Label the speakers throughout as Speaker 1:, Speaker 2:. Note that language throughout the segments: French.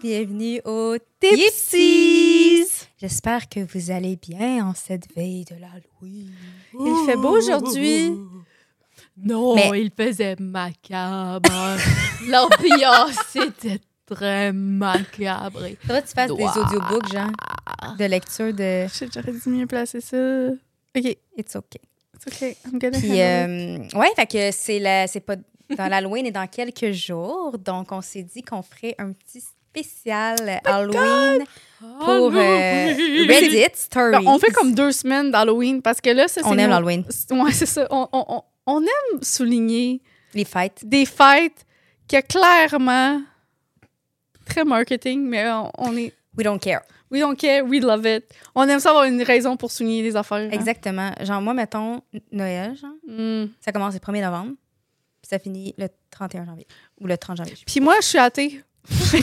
Speaker 1: bienvenue au Tipsies! J'espère que vous allez bien en cette veille de la Louis. Il fait beau aujourd'hui.
Speaker 2: Non,
Speaker 1: Mais-
Speaker 2: il faisait macabre. L'ambiance c'était très macabre. Et-
Speaker 1: Faudrait que tu fasses
Speaker 2: Noir.
Speaker 1: des audiobooks, genre, de lecture de
Speaker 3: Shit, j'aurais dû mieux placer ça. OK,
Speaker 1: It's OK.
Speaker 3: it's OK. I'm gonna
Speaker 1: Puis,
Speaker 3: handle it.
Speaker 1: euh, ouais, fait que c'est la, c'est pas dans l'Halloween et dans quelques jours. Donc, on s'est dit qu'on ferait un petit spécial Halloween
Speaker 2: Ah, Oh,
Speaker 1: pour euh, Reddit Stories.
Speaker 2: Ben,
Speaker 3: Bon, on fait comme deux semaines d'Halloween parce que là, ça, c'est.
Speaker 1: On aime
Speaker 3: nos-
Speaker 1: l'Halloween.
Speaker 3: c'est- Ouais, c'est ça. On, on- on- on aime souligner
Speaker 1: Les fêtes.
Speaker 3: des fêtes que clairement. Très marketing, mais on, on est.
Speaker 1: We don't care.
Speaker 3: We don't care, we love it. On aime ça avoir une raison pour souligner les affaires. hein.
Speaker 1: Exactement. Genre, moi, mettons, N- Noël, genre,
Speaker 3: Mm.
Speaker 1: ça commence le 1er novembre, puis ça finit le 31 janvier. Ou le 30 janvier. je sais
Speaker 3: Puis moi, je suis athée.
Speaker 1: pas.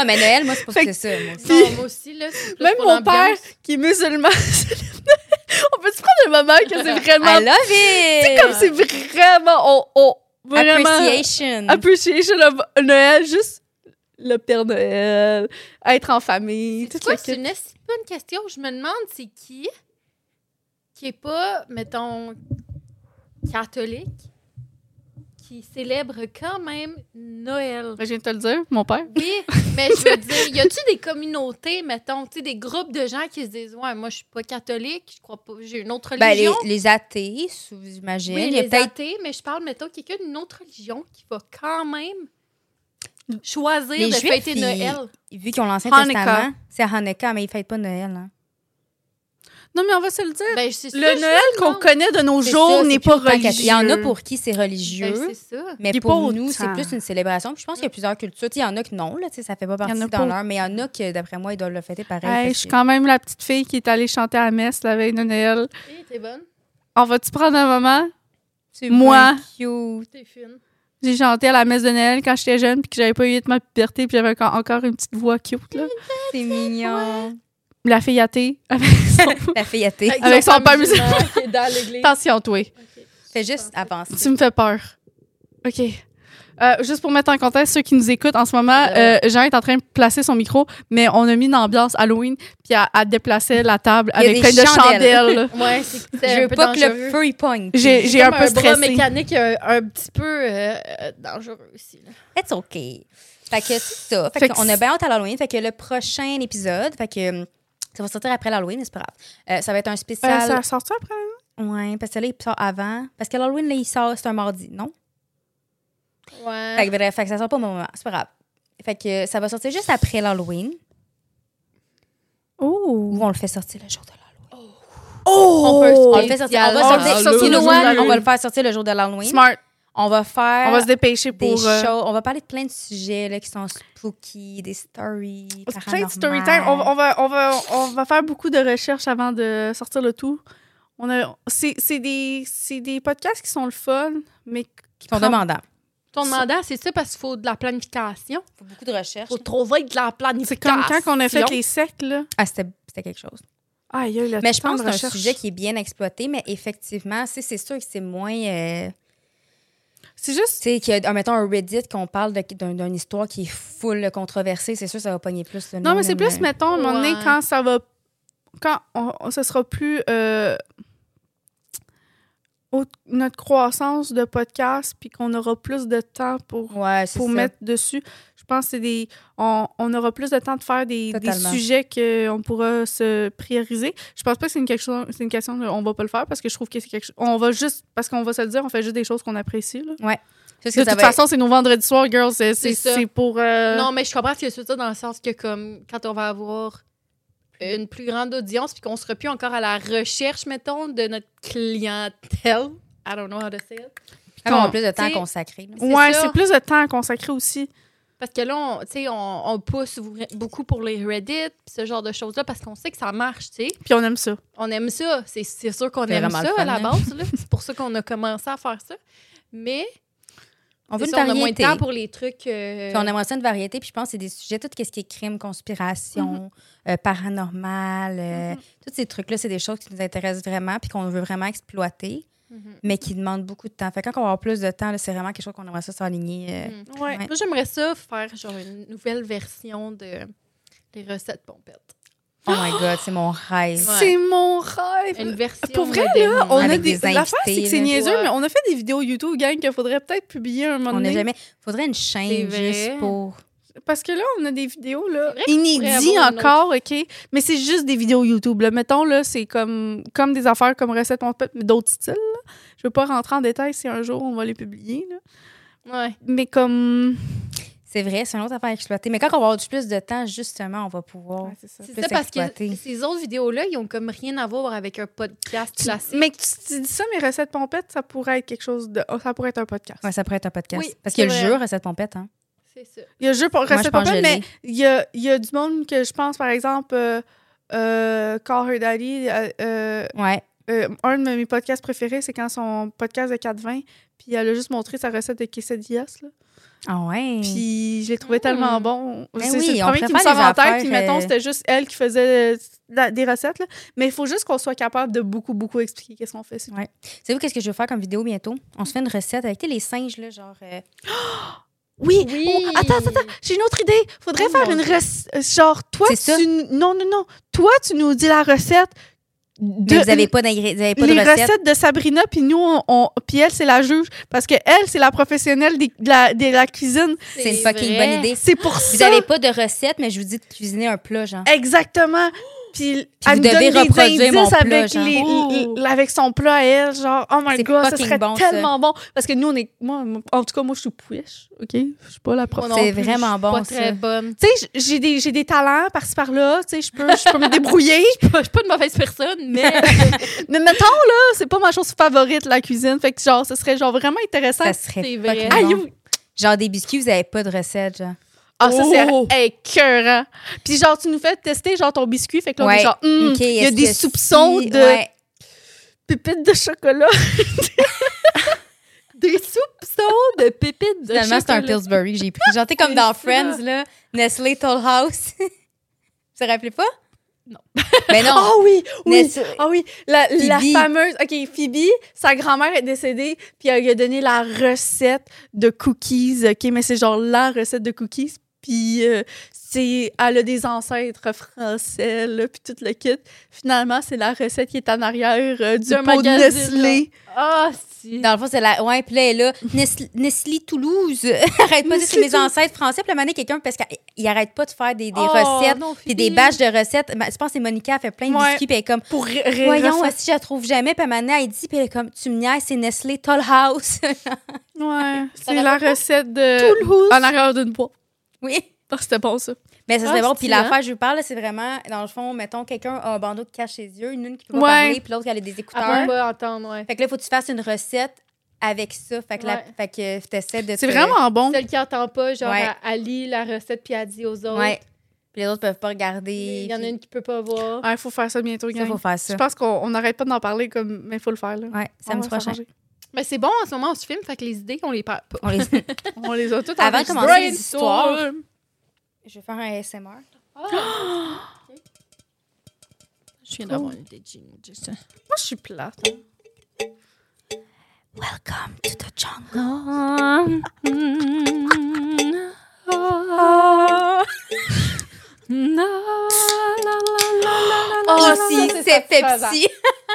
Speaker 1: non, mais Noël, moi, c'est pas
Speaker 3: Fait
Speaker 1: que c'est ça. moi aussi.
Speaker 2: Non, moi aussi, là, c'est plus
Speaker 3: Même
Speaker 2: pour
Speaker 3: mon père,
Speaker 2: l'ambiance.
Speaker 3: qui est musulman, on peut se prendre le moment que c'est vraiment
Speaker 1: I love it!
Speaker 3: C'est comme c'est vraiment. On, on, vraiment
Speaker 1: Appreciation.
Speaker 3: appreciation of Noël, juste le Père Noël, être en famille,
Speaker 2: C'est
Speaker 3: toute
Speaker 2: quoi,
Speaker 3: la
Speaker 2: c'est
Speaker 3: quête.
Speaker 2: une assez bonne question. Je me demande c'est qui qui est pas, mettons, catholique, qui célèbre quand même Noël.
Speaker 3: Je viens de te le dire, mon père.
Speaker 2: Oui, mais je veux dire, y a-tu des communautés, mettons, tu sais, des groupes de gens qui se disent Ouais, moi, je suis pas catholique, je crois pas, j'ai une autre
Speaker 1: Ben, les,
Speaker 2: religion.
Speaker 1: les athées, sou- j'imagine.
Speaker 2: oui,
Speaker 1: Il y a
Speaker 2: les
Speaker 1: peut-être
Speaker 2: athées, mais je parle, mettons, quelqu'un d'une autre religion qui va quand même choisir
Speaker 1: Mm. Les
Speaker 2: de
Speaker 1: Juifs,
Speaker 2: fêter
Speaker 1: ils-
Speaker 2: Noël.
Speaker 1: vu qu'ils ont l'Ancien
Speaker 3: Hanukkah.
Speaker 1: Testament, c'est Hanukkah, mais ils ne fêtent pas Noël. hein.
Speaker 3: Non, mais on va se le dire.
Speaker 2: Ben, c'est ça,
Speaker 3: le
Speaker 2: je
Speaker 3: Noël
Speaker 2: me
Speaker 3: qu'on
Speaker 2: demande.
Speaker 3: connaît de nos
Speaker 1: C'est
Speaker 3: jours
Speaker 1: ça,
Speaker 3: n'est
Speaker 1: c'est
Speaker 3: pas
Speaker 1: plus tant qu'à-
Speaker 3: religieux.
Speaker 1: Il y en a pour qui c'est
Speaker 2: Ben,
Speaker 1: religieux,
Speaker 2: c'est ça.
Speaker 1: mais
Speaker 3: Il est
Speaker 1: pour
Speaker 3: pas
Speaker 1: nous, c'est
Speaker 3: autant.
Speaker 1: plus une célébration. Puis je pense qu'il y a plusieurs cultures. Tu sais, Il y en a que non, là, tu sais, ça fait pas
Speaker 3: Il y en
Speaker 1: partie
Speaker 3: a
Speaker 1: dans
Speaker 3: pas.
Speaker 1: l'heure, mais il y en a que, d'après moi, ils doivent le fêter pareil.
Speaker 3: Hey,
Speaker 1: parce
Speaker 3: je suis
Speaker 1: que-
Speaker 3: quand même la petite fille qui est allée chanter à la messe la veille de Noël.
Speaker 2: Hey, t'es bonne,
Speaker 3: On va-tu prendre un moment?
Speaker 1: C'est moins
Speaker 3: Moi.
Speaker 1: cute.
Speaker 2: t'es fine.
Speaker 3: J'ai chanté à la messe de Noël quand j'étais jeune puis que j'avais pas eu de ma puberté puis j'avais encore- encore une petite voix cute. Là.
Speaker 1: C'est mignon.
Speaker 3: La fille athée avec son...
Speaker 1: La fille athée.
Speaker 3: Avec son père
Speaker 2: qui est dans l'église.
Speaker 3: Attention, toi.
Speaker 2: Ok.
Speaker 1: Fais juste avancer.
Speaker 3: Tu me fais peur. OK. Euh, juste pour mettre en contexte ceux qui nous écoutent en ce moment,
Speaker 1: Euh.
Speaker 3: euh, Jean est en train de placer son micro, mais on a mis une ambiance Halloween, puis elle, elle déplaçait la table
Speaker 1: Il y a
Speaker 3: avec
Speaker 1: des
Speaker 3: plein de
Speaker 1: chandelles.
Speaker 3: chandelles.
Speaker 2: Ouais, c'est c'est
Speaker 1: Je
Speaker 2: un
Speaker 1: veux
Speaker 2: peu
Speaker 1: pas que
Speaker 2: dangereux.
Speaker 1: le feu il pogne.
Speaker 3: J'ai j'ai un
Speaker 2: Comme
Speaker 3: peu
Speaker 2: bras
Speaker 3: stressé.
Speaker 2: mécanique euh, un, petit peu euh, euh, dangereux aussi. là.
Speaker 1: It's OK. Fait que c'est ça. Fait,
Speaker 3: Fait que
Speaker 1: qu'on a bien hâte à l'Halloween. Fait que le prochain épisode, fait que hum, ça va sortir après l'Halloween, mais c'est pas grave. Euh, ça va être un
Speaker 3: Euh,
Speaker 1: spécial.
Speaker 3: ça sort après?
Speaker 1: Ouais, parce que là, il sort avant. Parce que l'Halloween, là, il sort, c'est un mardi, non?
Speaker 3: Hein?
Speaker 2: Ouais.
Speaker 1: Fait que bref, fait que ça sort pas au même moment. C'est pas grave. Fait que euh, ça va sortir juste après l'Halloween.
Speaker 3: Oh!
Speaker 1: Ou on le fait sortir le jour de l'Halloween.
Speaker 2: On peut-
Speaker 1: On
Speaker 2: on
Speaker 1: le fait sortir. On va
Speaker 2: Ah,
Speaker 1: sortir.
Speaker 2: le
Speaker 1: you know
Speaker 2: jour
Speaker 1: what?
Speaker 3: de Oh, l'Halloween.
Speaker 1: On va le faire sortir le jour de l'Halloween.
Speaker 3: Smart.
Speaker 1: On va faire
Speaker 3: On va se dépêcher
Speaker 1: des
Speaker 3: pour... euh,
Speaker 1: shows. On va parler de plein de sujets là, qui sont spooky, des stories.
Speaker 3: Oh, plein de story time. On, va- on va, on, va, on va faire beaucoup de recherches avant de sortir le tout. On a- C'est c'est des, c'est des podcasts qui sont le fun, mais qui
Speaker 1: Ils sont
Speaker 3: prennent-
Speaker 1: demandants.
Speaker 2: Ton mandat, c'est ça parce qu'il faut de la planification.
Speaker 1: Il faut beaucoup de recherches.
Speaker 2: faut trouver de la planification.
Speaker 3: C'est comme quand on a fait les secs, là.
Speaker 1: Ah, c'était c'était quelque chose.
Speaker 3: Ah, il y a eu le
Speaker 1: Mais je
Speaker 3: temps
Speaker 1: pense
Speaker 3: de
Speaker 1: que c'est un
Speaker 3: recherche.
Speaker 1: sujet qui est bien exploité, mais effectivement, c'est c'est sûr que c'est moins. euh,
Speaker 3: C'est juste.
Speaker 1: Tu sais, qu'il y a, ah, mettons, un Reddit qu'on parle de- d'un- d'une histoire qui est full controversée, c'est sûr que ça va pogner plus. le
Speaker 3: Non,
Speaker 1: monde, euh,
Speaker 3: mais c'est plus, mettons, à un moment donné,
Speaker 2: Ouais.
Speaker 3: quand ça va. Quand on, on- ce sera plus. euh, au- notre croissance de podcast, puis qu'on aura plus de temps pour,
Speaker 1: Ouais, c'est
Speaker 3: pour
Speaker 1: ça.
Speaker 3: mettre dessus. Je pense que c'est des. On, on aura plus de temps de faire des, des
Speaker 1: Totalement.
Speaker 3: sujets qu'on pourra se prioriser. Je pense pas que c'est une, quelque chose- c'est une question de. On va pas le faire parce que je trouve que c'est quelque chose. On va juste. Parce qu'on va se le dire, on fait juste des choses qu'on apprécie. Là.
Speaker 1: Parce que
Speaker 3: De
Speaker 1: ça
Speaker 3: toute
Speaker 1: va être-
Speaker 3: façon, c'est nos vendredis soirs, girls. C'est c'est-
Speaker 2: C'est ça.
Speaker 3: c'est pour. euh,
Speaker 2: Non, mais je comprends ce que tu veux dire dans le sens que, comme, quand on va avoir une plus grande audience puis qu'on sera plus encore à la recherche, mettons, de notre clientèle. I don't know how to say it.
Speaker 1: ça va avoir plus de temps
Speaker 2: tu sais-
Speaker 1: consacré. là.
Speaker 2: C'est
Speaker 3: Ouais,
Speaker 2: ça.
Speaker 3: c'est plus de temps à consacrer aussi.
Speaker 2: Parce que là, on, tu sais, on, on pousse beaucoup pour les Reddit pis ce genre de choses-là parce qu'on sait que ça marche, tu sais.
Speaker 3: Puis on aime ça.
Speaker 2: on aime ça. C'est, c'est sûr qu'on
Speaker 1: C'est
Speaker 2: aime
Speaker 1: vraiment
Speaker 2: ça
Speaker 1: le fun, hein.
Speaker 2: à la
Speaker 1: là.
Speaker 2: base. là. C'est pour ça qu'on a commencé à faire ça. Mais
Speaker 1: On veut
Speaker 2: c'est
Speaker 1: une
Speaker 2: ça, on a moins de
Speaker 1: variété.
Speaker 2: temps pour les trucs. euh,
Speaker 1: Puis on aimerait ça une variété, puis je pense que c'est des sujets, tout ce qui est crime,
Speaker 3: Mhm.
Speaker 1: conspiration, euh, paranormal, euh, tous ces trucs-là, c'est des choses qui nous intéressent vraiment, puis qu'on veut vraiment exploiter.
Speaker 2: Mhm.
Speaker 1: mais qui demandent beaucoup de temps. Fait que quand on va avoir plus de temps, là, c'est vraiment quelque chose qu'on aimerait ça s'aligner. euh,
Speaker 2: Mhm.
Speaker 3: Ouais.
Speaker 1: Ouais.
Speaker 2: Moi, j'aimerais ça faire genre une nouvelle version de les recettes pompettes.
Speaker 1: Oh my God, c'est mon rêve.
Speaker 3: C'est mon rêve.
Speaker 2: Une version
Speaker 3: Pour vrai,
Speaker 2: moderne.
Speaker 3: On a
Speaker 1: Avec
Speaker 3: des,
Speaker 1: des
Speaker 3: L'affaire, c'est que
Speaker 1: invités,
Speaker 3: c'est
Speaker 1: là.
Speaker 3: niaiseux,
Speaker 2: Ouais.
Speaker 3: mais on a fait des vidéos YouTube, gang, qu'il faudrait peut-être publier un moment
Speaker 1: On n'a
Speaker 3: donné.
Speaker 1: jamais. Faudrait une chaîne
Speaker 2: vrai.
Speaker 1: juste pour.
Speaker 3: Parce que là, on a des vidéos, là,
Speaker 2: C'est vrai qu'on
Speaker 3: inédites
Speaker 2: pourrait avoir une
Speaker 3: encore, OK? Mais c'est juste des vidéos YouTube, là. Mettons, là, c'est comme, comme des affaires comme recettes, pompettes, mais d'autres styles, là. Je veux pas rentrer en détail si un jour on va les publier, là.
Speaker 2: Ouais.
Speaker 3: Mais comme...
Speaker 1: C'est vrai, c'est une autre affaire à exploiter. Mais quand on va avoir du plus de temps, justement, on va pouvoir.
Speaker 3: Ouais, c'est ça.
Speaker 2: C'est
Speaker 1: Plus
Speaker 2: ça parce que
Speaker 1: exploité.
Speaker 2: ces autres vidéos-là, ils ont comme rien à voir avec un podcast
Speaker 3: Tu-
Speaker 2: classique.
Speaker 3: mais tu, tu dis ça, mes recettes pompettes, ça pourrait être quelque chose de... oh, ça pourrait être un podcast.
Speaker 1: Ouais, ça pourrait être un podcast.
Speaker 2: Oui,
Speaker 1: parce qu'il y a
Speaker 2: c'est
Speaker 1: le jeu, recette pompette. Hein.
Speaker 2: C'est ça.
Speaker 3: Il y a jeu pour
Speaker 1: Moi, je
Speaker 3: recettes
Speaker 1: pense que
Speaker 3: pompettes,
Speaker 1: je
Speaker 3: mais
Speaker 1: l'ai.
Speaker 3: il y a, il y a du monde que je pense, par exemple, euh, euh, Call Her Daddy, euh, euh,
Speaker 1: Ouais.
Speaker 3: Euh, un de mes podcasts préférés, c'est quand son podcast de 420, puis elle a juste montré sa recette de quesadillas. Là.
Speaker 1: Ah ouais.
Speaker 3: Puis je l'ai trouvé
Speaker 2: Mm.
Speaker 3: tellement bon.
Speaker 1: Ben
Speaker 3: C'est
Speaker 1: oui,
Speaker 3: c'est le
Speaker 1: on
Speaker 3: premier qui me
Speaker 1: préfère
Speaker 3: sort en
Speaker 1: les
Speaker 3: tête, puis
Speaker 1: affaires,
Speaker 3: mettons,
Speaker 1: euh,
Speaker 3: c'était juste elle qui faisait euh, la- des recettes. là. Mais il faut juste qu'on soit capable de beaucoup, beaucoup expliquer qu'est-ce qu'on fait. c'est tout.
Speaker 1: Ouais. Savez-vous qu'est-ce que je vais faire comme vidéo bientôt? On se fait une recette avec tu sais, les singes, là, genre. euh,
Speaker 3: Oui!
Speaker 2: Oui.
Speaker 3: on- Oh, attends, attends, attends, j'ai une autre idée. Faudrait
Speaker 2: Oh
Speaker 3: faire
Speaker 2: mon
Speaker 3: une recette. Genre, toi,
Speaker 1: C'est ça.
Speaker 3: tu. n- Non, non, non. Toi, tu nous dis la recette.
Speaker 1: mais
Speaker 3: De,
Speaker 1: vous n'avez pas d'ingré- vous avez pas
Speaker 3: les
Speaker 1: de recette.
Speaker 3: recettes de Sabrina, puis nous, on, on- puis elle, c'est la juge, parce que elle, c'est la professionnelle des- de, la, de la cuisine.
Speaker 1: C'est une fucking
Speaker 2: vrai.
Speaker 1: bonne idée.
Speaker 3: C'est pour
Speaker 1: Vous
Speaker 3: ça.
Speaker 1: n'avez pas de recette, mais je vous dis de cuisiner un plat, genre.
Speaker 3: Exactement. Puis
Speaker 1: vous
Speaker 3: elle nous
Speaker 1: devez
Speaker 3: donne des
Speaker 1: reproduire
Speaker 3: indices
Speaker 1: mon plat,
Speaker 3: avec,
Speaker 1: genre.
Speaker 3: les-
Speaker 2: Ouh.
Speaker 3: l- avec son plat à elle, genre, oh my
Speaker 1: C'est
Speaker 3: god, ça
Speaker 1: fucking
Speaker 3: serait
Speaker 1: bon, ça.
Speaker 3: tellement bon. Parce que nous, on est. Moi, moi- en tout cas, moi, je suis pouiche, OK? Je suis pas la prof.
Speaker 2: Moi Oh non
Speaker 1: C'est
Speaker 2: plus,
Speaker 1: vraiment
Speaker 2: je suis
Speaker 1: bon,
Speaker 2: Pas
Speaker 1: ça.
Speaker 2: très bonne.
Speaker 3: Tu sais, j- j'ai des, j'ai des talents par-ci par-là, tu sais, je peux, je peux me débrouiller.
Speaker 2: Je suis pas une mauvaise personne, mais
Speaker 3: Mais mettons, là, c'est pas ma chose favorite, la cuisine. Fait que, genre, ce serait, genre, vraiment intéressant. Ah,
Speaker 1: Ça serait
Speaker 2: c'est
Speaker 1: fucking
Speaker 2: vrai.
Speaker 1: bon.
Speaker 3: Aïe,
Speaker 1: Genre des biscuits, vous n'avez pas de recette, genre.
Speaker 3: Ah, ça,
Speaker 2: Oh!
Speaker 3: c'est écœurant. Puis genre, tu nous fais tester genre ton biscuit, fait que là, on
Speaker 1: Ouais.
Speaker 3: est genre, Hum,
Speaker 1: OK,
Speaker 3: il y a
Speaker 1: est-ce
Speaker 3: des
Speaker 1: que
Speaker 3: soupçons
Speaker 1: si-
Speaker 3: de
Speaker 1: Ouais.
Speaker 3: pépites de chocolat.
Speaker 2: des soupçons de pépites de
Speaker 1: Finalement, c'est un
Speaker 2: chocolat.
Speaker 1: Pillsbury que j'ai pris. Genre, t'es comme
Speaker 3: C'est
Speaker 1: dans
Speaker 3: ça.
Speaker 1: Friends, là. Nestlé Toll House. vous vous rappelez pas?
Speaker 2: Non.
Speaker 1: Mais non.
Speaker 3: Ah oui, oui.
Speaker 1: Nestlé-
Speaker 3: Ah oui, la, la
Speaker 1: Phoebe.
Speaker 3: fameuse. OK, Phoebe, sa grand-mère est décédée, puis elle lui a donné la recette de cookies. OK, mais c'est genre la recette de cookies. Puis euh, c'est, elle a des ancêtres français, là, puis tout le kit. Finalement, c'est la recette qui est en arrière euh, du
Speaker 2: D'un
Speaker 3: pot de
Speaker 2: magazine,
Speaker 3: Nestlé.
Speaker 2: Ah, si.
Speaker 1: Dans le fond, c'est la. Ouais, puis là, elle est là. Nestlé, Nestlé Toulouse. arrête pas de dire c'est
Speaker 3: Nestlé
Speaker 1: mes ancêtres français. Puis la manée, quelqu'un, parce qu'il arrête pas de faire des, des
Speaker 3: Oh,
Speaker 2: Oh,
Speaker 1: recettes. Puis des
Speaker 2: bâches
Speaker 1: bâches de recettes. Ma- Je pense que c'est Monica, elle fait plein de
Speaker 3: Ouais.
Speaker 1: biscuits. Puis elle est comme,
Speaker 3: Pour ré- ré-
Speaker 1: voyons,
Speaker 3: refaire-
Speaker 1: si je la trouve jamais. Puis maintenant, elle dit, puis elle est comme, tu me niaises, c'est Nestlé Toll House.
Speaker 3: Ouais, c'est
Speaker 2: rappelle
Speaker 3: la recette de. En arrière d'une boîte.
Speaker 1: oui.
Speaker 3: Ah, C'était bon, ça.
Speaker 1: Mais ça serait
Speaker 2: Ah,
Speaker 1: bon. Puis
Speaker 2: stylé, hein?
Speaker 1: l'affaire, je vous parle, là, c'est vraiment, dans le fond, mettons, quelqu'un a un bandeau qui cache ses yeux, une, une qui peut pas
Speaker 3: Ouais.
Speaker 1: parler, puis l'autre qui a des écouteurs.
Speaker 2: à pas entendre, Ah, ouais.
Speaker 1: Fait que là, il faut que tu fasses une recette avec ça. Fait que, la-
Speaker 2: Ouais.
Speaker 1: fait que t'essaies de.
Speaker 3: C'est
Speaker 1: te-
Speaker 3: vraiment bon.
Speaker 2: Celle qui entend pas, genre,
Speaker 1: Ouais.
Speaker 2: elle, elle lit la recette puis elle dit aux autres.
Speaker 1: Ouais. Puis les autres peuvent pas regarder.
Speaker 2: Il y en a
Speaker 1: puis-
Speaker 2: une qui peut pas voir.
Speaker 3: Il faut faire ça bientôt,
Speaker 1: Ça,
Speaker 3: gang.
Speaker 1: faut faire
Speaker 3: Je
Speaker 1: ça.
Speaker 3: pense qu'on on n'arrête pas d'en parler, comme... mais il faut le faire. Là.
Speaker 1: Ouais,
Speaker 3: On va
Speaker 1: samedi prochain.
Speaker 3: s'arranger.
Speaker 2: Mais c'est bon, en ce moment, on se filme, fait que les idées, on les perd pas.
Speaker 1: On les-
Speaker 3: On les a toutes
Speaker 1: Avant de
Speaker 3: enregistrées.
Speaker 1: commencer les histoires.
Speaker 3: Brainstorm.
Speaker 1: je vais faire un SMR.
Speaker 2: Je viens
Speaker 3: d'avoir
Speaker 2: une idée de juste
Speaker 3: Moi, je suis plate. hein.
Speaker 1: Welcome to
Speaker 3: Oh,
Speaker 1: the jungle.
Speaker 3: Ah,
Speaker 1: Aussi,
Speaker 3: ça,
Speaker 1: c'est
Speaker 3: satisfaisant.
Speaker 1: Pepsi.
Speaker 2: Oh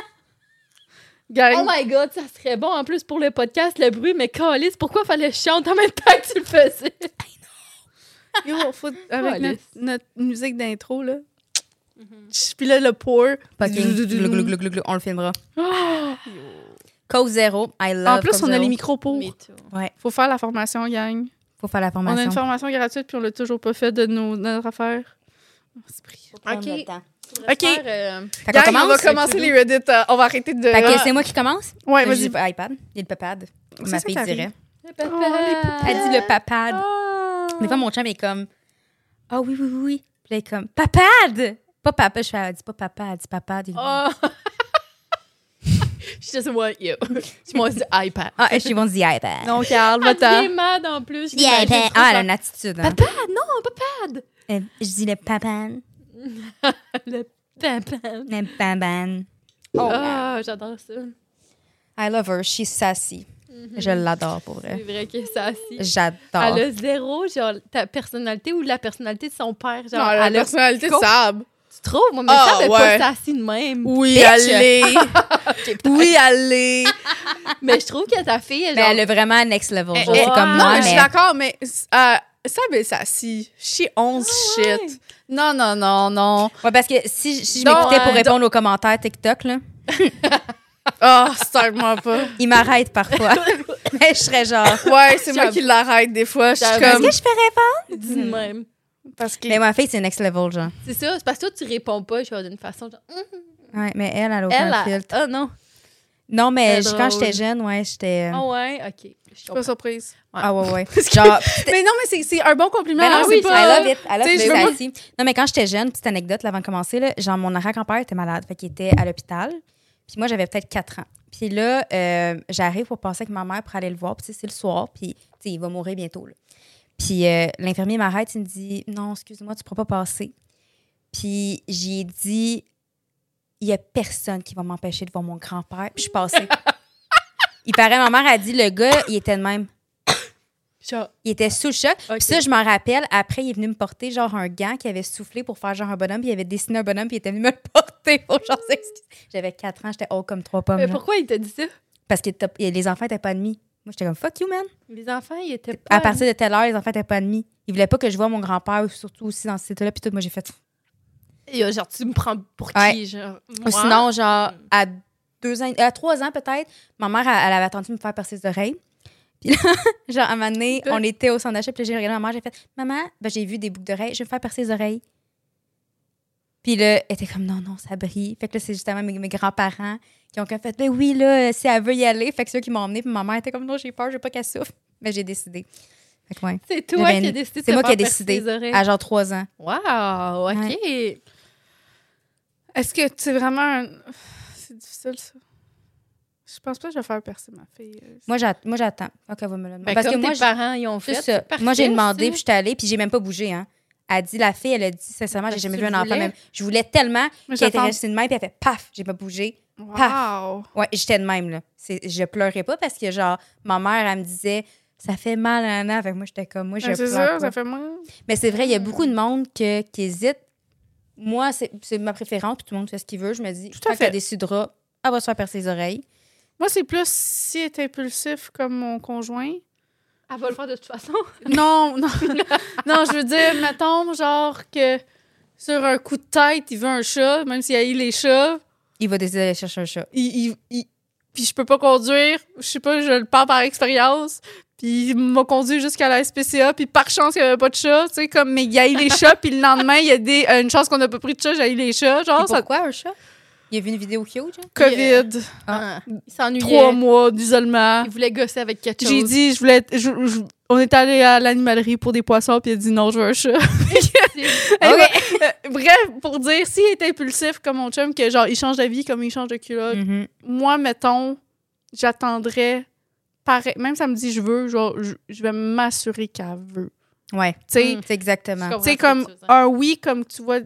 Speaker 1: Oh
Speaker 3: Gang,
Speaker 2: my god, ça serait bon en plus pour le podcast, le bruit, mais Calis, pourquoi fallait que je chante en même temps que tu le faisais?
Speaker 3: yo, faut- avec
Speaker 2: Calisse.
Speaker 3: notre, notre musique d'intro, là.
Speaker 2: Mhm.
Speaker 3: Puis là, le pour.
Speaker 1: Fucking glou, glou, glou, glou, glou. On le filmera. Cause zéro. I love
Speaker 3: En plus,
Speaker 1: Cause
Speaker 3: on a
Speaker 1: Zero.
Speaker 3: les micros pour.
Speaker 1: Ouais,
Speaker 3: Faut faire la formation, gang.
Speaker 1: faut faire la
Speaker 3: On a
Speaker 1: formation.
Speaker 3: une formation gratuite, puis on l'a toujours pas fait de nos, notre affaire. Oh, c'est pris.
Speaker 1: Prendre
Speaker 2: Ok.
Speaker 1: le temps.
Speaker 3: Ok.
Speaker 2: euh,
Speaker 1: Fait qu'on
Speaker 3: Gang, on va
Speaker 1: commence.
Speaker 3: commencer les Reddit. euh, on va arrêter de.
Speaker 1: Fait que c'est moi qui commence. Moi,
Speaker 3: Ouais, vas-y.
Speaker 1: j'ai pas iPad. Il y a le papad.
Speaker 3: C'est
Speaker 1: Ma
Speaker 3: ça
Speaker 1: fille
Speaker 3: qui arrive.
Speaker 1: dirait.
Speaker 2: Oh,
Speaker 3: Ah.
Speaker 1: Elle dit le papad.
Speaker 3: Ah.
Speaker 1: Des fois, mon chum est comme Ah oui, oui, oui, oui. Puis là, il est comme Papad! Pas papa. Je fais, elle dit pas papa, elle dit papad. Il est comme,
Speaker 2: Oh. je just want you. Je m'en dis iPad.
Speaker 1: Ah, et je vont dire iPad.
Speaker 3: Non, Carl, va-t'en.
Speaker 2: Elle est mad Ah, en plus. je
Speaker 1: Yeah,
Speaker 2: l'imagine
Speaker 1: iPad.
Speaker 2: trop
Speaker 1: Ah, elle a
Speaker 2: fort.
Speaker 1: une attitude. hein.
Speaker 2: Papa, non, papa.
Speaker 1: Euh, Je dis le papan,
Speaker 2: Le papa.
Speaker 1: le papan.
Speaker 2: Oh, Ah, j'adore ça.
Speaker 1: I love her. She's sassy.
Speaker 2: Mhm.
Speaker 1: Je l'adore pour
Speaker 2: C'est
Speaker 1: elle.
Speaker 2: vrai que ça, si.
Speaker 1: J'adore.
Speaker 2: Elle a zéro, genre, ta personnalité ou la personnalité de son père. Genre,
Speaker 3: Non, la
Speaker 2: elle a-
Speaker 3: personnalité
Speaker 2: con-
Speaker 3: sable.
Speaker 2: Tu trouves? Moi, mais
Speaker 3: Ah,
Speaker 2: ça, elle
Speaker 3: ouais.
Speaker 2: pas ça assis de même.
Speaker 3: Oui,
Speaker 1: Bitch.
Speaker 3: allez. oui, allez.
Speaker 2: Mais je trouve que ta fille, elle,
Speaker 1: Mais
Speaker 2: genre,
Speaker 1: Ben, elle est vraiment un next level. genre,
Speaker 2: elle-
Speaker 1: C'est comme
Speaker 2: non,
Speaker 3: Eh, Non,
Speaker 1: moi,
Speaker 3: mais je suis
Speaker 1: mais
Speaker 3: d'accord, mais euh, sable est sassy. She owns
Speaker 1: Ah,
Speaker 3: shit. Non, non, non, non.
Speaker 1: Ouais, parce que si, si je
Speaker 3: Donc,
Speaker 1: m'écoutais pour
Speaker 2: euh,
Speaker 1: répondre aux commentaires TikTok, là,
Speaker 3: Ah, oh, moi pas.
Speaker 1: ils m'arrêtent parfois. mais je serais genre.
Speaker 3: Ouais, c'est moi
Speaker 2: J'avoue.
Speaker 3: qui l'arrête des fois. Je suis
Speaker 2: J'avoue.
Speaker 1: Est-ce
Speaker 3: comme.
Speaker 1: que je ferais pas?
Speaker 2: dit de même.
Speaker 3: Parce que.
Speaker 1: Mais ma fille, c'est next level, genre.
Speaker 2: C'est ça, c'est parce que toi, tu réponds pas, genre, d'une façon, genre, hum,
Speaker 1: Ouais, mais elle, elle a
Speaker 2: elle,
Speaker 1: aucun
Speaker 2: elle,
Speaker 1: filtre.
Speaker 2: ah non.
Speaker 1: Non, mais
Speaker 2: Elle
Speaker 1: je-
Speaker 2: est
Speaker 1: quand j'étais
Speaker 2: drôle.
Speaker 1: jeune, ouais, j'étais. euh,
Speaker 2: Ah ouais, ok. Je
Speaker 3: Je suis pas
Speaker 2: comprends.
Speaker 3: surprise.
Speaker 1: Ah ouais, ouais. Genre,
Speaker 3: Mais non, mais c'est- c'est un bon compliment.
Speaker 1: Mais
Speaker 3: hein,
Speaker 1: non, ah
Speaker 3: c'est
Speaker 1: oui,
Speaker 3: pas-
Speaker 1: I love it. I love
Speaker 3: Tu sais,
Speaker 1: it.
Speaker 3: je veux pas-
Speaker 1: Ça, si. Non, mais quand j'étais jeune, petite anecdote là, avant de commencer, là, genre mon arrière-grand-père était malade, fait qu'il était à l'hôpital. Puis moi, j'avais peut-être 4 ans. Puis là, euh, j'arrive pour passer avec ma mère pour aller le voir. Puis tu sais, c'est le soir, puis tu sais, il va mourir bientôt. là. Puis euh, l'infirmier m'arrête, il me dit Non, excuse-moi, tu ne pourras pas passer. Puis j'ai dit Il n'y a personne qui va m'empêcher de voir mon grand-père. Puis je suis passée. il paraît, ma mère a dit Le gars, il était de même.
Speaker 2: Genre,
Speaker 1: Il était sous le choc.
Speaker 2: ok.
Speaker 1: Puis ça, je m'en rappelle. Après, il est venu me porter genre un gant qui avait soufflé pour faire genre un bonhomme. Puis il avait dessiné un bonhomme. Puis il était venu me le porter pour genre s'excuser. J'avais 4 ans. J'étais haut comme trois pommes.
Speaker 2: Mais
Speaker 1: là.
Speaker 2: pourquoi il t'a dit ça?
Speaker 1: Parce que t'as- les enfants étaient pas admis. Moi, j'étais comme fuck you, man.
Speaker 2: Les enfants, ils étaient pas.
Speaker 1: À partir de telle heure, les enfants étaient pas admis. Ils voulaient pas que je voie mon grand-père, surtout aussi dans cet état-là. Puis tout, moi, j'ai fait.
Speaker 2: Et, euh, Genre, tu me prends pour qui?
Speaker 1: Ouais.
Speaker 2: Genre, moi?
Speaker 1: Ou sinon, genre, à deux ans, à trois ans peut-être, ma mère, elle, elle avait attendu de me faire percer les oreilles. Puis là, genre, à un moment donné, on était au centre d'achat, puis là, j'ai regardé ma mère, j'ai fait Maman, ben, j'ai vu des boucles d'oreilles, je vais me faire percer les oreilles. Puis là, elle était comme Non, non, ça brille. Fait que là, c'est justement mes, mes grands-parents qui ont comme fait Ben oui, là, si elle veut y aller. Fait que ceux qui m'ont emmené, puis ma mère était comme Non, j'ai peur, je veux pas qu'elle souffre. Mais j'ai décidé. Fait que, ouais,
Speaker 2: C'est toi
Speaker 1: Ben,
Speaker 2: qui as décidé de
Speaker 1: c'est
Speaker 2: te
Speaker 1: moi qui ai
Speaker 2: faire percer
Speaker 1: décidé. Ah.
Speaker 2: les oreilles.
Speaker 1: à genre trois ans.
Speaker 2: Wow, OK.
Speaker 3: Est-ce que c'est vraiment un... C'est difficile, ça. Je pense pas que je vais faire percer ma fille.
Speaker 1: Moi, j'att- moi, j'attends. Ok, elle va me le demander.
Speaker 2: Ben, comme tes
Speaker 1: je-
Speaker 2: parents, ils ont fait.
Speaker 1: C'est ça.
Speaker 2: c'est
Speaker 1: Moi, j'ai
Speaker 2: parfait,
Speaker 1: demandé,
Speaker 2: ça.
Speaker 1: puis je suis allée, puis j'ai même pas bougé. Hein. Elle dit, la fille, elle a dit, sincèrement, j'ai
Speaker 2: Parce
Speaker 1: jamais
Speaker 2: que
Speaker 1: vu
Speaker 2: tu
Speaker 1: un enfant.
Speaker 2: voulais.
Speaker 1: Même. Je voulais tellement
Speaker 3: Moi,
Speaker 1: qu'elle était
Speaker 3: j'attends.
Speaker 1: restée de même, puis elle fait paf, j'ai pas bougé.
Speaker 3: Wow!
Speaker 1: Ouais, j'étais de même, là. C'est- Je pleurais pas parce que, genre, ma mère, elle me disait, ça fait mal, un an. Fait que moi, j'étais comme, moi, je
Speaker 3: Ouais, C'est
Speaker 1: pleure.
Speaker 3: ça,
Speaker 1: pas.
Speaker 3: ça fait mal.
Speaker 1: Mais c'est vrai, il y a beaucoup de monde que- qui hésite. Moi, c'est c'est ma préférence, puis tout le monde fait ce qu'il veut. Je me dis,
Speaker 3: Tout à
Speaker 1: quand
Speaker 3: fait.
Speaker 1: elle décidera, elle va se faire percer les oreilles.
Speaker 3: Moi, c'est plus si elle est impulsif comme mon conjoint.
Speaker 2: Elle va le faire de toute façon.
Speaker 3: Non, non. non, je veux dire, mettons, genre que sur un coup de tête, il veut un chat, même s'il a eu les chats.
Speaker 1: Il va décider d'aller chercher un chat.
Speaker 3: il, il- il- puis je peux pas conduire, je sais pas, je le parle par expérience, puis il m'a conduit jusqu'à la SPCA, puis par chance, il y avait pas de chat, tu sais, comme, mais il y a eu les chats, puis le lendemain, il y a des, euh, une chance qu'on a pas pris de chat, j'ai eu les chats,
Speaker 1: Et
Speaker 3: genre, Ah, ça...
Speaker 1: pourquoi un chat? Il a vu une vidéo cute, genre?
Speaker 3: COVID,
Speaker 1: Ah.
Speaker 2: Il s'ennuyait.
Speaker 3: trois mois d'isolement.
Speaker 2: Il voulait gosser avec quelque chose.
Speaker 3: J'ai dit, je voulais, être- je- je- on est allé à l'animalerie pour des poissons, puis il a dit non, je veux un chat.
Speaker 2: Ah
Speaker 3: euh,
Speaker 1: OK.
Speaker 3: Bref, pour dire, s'il est impulsif comme mon chum, que genre, il change d'avis comme il change de culotte,
Speaker 2: Mm.
Speaker 1: Mhm.
Speaker 3: moi, mettons, j'attendrais. pareil- Même si elle me dit je veux, genre, je, je vais m'assurer qu'elle veut.
Speaker 1: Ouais,
Speaker 3: Tu sais,
Speaker 2: Mm.
Speaker 1: c'est exactement.
Speaker 2: Je
Speaker 3: tu sais,
Speaker 2: comprends ce
Speaker 3: comme
Speaker 2: que tu veux dire.
Speaker 3: un oui, comme tu vois.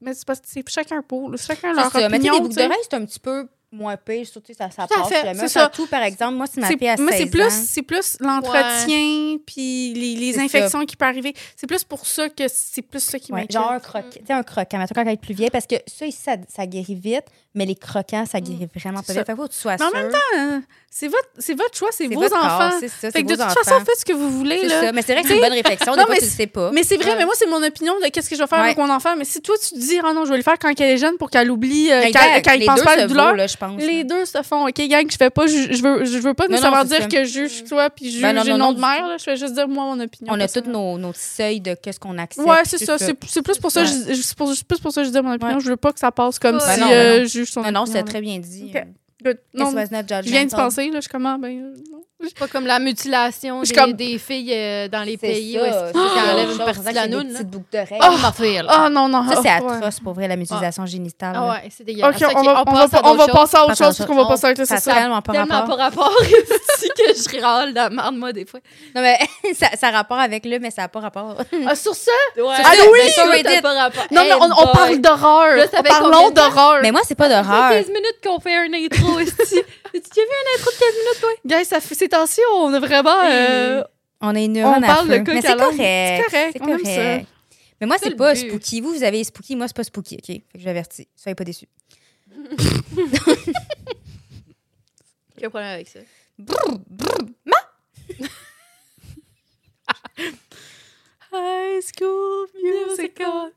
Speaker 3: Mais c'est parce que c'est chacun pour, là, chacun
Speaker 1: C'est
Speaker 3: leur
Speaker 1: ça, mettez
Speaker 3: opinion.
Speaker 1: des boucles
Speaker 3: tu sais.
Speaker 1: d'oreilles, c'est un petit peu moins pire, surtout ça, ça
Speaker 3: Tout à
Speaker 1: passe.
Speaker 3: fait,
Speaker 1: le
Speaker 3: c'est
Speaker 1: même.
Speaker 3: ça.
Speaker 1: Surtout, par exemple, moi, si ma
Speaker 3: C'est-
Speaker 1: fille a
Speaker 3: moi,
Speaker 1: 16
Speaker 3: c'est plus,
Speaker 1: ans,
Speaker 3: c'est plus l'entretien, puis les, les
Speaker 1: C'est ça.
Speaker 3: infections qui peuvent arriver. C'est plus pour ça que c'est plus ça qui
Speaker 1: ouais,
Speaker 3: m'inquiète.
Speaker 1: genre un croquant, tu sais, un croquant, mettons quand elle est plus vieille, parce que ça, ici, ça, ça guérit vite, mais les croquants, ça guérit vraiment pas
Speaker 3: C'est
Speaker 1: vite. Fait que faut que tu sois
Speaker 3: Mais en
Speaker 1: sûre.
Speaker 3: même temps, Ah, c'est votre, c'est votre choix, c'est
Speaker 1: C'est
Speaker 3: vos
Speaker 1: votre corps,
Speaker 3: enfants.
Speaker 1: C'est ça,
Speaker 3: Fait
Speaker 1: c'est
Speaker 3: que de
Speaker 1: vos
Speaker 3: toute
Speaker 1: enfants.
Speaker 3: façon, faites ce que vous voulez.
Speaker 1: C'est
Speaker 3: Là.
Speaker 1: ça. Mais c'est vrai que c'est une
Speaker 3: T'sais,
Speaker 1: bonne réflexion.
Speaker 3: non,
Speaker 1: Des fois,
Speaker 3: mais
Speaker 1: tu le sais pas.
Speaker 3: Mais c'est vrai,
Speaker 2: Ouais.
Speaker 3: mais moi, c'est mon opinion de qu'est-ce que je vais faire avec mon enfant. Mais si toi, tu te dis, ah non, je vais le faire quand elle est jeune pour qu'elle oublie, euh,
Speaker 1: Mais
Speaker 3: qu'elle
Speaker 1: gars,
Speaker 3: qu'elle
Speaker 1: les
Speaker 3: pense
Speaker 1: deux
Speaker 3: pas à
Speaker 1: se
Speaker 3: la douleur.
Speaker 1: vaut, là, je pense.
Speaker 3: les deux se font, OK, gang, je fais pas, ju- je veux, je veux pas
Speaker 1: Non, non,
Speaker 3: nécessairement
Speaker 1: c'est
Speaker 3: dire
Speaker 1: ça.
Speaker 3: que je juge toi puis juge
Speaker 1: Ben non,
Speaker 3: le
Speaker 1: non,
Speaker 3: nom
Speaker 1: non,
Speaker 3: de
Speaker 1: du
Speaker 3: mère, là. je vais juste dire, moi, mon opinion.
Speaker 1: On a tous
Speaker 3: personnelle.
Speaker 1: nos, nos petits seuils de qu'est-ce qu'on accepte.
Speaker 3: Ouais, c'est
Speaker 1: tout
Speaker 3: ça. C'est c'est plus pour ça, que je- je- c'est pour- c'est plus pour ça que je dis mon opinion.
Speaker 1: Ouais.
Speaker 3: Je veux pas que ça passe comme
Speaker 2: Ben
Speaker 3: si
Speaker 1: non, ben
Speaker 3: euh,
Speaker 1: non.
Speaker 3: je juge son
Speaker 1: Non, non,
Speaker 3: opinion,
Speaker 1: c'est
Speaker 3: là.
Speaker 1: très bien dit.
Speaker 3: Ok. Good.
Speaker 1: Non,
Speaker 3: Non, je viens d'y penser, là, je commence. Ben, euh, non.
Speaker 2: C'est pas comme la mutilation
Speaker 3: Je
Speaker 2: des,
Speaker 3: suis comme-
Speaker 2: des filles euh, dans les
Speaker 1: C'est
Speaker 2: pays
Speaker 1: ça,
Speaker 2: où est-ce
Speaker 1: c'est
Speaker 2: qu'ils enlèvent
Speaker 1: genre,
Speaker 2: une
Speaker 1: on
Speaker 2: partie
Speaker 1: dirait
Speaker 2: de
Speaker 1: que
Speaker 2: la
Speaker 1: c'est des
Speaker 2: noune. là.
Speaker 1: petites boucles d'oreilles.
Speaker 2: Oh, ma fille!
Speaker 3: Ah non, non.
Speaker 1: Ça, c'est
Speaker 3: oh, ouais.
Speaker 1: atroce pour vrai, la mutilisation génitale.
Speaker 2: Ah
Speaker 1: là.
Speaker 2: ouais, c'est dégueulasse.
Speaker 3: OK, on va- on va
Speaker 2: passe à
Speaker 3: pas- on va
Speaker 2: d'autres choses.
Speaker 3: passer à autre
Speaker 1: Attends,
Speaker 3: chose parce qu'on va
Speaker 2: on-
Speaker 3: passer avec le
Speaker 1: Ça
Speaker 3: ça.
Speaker 1: a tellement pas
Speaker 2: Tellement
Speaker 1: rapport.
Speaker 2: pas rapport si que je râle de la marde, moi, des fois.
Speaker 1: Non, mais ça, ça a rapport avec le, mais ça n'a pas rapport.
Speaker 3: Ah, Sur ce,
Speaker 2: Ouais.
Speaker 1: Ah
Speaker 3: oui!
Speaker 2: Ben, sur
Speaker 1: Reddit.
Speaker 2: Reddit, pas rapport.
Speaker 3: non, mais
Speaker 2: Hey,
Speaker 3: on, on
Speaker 2: boy.
Speaker 3: parle d'horreur.
Speaker 2: Là, ça
Speaker 3: On
Speaker 2: fait combien
Speaker 3: Parlons
Speaker 2: de temps?
Speaker 3: d'horreur.
Speaker 1: mais moi, c'est pas
Speaker 2: Ça fait
Speaker 1: d'horreur.
Speaker 2: 15 minutes qu'on fait un intro, esti. tu as vu un intro de 15 minutes, toi?
Speaker 3: Guys, ça fait ces temps-ci, on a vraiment. euh,
Speaker 1: On a une
Speaker 3: on
Speaker 1: neurone à
Speaker 3: parle
Speaker 1: feu.
Speaker 3: le coq
Speaker 1: Mais
Speaker 3: à
Speaker 1: c'est
Speaker 3: l'âne.
Speaker 1: correct.
Speaker 3: C'est correct.
Speaker 1: C'est
Speaker 3: On aime
Speaker 1: correct.
Speaker 3: ça.
Speaker 1: Mais moi,
Speaker 2: C'est
Speaker 1: c'est
Speaker 2: le
Speaker 1: pas
Speaker 2: but.
Speaker 1: spooky. Vous, vous avez spooky. Moi, c'est pas spooky, OK? Fait que j'avertis. Soyez pas déçus.
Speaker 2: J'ai un problème avec ça.
Speaker 1: Brrr, brrr.
Speaker 3: High School Musical.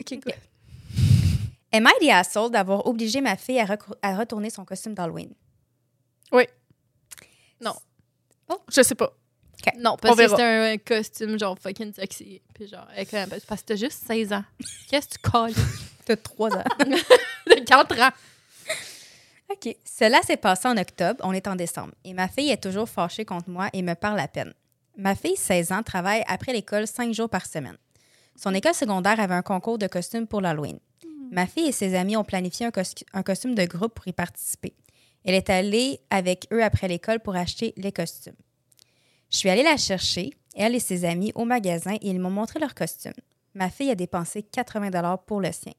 Speaker 3: Ok, cool.
Speaker 1: Am I the asshole d'avoir obligé ma fille à, recou- à retourner son costume d'Halloween?
Speaker 3: Je sais pas.
Speaker 2: Non,
Speaker 3: On
Speaker 2: parce que
Speaker 3: verra.
Speaker 2: c'était un, un costume genre fucking sexy. Puis genre, elle est quand même- parce que t'as juste 16 ans. Qu'est-ce que tu colles?
Speaker 1: T'as trois ans.
Speaker 2: De 4 ans.
Speaker 1: OK. Cela s'est passé en octobre, on est en décembre, et ma fille est toujours fâchée contre moi et me parle à peine. Ma fille, 16 ans, travaille après l'école cinq jours par semaine. Son école secondaire avait un concours de costumes pour l'Halloween. Ma fille et ses amis ont planifié un, cos- un costume de groupe pour y participer. Elle est allée avec eux après l'école pour acheter les costumes. Je suis allée la chercher, elle et ses amis, au magasin et ils m'ont montré leurs costumes. Ma fille a dépensé 80 pour le sien.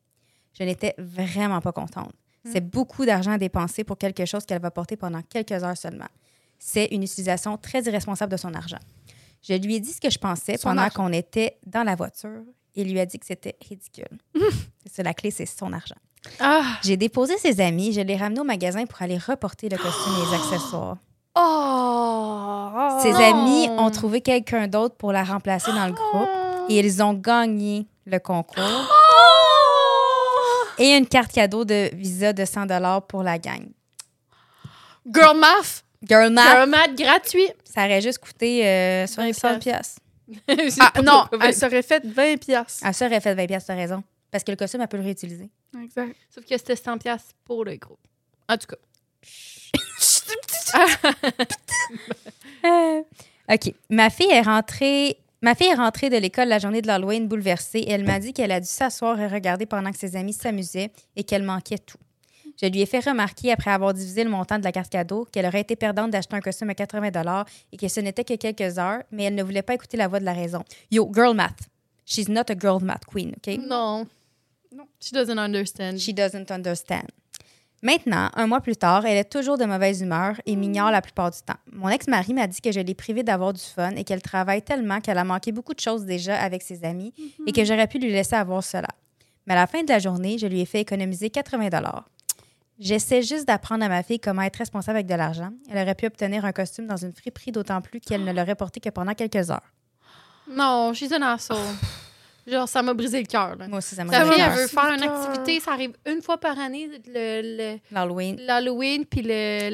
Speaker 1: Je n'étais vraiment pas contente. C'est
Speaker 2: Mm.
Speaker 1: beaucoup d'argent à dépenser pour quelque chose qu'elle va porter pendant quelques heures seulement. C'est une utilisation très irresponsable de son argent. Je lui ai dit ce que je pensais
Speaker 2: Son
Speaker 1: pendant
Speaker 2: argent.
Speaker 1: qu'on était dans la voiture et lui a dit que c'était ridicule. C'est ça, la clé, c'est son argent.
Speaker 3: Ah!
Speaker 1: J'ai déposé ses amis, je les ramenés au magasin pour aller reporter le costume et les accessoires.
Speaker 3: Oh!
Speaker 1: Ses
Speaker 2: non.
Speaker 1: amis ont trouvé quelqu'un d'autre pour la remplacer dans le
Speaker 2: Oh!
Speaker 1: groupe et ils ont gagné le concours et une carte cadeau de visa de 100 pour la gang.
Speaker 3: Girl math!
Speaker 1: Girl
Speaker 2: C'est
Speaker 1: math,
Speaker 2: un mat gratuit.
Speaker 1: ça aurait juste coûté euh,
Speaker 2: 20
Speaker 1: 60 pièces.
Speaker 3: Ah, non, elle serait faite 20 piastres.
Speaker 1: Elle serait Ah, fait 20 pièces, t'as raison. Parce que le costume, elle peut le réutiliser.
Speaker 3: Exact.
Speaker 2: Sauf que c'était 100 piastres pour le groupe. En tout cas.
Speaker 1: Euh, OK. Ma fille est rentrée. Ma fille est rentrée de l'école la journée de l'Halloween bouleversée et elle m'a dit qu'elle a dû s'asseoir et regarder pendant que ses amis s'amusaient et qu'elle manquait tout. Je lui ai fait remarquer, après avoir divisé le montant de la carte cadeau, qu'elle aurait été perdante d'acheter un costume à 80 et que ce n'était que quelques heures, mais elle ne voulait pas écouter la voix de la raison. Yo, girl math. She's not a girl math queen, OK?
Speaker 2: Non. Non. She doesn't understand.
Speaker 1: She doesn't understand. Maintenant, un mois plus tard, elle est toujours de mauvaise humeur et m'ignore la plupart du temps. Mon ex-mari m'a dit que je l'ai privée d'avoir du fun et qu'elle travaille tellement qu'elle a manqué beaucoup de choses déjà avec ses amis et que j'aurais pu lui laisser avoir cela. Mais à la fin de la journée, je lui ai fait économiser 80 J'essaie juste d'apprendre à ma fille comment être responsable avec de l'argent. Elle aurait pu obtenir un costume dans une friperie, d'autant plus qu'elle ne l'aurait porté que pendant quelques heures.
Speaker 2: Non, she's an asshole. Genre, ça m'a brisé le cœur. là.
Speaker 1: Moi aussi, ça m'a
Speaker 2: Sa
Speaker 3: Ça
Speaker 1: fait
Speaker 3: m'a
Speaker 2: fille, elle
Speaker 1: peur.
Speaker 2: veut
Speaker 3: brisé
Speaker 2: faire
Speaker 3: le
Speaker 2: une
Speaker 3: cœur.
Speaker 2: activité, ça arrive une fois par année, le- le-
Speaker 1: L'Halloween,
Speaker 2: l'Halloween, puis le-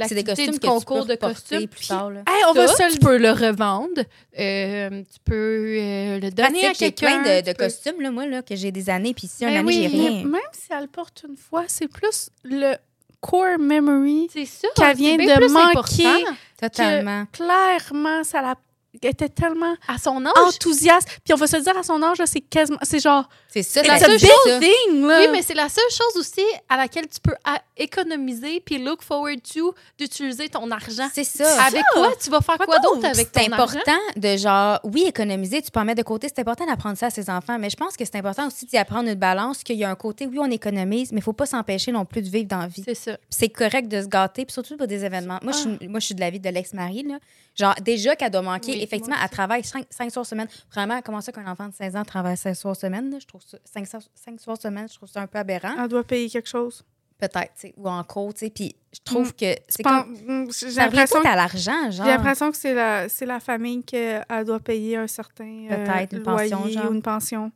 Speaker 1: c'est des
Speaker 2: l'activité
Speaker 1: costumes
Speaker 2: du
Speaker 1: que tu
Speaker 2: concours
Speaker 1: peux
Speaker 2: de
Speaker 1: reporter
Speaker 2: costumes.
Speaker 1: plus
Speaker 2: puis
Speaker 1: tard, là.
Speaker 3: Hey, on va
Speaker 2: ça,
Speaker 3: se
Speaker 2: tu peux le revendre, euh, tu peux euh, le
Speaker 1: Parce
Speaker 2: donner à
Speaker 1: que j'ai
Speaker 2: quelqu'un.
Speaker 1: plein de,
Speaker 2: tu
Speaker 1: de
Speaker 2: peux-
Speaker 1: costumes, là, moi, là, que j'ai des années, puis si un
Speaker 3: Ben
Speaker 1: année,
Speaker 3: oui,
Speaker 1: j'ai
Speaker 3: mais
Speaker 1: rien.
Speaker 3: même si elle le porte une fois, c'est plus le core memory.
Speaker 2: C'est ça.
Speaker 3: Qu'elle
Speaker 2: c'est
Speaker 3: vient
Speaker 2: bien
Speaker 3: de
Speaker 2: plus
Speaker 3: manquer.
Speaker 2: important.
Speaker 1: Totalement.
Speaker 3: Clairement, ça la elle était tellement
Speaker 2: À son âge.
Speaker 1: Ah,
Speaker 3: enthousiaste. Puis on va se dire à son âge, là, c'est quasiment. C'est genre.
Speaker 1: C'est ça,
Speaker 2: C'est la
Speaker 1: la
Speaker 2: seule
Speaker 1: seule
Speaker 2: chose-
Speaker 3: building, là.
Speaker 2: oui, mais c'est la seule chose aussi à laquelle tu peux à- économiser puis look forward to d'utiliser ton argent.
Speaker 1: C'est ça.
Speaker 2: Avec quoi? Tu vas faire quoi
Speaker 3: d'autre?
Speaker 2: d'autre avec ton
Speaker 1: C'est
Speaker 2: argent?
Speaker 1: important de genre, oui, économiser, tu peux en mettre de côté. C'est important d'apprendre ça à ses enfants, mais je pense que c'est important aussi d'y apprendre une balance, qu'il y a un côté, oui, on économise, mais il faut pas s'empêcher non plus de vivre dans la vie.
Speaker 2: C'est ça.
Speaker 1: C'est correct de se gâter, puis surtout pour des événements. Moi, je
Speaker 3: Ah.
Speaker 1: suis, moi, je suis de l'avis de l'ex-mari, là. Genre, déjà qu'elle doit manquer,
Speaker 2: Oui,
Speaker 1: effectivement, elle travaille cinq, cinq soirs semaine. Vraiment, comment ça qu'un enfant de 16 ans travaille cinq soirs semaine? là? Je trouve ça, cinq, soirs- cinq soirs semaine, je trouve ça un peu aberrant.
Speaker 3: Elle doit payer quelque chose.
Speaker 1: peut-être, tu sais, ou en cours, tu sais. Puis je trouve
Speaker 3: Mm.
Speaker 1: que c'est
Speaker 3: Pen-
Speaker 1: comme.
Speaker 3: mm, J'ai
Speaker 1: Ça revient
Speaker 3: l'impression
Speaker 1: tout à l'argent,
Speaker 3: j'ai
Speaker 1: genre.
Speaker 3: l'impression que c'est la, c'est la famille qu'elle doit payer un certain euh,
Speaker 1: Peut-être une
Speaker 3: loyer
Speaker 1: pension, genre.
Speaker 3: ou une pension.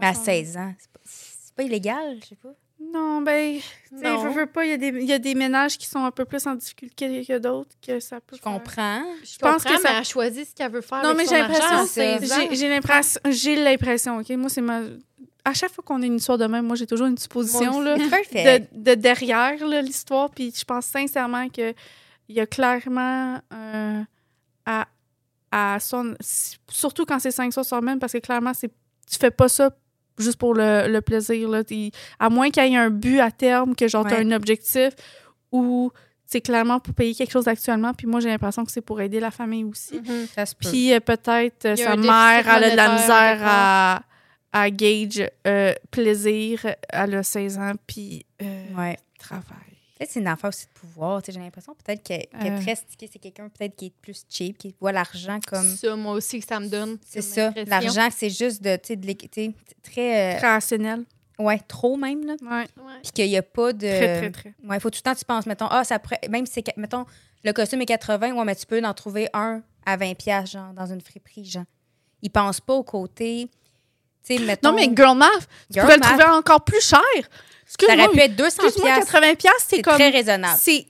Speaker 1: Mais à
Speaker 3: son-
Speaker 1: 16 ans, c'est pas, c'est pas illégal, je sais pas.
Speaker 3: Non, ben, tu sais,
Speaker 2: Non.
Speaker 3: veux, veux pas, il y, a des- il y a des ménages qui sont un peu plus en difficulté que d'autres, que ça peut
Speaker 1: Je
Speaker 3: faire-
Speaker 1: comprends.
Speaker 2: Je
Speaker 3: pense
Speaker 2: pense
Speaker 3: que
Speaker 2: que
Speaker 3: ça-
Speaker 2: mais elle choisit ce qu'elle veut faire
Speaker 3: Non,
Speaker 2: avec
Speaker 3: mais
Speaker 2: son
Speaker 3: j'ai l'impression,
Speaker 2: argent.
Speaker 1: c'est-
Speaker 2: c'est-
Speaker 3: J'ai j'ai l'impression, j'ai l'impression, OK? Moi, c'est ma... À chaque fois qu'on a une histoire de même, moi, j'ai toujours une supposition, là,
Speaker 1: Perfect.
Speaker 3: de, de derrière, là, l'histoire, puis je pense sincèrement que il y a clairement euh, à, à son... Surtout quand c'est cinq soirs sur même, parce que clairement, c'est tu fais pas ça juste pour le, le plaisir, là. T'es- À moins qu'il y ait un but à terme, que genre, t'as
Speaker 1: Ouais.
Speaker 3: un objectif ou... C'est clairement pour payer quelque chose actuellement, puis moi j'ai l'impression que c'est pour aider la famille aussi.
Speaker 2: Mhm.
Speaker 1: Ça se peut.
Speaker 3: Puis euh, peut-être euh,
Speaker 2: Il y a
Speaker 3: sa
Speaker 2: un déficit
Speaker 3: mère, elle a de la
Speaker 2: monétaire
Speaker 3: misère à, à Gage euh, plaisir, elle a 16 ans, puis euh,
Speaker 1: Ouais.
Speaker 3: travail.
Speaker 1: Peut-être que c'est une affaire aussi de pouvoir. tu sais, J'ai l'impression peut-être qu'elle qu'elle
Speaker 3: Euh.
Speaker 1: est très stickée. C'est quelqu'un peut-être qui est plus cheap, qui voit l'argent comme.
Speaker 2: Ça, moi aussi, que ça me donne.
Speaker 1: C'est
Speaker 2: comme
Speaker 1: ça.
Speaker 2: impression.
Speaker 1: L'argent, c'est juste de. tu sais, de l'équ- tu sais, très. euh,
Speaker 3: Rationnel.
Speaker 1: ouais, trop même, là.
Speaker 3: Ouais. Euh,
Speaker 2: Ouais.
Speaker 1: Puis qu'il n'y a pas de.
Speaker 3: Très, très, très.
Speaker 1: Ouais, faut tout le temps, tu penses, mettons, ah, ça pourrait. Même si c'est. que- Mettons, le costume est 80, ouais, mais tu peux en trouver un à 20$, piastres, genre, dans une friperie, genre. Ils pensent pas au côté. Tu sais, mettons.
Speaker 3: Non, mais Girl Math, tu
Speaker 1: Girl
Speaker 3: pourrais
Speaker 1: math.
Speaker 3: le trouver encore plus cher.
Speaker 1: ça
Speaker 3: Excuse-moi,
Speaker 1: aurait pu être 200$.
Speaker 3: excuse-moi, 80 piastres, c'est
Speaker 1: c'est
Speaker 3: comme...
Speaker 1: très raisonnable.
Speaker 3: C'est...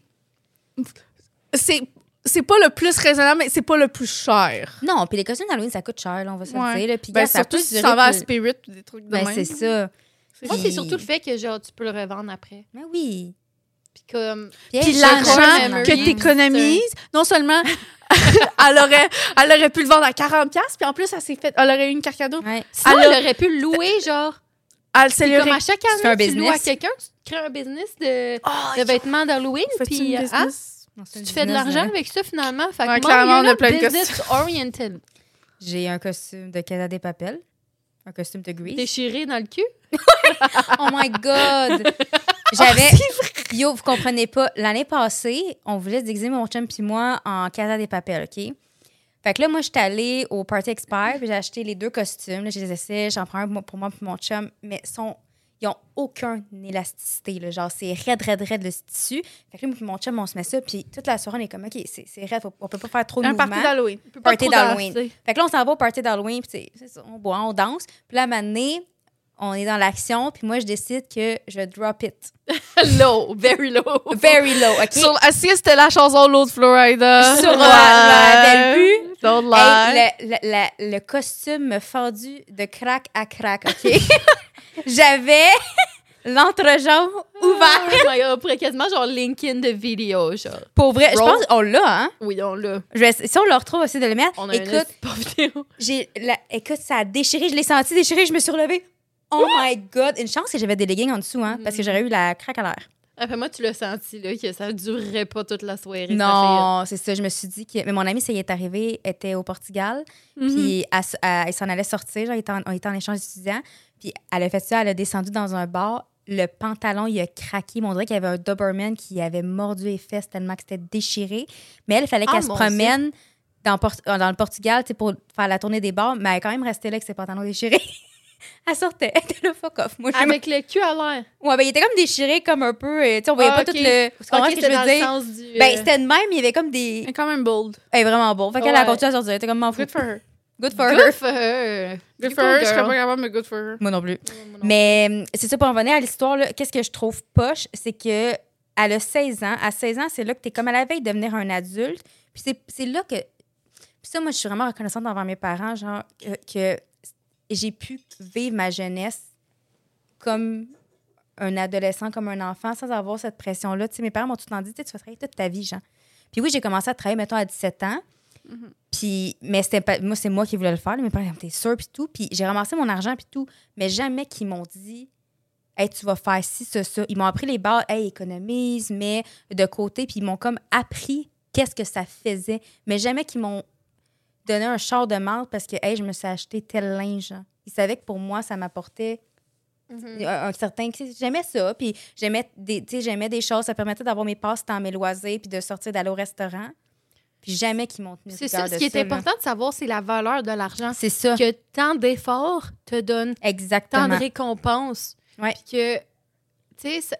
Speaker 3: C'est... C'est pas le plus raisonnable, mais c'est pas le plus cher.
Speaker 1: Non, puis les costumes d'Halloween, ça coûte cher, là, on va se
Speaker 3: Ouais.
Speaker 1: le dire. là. Puis,
Speaker 3: Ben,
Speaker 1: gars, ça
Speaker 3: surtout
Speaker 1: peut
Speaker 3: si tu
Speaker 1: durer
Speaker 3: s'en vas à
Speaker 1: plus-
Speaker 3: Spirit ou des trucs de
Speaker 1: Ben,
Speaker 3: même.
Speaker 1: c'est ça.
Speaker 2: Moi, c'est
Speaker 1: Puis-
Speaker 2: surtout le fait que genre tu peux le revendre après.
Speaker 1: Mais oui.
Speaker 2: Puis comme
Speaker 3: Puis
Speaker 1: je
Speaker 3: l'argent
Speaker 1: crois,
Speaker 3: que
Speaker 1: Marie.
Speaker 3: tu économises, non seulement elle, aurait, elle aurait pu le vendre à 40$, piastres, puis en plus, elle s'est fait, elle aurait eu une carte cadeau. Ah,
Speaker 1: Ouais.
Speaker 2: sinon,
Speaker 3: Alors-
Speaker 2: elle aurait pu le louer genre.
Speaker 3: Elle se
Speaker 2: Puis
Speaker 3: l'aurait.
Speaker 2: comme à chaque
Speaker 1: fais un
Speaker 2: année, tu loues à
Speaker 1: business.
Speaker 2: quelqu'un, tu te crées un business de,
Speaker 3: Ah,
Speaker 2: de vêtements d'Halloween,
Speaker 3: fais-tu
Speaker 2: puis
Speaker 3: une
Speaker 2: ah,
Speaker 3: business?
Speaker 1: Non, c'est
Speaker 2: tu
Speaker 1: une
Speaker 2: te fais de
Speaker 1: business,
Speaker 2: l'argent
Speaker 1: là.
Speaker 2: avec ça finalement. Fait que
Speaker 3: Ouais,
Speaker 2: mon
Speaker 3: clairement, on a
Speaker 2: gars-là,
Speaker 3: plein de
Speaker 2: business oriented,
Speaker 1: J'ai un costume de Casa des Papel, un costume de Grease.
Speaker 2: déchiré dans le cul.
Speaker 1: Oh my God! Ah, J'avais. Yo, vous comprenez pas. L'année passée, on voulait se déguiser, mon chum puis moi, en Casa des Papel, OK? Fait que là, moi, j'étais allée au Party Expert, puis j'ai acheté les deux costumes. Là, je les essaie, j'en prends un pour moi- pour moi puis mon chum, mais sont, ils ont aucune élasticité. Là. Genre, c'est raide, raide, raide, le tissu. Fait que là, moi puis mon chum, on se met ça, puis toute la soirée, on est comme, OK, c'est c'est raide, faut- on peut pas faire trop de
Speaker 3: Un
Speaker 1: mouvements.
Speaker 3: party d'Halloween.
Speaker 2: Tu peux pas
Speaker 1: Party
Speaker 2: trop
Speaker 1: d'Halloween.
Speaker 2: danser.
Speaker 1: Fait que là, on s'en va au party d'Halloween, puis c'est- c'est ça, on boit, on danse. Puis là, à un moment donné, on est dans l'action, puis moi, je décide que je drop it.
Speaker 2: low, very low.
Speaker 1: Very low, OK?
Speaker 3: Sur, si c'était la chanson L'autre Florida.
Speaker 1: Sur la- la
Speaker 3: Ouais. Don't lie.
Speaker 1: Hey, le, le- la- le costume fendu de crack à crack, OK? J'avais l'entrejambe ouvert.
Speaker 2: Oh my God, on pourrait quasiment genre LinkedIn de vidéo, genre.
Speaker 1: Pour vrai, je
Speaker 2: Roll.
Speaker 1: pense qu'on l'a, hein?
Speaker 2: Oui, on l'a.
Speaker 1: Je vais- si on le retrouve, aussi de le mettre.
Speaker 2: On a un
Speaker 1: écoute,
Speaker 2: autre pas vidéo.
Speaker 1: j'ai la- écoute, ça a déchiré, je l'ai senti déchiré, je me suis relevée. Oh my God! Une chance que j'avais des leggings en dessous, hein? Parce que j'aurais eu la craque à l'air.
Speaker 2: Après moi, tu l'as senti là, que ça durerait pas toute la soirée. ça euh,
Speaker 1: Non, c'est ça. Je me suis dit que. Mais mon ami, ça y est arrivé, était au Portugal.
Speaker 2: Mhm.
Speaker 3: Mm-hmm.
Speaker 1: Puis elle, s- elle- elle s'en allait sortir. Genre, elle était en- on était en échange étudiant. Puis elle a fait ça, elle a descendu dans un bar. Le pantalon, il a craqué. Mais On dirait qu'il y avait un Doberman qui avait mordu les fesses tellement que c'était déchiré. Mais elle, il fallait
Speaker 2: Ah,
Speaker 1: qu'elle se
Speaker 2: mon
Speaker 1: promène dans, Port- euh, dans le Portugal tu sais, pour faire la tournée des bars. Mais elle est quand même restée là avec ses pantalons déchirés. elle sortait. Elle était le fuck off. Moi,
Speaker 2: fait-
Speaker 1: je me-
Speaker 2: Avec le cul à l'air.
Speaker 1: Ouais, ben, il était comme déchiré, comme un peu. euh, Tu sais, on voyait
Speaker 2: Ah,
Speaker 1: pas
Speaker 2: ok.
Speaker 1: tout le. Tu comprends
Speaker 2: Ok,
Speaker 1: ce que
Speaker 2: c'était
Speaker 1: je
Speaker 2: dans
Speaker 1: veux
Speaker 2: le
Speaker 1: dire?
Speaker 2: sens du,
Speaker 1: Ben,
Speaker 2: euh,
Speaker 1: c'était de même. Il y avait comme des.
Speaker 3: Elle est quand même bold.
Speaker 1: Elle est vraiment bon. Fait qu'elle a
Speaker 2: Ouais.
Speaker 1: continué à sortir. Elle était comme m'en foutre.
Speaker 3: Good for her.
Speaker 1: Good for her.
Speaker 2: Good for her.
Speaker 3: Good
Speaker 2: You
Speaker 3: for
Speaker 2: go,
Speaker 3: her. Je serais
Speaker 2: girl.
Speaker 3: pas capable, mais good for her.
Speaker 1: Moi non plus.
Speaker 2: Non, non.
Speaker 1: Mais euh, c'est ça, pour en revenir à l'histoire, là, qu'est-ce que je trouve poche, c'est que elle a 16 ans. À 16 ans, c'est là que t'es comme à la veille de devenir un adulte. Puis c'est- c'est là que. Puis ça, moi, je suis vraiment reconnaissante envers mes parents, genre, euh, que j'ai pu vivre ma jeunesse comme un adolescent, comme un enfant, sans avoir cette pression-là. Tu sais, mes parents m'ont tout le temps dit, tu sais, tu vas travailler toute ta vie, genre. Puis oui, j'ai commencé à travailler, mettons, à 17 ans. Puis, mais c'était pas, moi, c'est moi qui voulais le faire. là. Mes parents, t'es sûr, puis tout. Puis j'ai ramassé mon argent, puis tout. Mais jamais qu'ils m'ont dit, hey, tu vas faire ci, ça, ça. Ils m'ont appris les bases, hey, économise, mets de côté. Puis ils m'ont comme appris qu'est-ce que ça faisait. Mais jamais qu'ils m'ont donné un char de marde parce que, hey, je me suis acheté tel linge. genre. Ils savaient que pour moi, ça m'apportait
Speaker 2: Mhm.
Speaker 1: un, un certain. tu sais, J'aimais ça, puis j'aimais des, tu sais, j'aimais des choses. Ça permettait d'avoir mes passe-temps, mes loisirs, puis de sortir, d'aller au restaurant. Puis jamais qu'ils m'ont tenu
Speaker 2: C'est
Speaker 1: rigueur
Speaker 2: ça. Ce
Speaker 1: de
Speaker 2: qui est
Speaker 1: là.
Speaker 2: important de savoir, c'est la valeur de l'argent.
Speaker 1: C'est ça.
Speaker 2: Que tant d'efforts te donnent tant de
Speaker 1: Exactement.
Speaker 2: récompenses.
Speaker 1: Ouais.
Speaker 2: Puis que, tu sais, ça-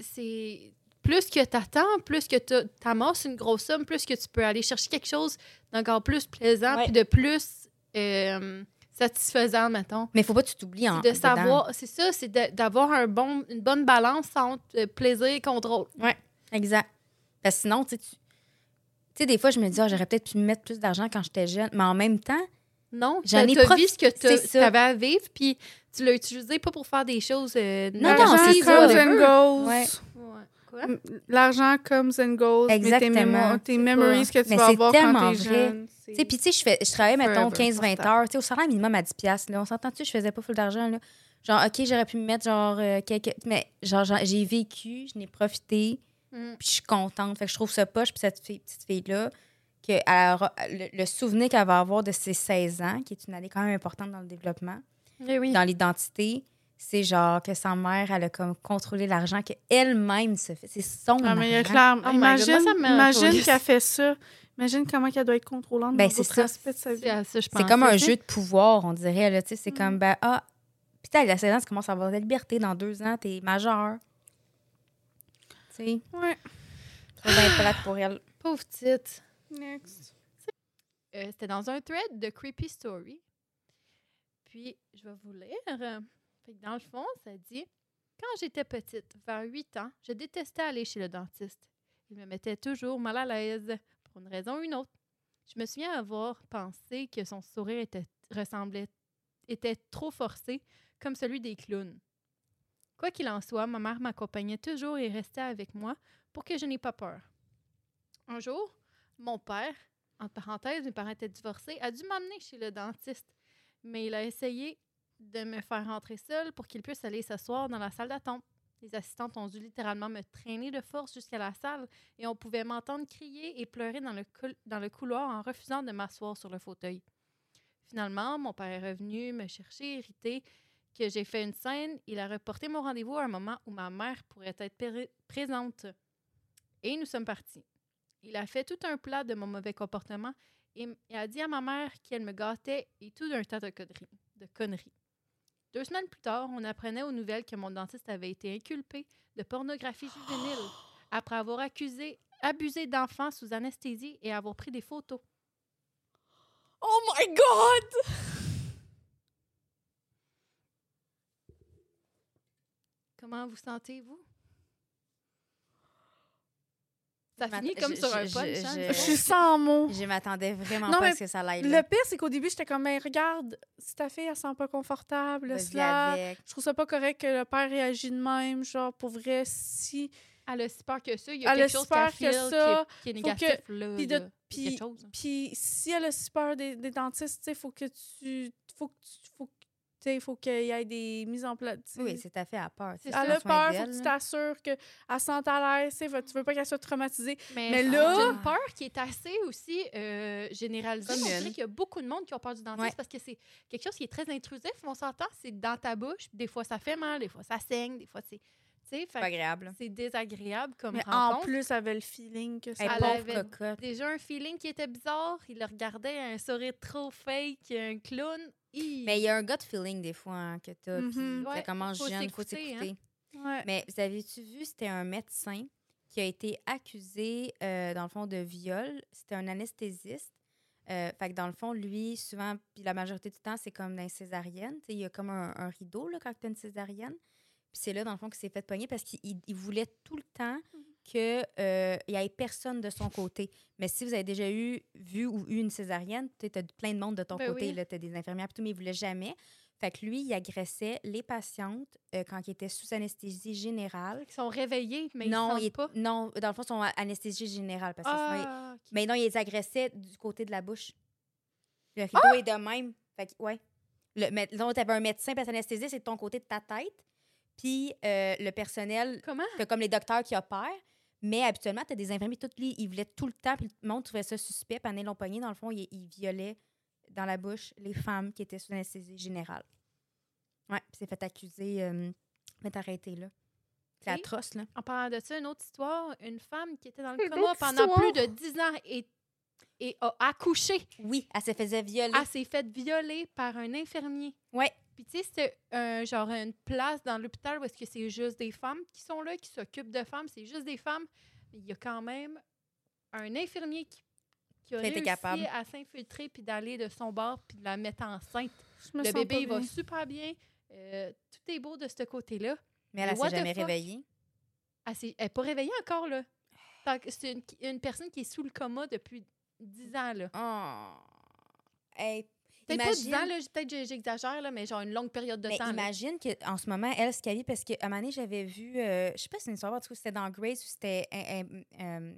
Speaker 2: c'est plus que t'attends, plus que t'a- t'amasses une grosse somme, plus que tu peux aller chercher quelque chose d'encore plus plaisant,
Speaker 1: Ouais.
Speaker 2: puis de plus euh, satisfaisant, mettons.
Speaker 1: Mais faut pas que tu t'oublies en
Speaker 2: C'est de
Speaker 1: dedans.
Speaker 2: savoir, c'est ça, c'est de- d'avoir un bon, une bonne balance entre euh, plaisir et contrôle.
Speaker 1: Exact. Parce que sinon, tu sais, tu tu sais, des fois, je me dis, Ah, j'aurais peut-être pu mettre plus d'argent quand j'étais jeune. Mais en même temps,
Speaker 2: Non,
Speaker 1: J'en ai
Speaker 2: t'as t'as
Speaker 1: profi-
Speaker 2: vu ce que
Speaker 1: c'est
Speaker 2: t'as-
Speaker 1: ça.
Speaker 2: t'avais à vivre, puis tu l'as utilisé pas pour faire des choses euh,
Speaker 1: Non, non,
Speaker 2: négatives,
Speaker 1: c'est ça.
Speaker 3: L'argent comes
Speaker 2: whatever.
Speaker 3: and goes.
Speaker 1: Ouais.
Speaker 2: Ouais. Quoi?
Speaker 3: Ah. L'argent comes and goes. mais tes
Speaker 1: Exactement.
Speaker 3: mémo- Tes memories que tu
Speaker 1: Mais
Speaker 3: vas
Speaker 1: c'est
Speaker 3: avoir
Speaker 1: tellement
Speaker 3: quand t'es
Speaker 1: vrai.
Speaker 3: jeune. c'est-
Speaker 1: Tu sais, puis tu sais, je fais- je travaillais, mettons,
Speaker 3: Forever,
Speaker 1: 15-20
Speaker 3: portable.
Speaker 1: heures. Tu sais, au salaire minimum à 10 piastres, là. On s'entend-tu? Je faisais pas full d'argent, là. Genre, OK, j'aurais pu me mettre, genre, euh, quelques... Mais, genre, genre, j'ai vécu, je n'ai profité,
Speaker 2: Mm.
Speaker 1: puis je suis contente. Fait que je trouve ça poche, puis cette fille- petite fille-là, que elle aura- le, le souvenir qu'elle va avoir de ses 16 ans, qui est une année quand même importante dans le développement,
Speaker 2: Eh oui.
Speaker 1: dans l'identité, c'est genre que sa mère, elle a comme contrôlé l'argent qu'elle-même se fait. C'est son
Speaker 3: Ah, mais il y a
Speaker 1: argent.
Speaker 3: clairement-
Speaker 2: Oh my God, moi,
Speaker 3: imagine
Speaker 2: ça me met un
Speaker 3: imagine
Speaker 2: focus.
Speaker 3: qu'elle fait ça. Imagine comment elle doit être contrôlante
Speaker 1: Ben,
Speaker 3: dans
Speaker 1: c'est
Speaker 3: d'autres
Speaker 1: ça.
Speaker 3: aspects de sa vie.
Speaker 2: C'est à ça, je
Speaker 1: C'est
Speaker 2: pensais,
Speaker 1: comme un
Speaker 2: tu sais.
Speaker 1: jeu de pouvoir, on dirait. Là, tu sais, c'est
Speaker 3: Mm.
Speaker 1: comme, ben, ah, putain, il a 16 ans, tu commences à avoir de la liberté. Dans deux ans, t'es majeur. Tu sais,
Speaker 3: Ouais.
Speaker 1: c'est bien plate pour elle.
Speaker 2: Pauvre petite.
Speaker 3: Next.
Speaker 2: Euh, C'était dans un thread de Creepy Story. Puis, je vais vous lire. euh, Fait que dans le fond, ça dit Quand j'étais petite, vers 8 ans, je détestais aller chez le dentiste. Il me mettait toujours mal à l'aise, pour une raison ou une autre. Je me souviens avoir pensé que son sourire était, ressemblait, était trop forcé, comme celui des clowns. Quoi qu'il en soit, ma mère m'accompagnait toujours et restait avec moi pour que je n'aie pas peur. Un jour, mon père, en parenthèse, mes parents étaient divorcés, a dû m'emmener chez le dentiste. Mais il a essayé de me faire rentrer seule pour qu'il puisse aller s'asseoir dans la salle d'attente. Les assistantes ont dû littéralement me traîner de force jusqu'à la salle et on pouvait m'entendre crier et pleurer dans le, col- dans le couloir en refusant de m'asseoir sur le fauteuil. Finalement, mon père est revenu me chercher, irrité que j'ai fait une scène. Il a reporté mon rendez-vous à un moment où ma mère pourrait être pré- présente. Et nous sommes partis. Il a fait tout un plat de mon mauvais comportement et, m- et a dit à ma mère qu'elle me gâtait et tout d'un tas de conneries, de conneries. Deux semaines plus tard, on apprenait aux nouvelles que mon dentiste avait été inculpé de pornographie juvénile après avoir accusé, abusé d'enfants sous anesthésie et avoir pris des photos.
Speaker 3: Oh my God!
Speaker 2: Comment vous sentez-vous? Ça
Speaker 1: Mat-
Speaker 2: finit comme
Speaker 1: je-
Speaker 2: sur un
Speaker 1: je-
Speaker 2: punch. hein,
Speaker 1: je-
Speaker 3: Je
Speaker 2: dis donc.
Speaker 3: suis sans mots.
Speaker 1: Je m'attendais vraiment
Speaker 3: Non,
Speaker 1: pas à
Speaker 3: mais
Speaker 1: ce que ça l'aille.
Speaker 3: Le pire, c'est qu'au début, j'étais comme, mais regarde, si ta fille, elle sent pas confortable, cela. Je trouve ça pas correct que le père réagit de même. Genre, pour vrai, si.
Speaker 2: Elle a si peur que ça. Il y a
Speaker 3: Elle a
Speaker 2: quelque
Speaker 3: si
Speaker 2: chose
Speaker 3: peur
Speaker 2: qu'elle
Speaker 3: que
Speaker 2: file
Speaker 3: ça,
Speaker 2: qui est, qui est
Speaker 3: faut
Speaker 2: négatif. là,
Speaker 3: puis de-
Speaker 2: là. Il y a
Speaker 3: Puis,
Speaker 2: quelque chose. hein?
Speaker 3: puis si elle a si peur des, des dentistes, tu sais, faut que tu. Faut que tu. Faut que tu sais, faut qu'il y ait des mises en place. tu sais.
Speaker 1: Oui, c'est à fait à peur.
Speaker 2: C'est
Speaker 1: tu sais,
Speaker 2: ça.
Speaker 1: prends
Speaker 3: Elle a
Speaker 1: soin
Speaker 3: peur, faut
Speaker 1: d'elle,
Speaker 3: que
Speaker 1: là.
Speaker 3: tu t'assures qu'elle se sente à l'aise, tu sais, va- tu veux pas qu'elle soit traumatisée.
Speaker 2: Mais,
Speaker 3: Mais
Speaker 2: là,
Speaker 3: là-
Speaker 2: c'est une peur qui est assez aussi euh, généralisée. On
Speaker 1: Commune.
Speaker 2: dirait qu'il y a beaucoup de monde qui ont peur du dentiste
Speaker 1: Ouais.
Speaker 2: parce que c'est quelque chose qui est très intrusif. On s'entend, c'est dans ta bouche. Des fois, ça fait mal, des fois, ça saigne, des fois, c'est. Tu sais,
Speaker 1: C'est
Speaker 2: fait
Speaker 1: pas
Speaker 2: que
Speaker 1: agréable.
Speaker 2: c'est désagréable comme
Speaker 3: Mais en
Speaker 2: rencontre.
Speaker 3: plus, elle avait le feeling que ça.
Speaker 1: Elle
Speaker 2: Elle
Speaker 1: pauvre
Speaker 2: avait-
Speaker 1: cocotte.
Speaker 2: Déjà un feeling qui était bizarre. Il le regardait, un sourire trop fake, un clown. Hi.
Speaker 1: Mais il y a un gut feeling des fois hein, que t'as. puis
Speaker 3: Mhm.
Speaker 1: ça
Speaker 2: Ouais,
Speaker 1: commence
Speaker 2: faut
Speaker 1: jeune, faut
Speaker 2: s'écouter, hein.
Speaker 1: s'écouter.
Speaker 3: Ouais.
Speaker 1: Mais vous avez-tu vu, c'était un médecin qui a été accusé, euh, dans le fond, de viol. C'était un anesthésiste. Euh, fait que dans le fond, lui, souvent, puis la majorité du temps, c'est comme dans les césariennes. Tu sais, Il y a comme un, un rideau là, quand tu as une césarienne. Puis c'est là, dans le fond, qu'il s'est fait pogner parce qu'il il- il voulait tout le temps
Speaker 2: Mhm.
Speaker 1: qu'il n'y ait personne de son côté. Mais si vous avez déjà eu, vu ou eu une césarienne, tu as plein de monde de ton
Speaker 2: Ben
Speaker 1: côté.
Speaker 2: oui.
Speaker 1: Tu as des infirmières, pis tout, mais il voulait jamais. Fait que lui, il agressait les patientes euh, quand ils étaient sous anesthésie générale.
Speaker 2: Ils sont réveillés, mais ils
Speaker 1: non,
Speaker 2: ne
Speaker 1: il-
Speaker 2: pas.
Speaker 1: non, dans le fond, ils sont à- anesthésie générale. Parce que sinon, ils-
Speaker 2: Ah, ok.
Speaker 1: Mais non, il les agressait du côté de la bouche. Le
Speaker 2: Ah!
Speaker 1: rideau est de même. Fait que, ouais. Le, mais, donc, t'avais un médecin, parce que l'anesthésiste, c'est de ton côté de ta tête. Puis euh, le personnel,
Speaker 2: Comment?
Speaker 1: t'as comme les docteurs qui opèrent. Mais habituellement, t'as des infirmiers, toutes les, ils voulaient tout le temps, puis le monde trouvait ça suspect. Puis en l'ont pogné, dans le fond, ils, ils violaient dans la bouche les femmes qui étaient sous anesthésie générale. Ouais, puis c'est fait accuser, euh, mais arrêté, là. C'est
Speaker 2: Et-
Speaker 1: atroce, là.
Speaker 2: En parlant de ça, une autre histoire, une femme qui était dans le
Speaker 3: Une
Speaker 2: coma
Speaker 3: autre
Speaker 2: pendant plus
Speaker 3: histoire.
Speaker 2: de 10 ans et, et a accouché.
Speaker 1: Oui, elle se faisait violer.
Speaker 2: Elle s'est faite violer par un infirmier.
Speaker 1: Ouais.
Speaker 2: Puis tu sais, c'était euh, genre une place dans l'hôpital où est-ce que c'est juste des femmes qui sont là, qui s'occupent de femmes, c'est juste des femmes. Mais il y a quand même un infirmier qui, qui a
Speaker 1: Qui a été
Speaker 2: réussi
Speaker 1: capable.
Speaker 2: à s'infiltrer puis d'aller de son bord puis de la mettre enceinte.
Speaker 3: Je me
Speaker 2: Le
Speaker 3: sens
Speaker 2: bébé,
Speaker 3: pas
Speaker 2: il va
Speaker 3: bien.
Speaker 2: super bien. Euh, tout est beau de ce côté-là.
Speaker 1: mais elle, elle
Speaker 2: What
Speaker 1: s'est
Speaker 2: the
Speaker 1: jamais
Speaker 2: fuck?
Speaker 1: réveillée.
Speaker 2: Elle s'est- elle n'est pas réveillée encore, là. Fait que C'est une, une personne qui est sous le coma depuis 10 ans, là.
Speaker 1: Oh. Hey,
Speaker 2: Peut-être pas 10
Speaker 1: Imagine-
Speaker 2: ans, là, j- peut-être que j'exagère, là, mais genre une longue période de
Speaker 1: mais
Speaker 2: temps. là.
Speaker 1: imagine qu'en ce moment, elle, ce qu'elle vit, parce qu'à un moment donné, j'avais vu, euh, je sais pas si c'est une histoire, en tout cas, c'était dans Grace ou c'était euh, euh, euh,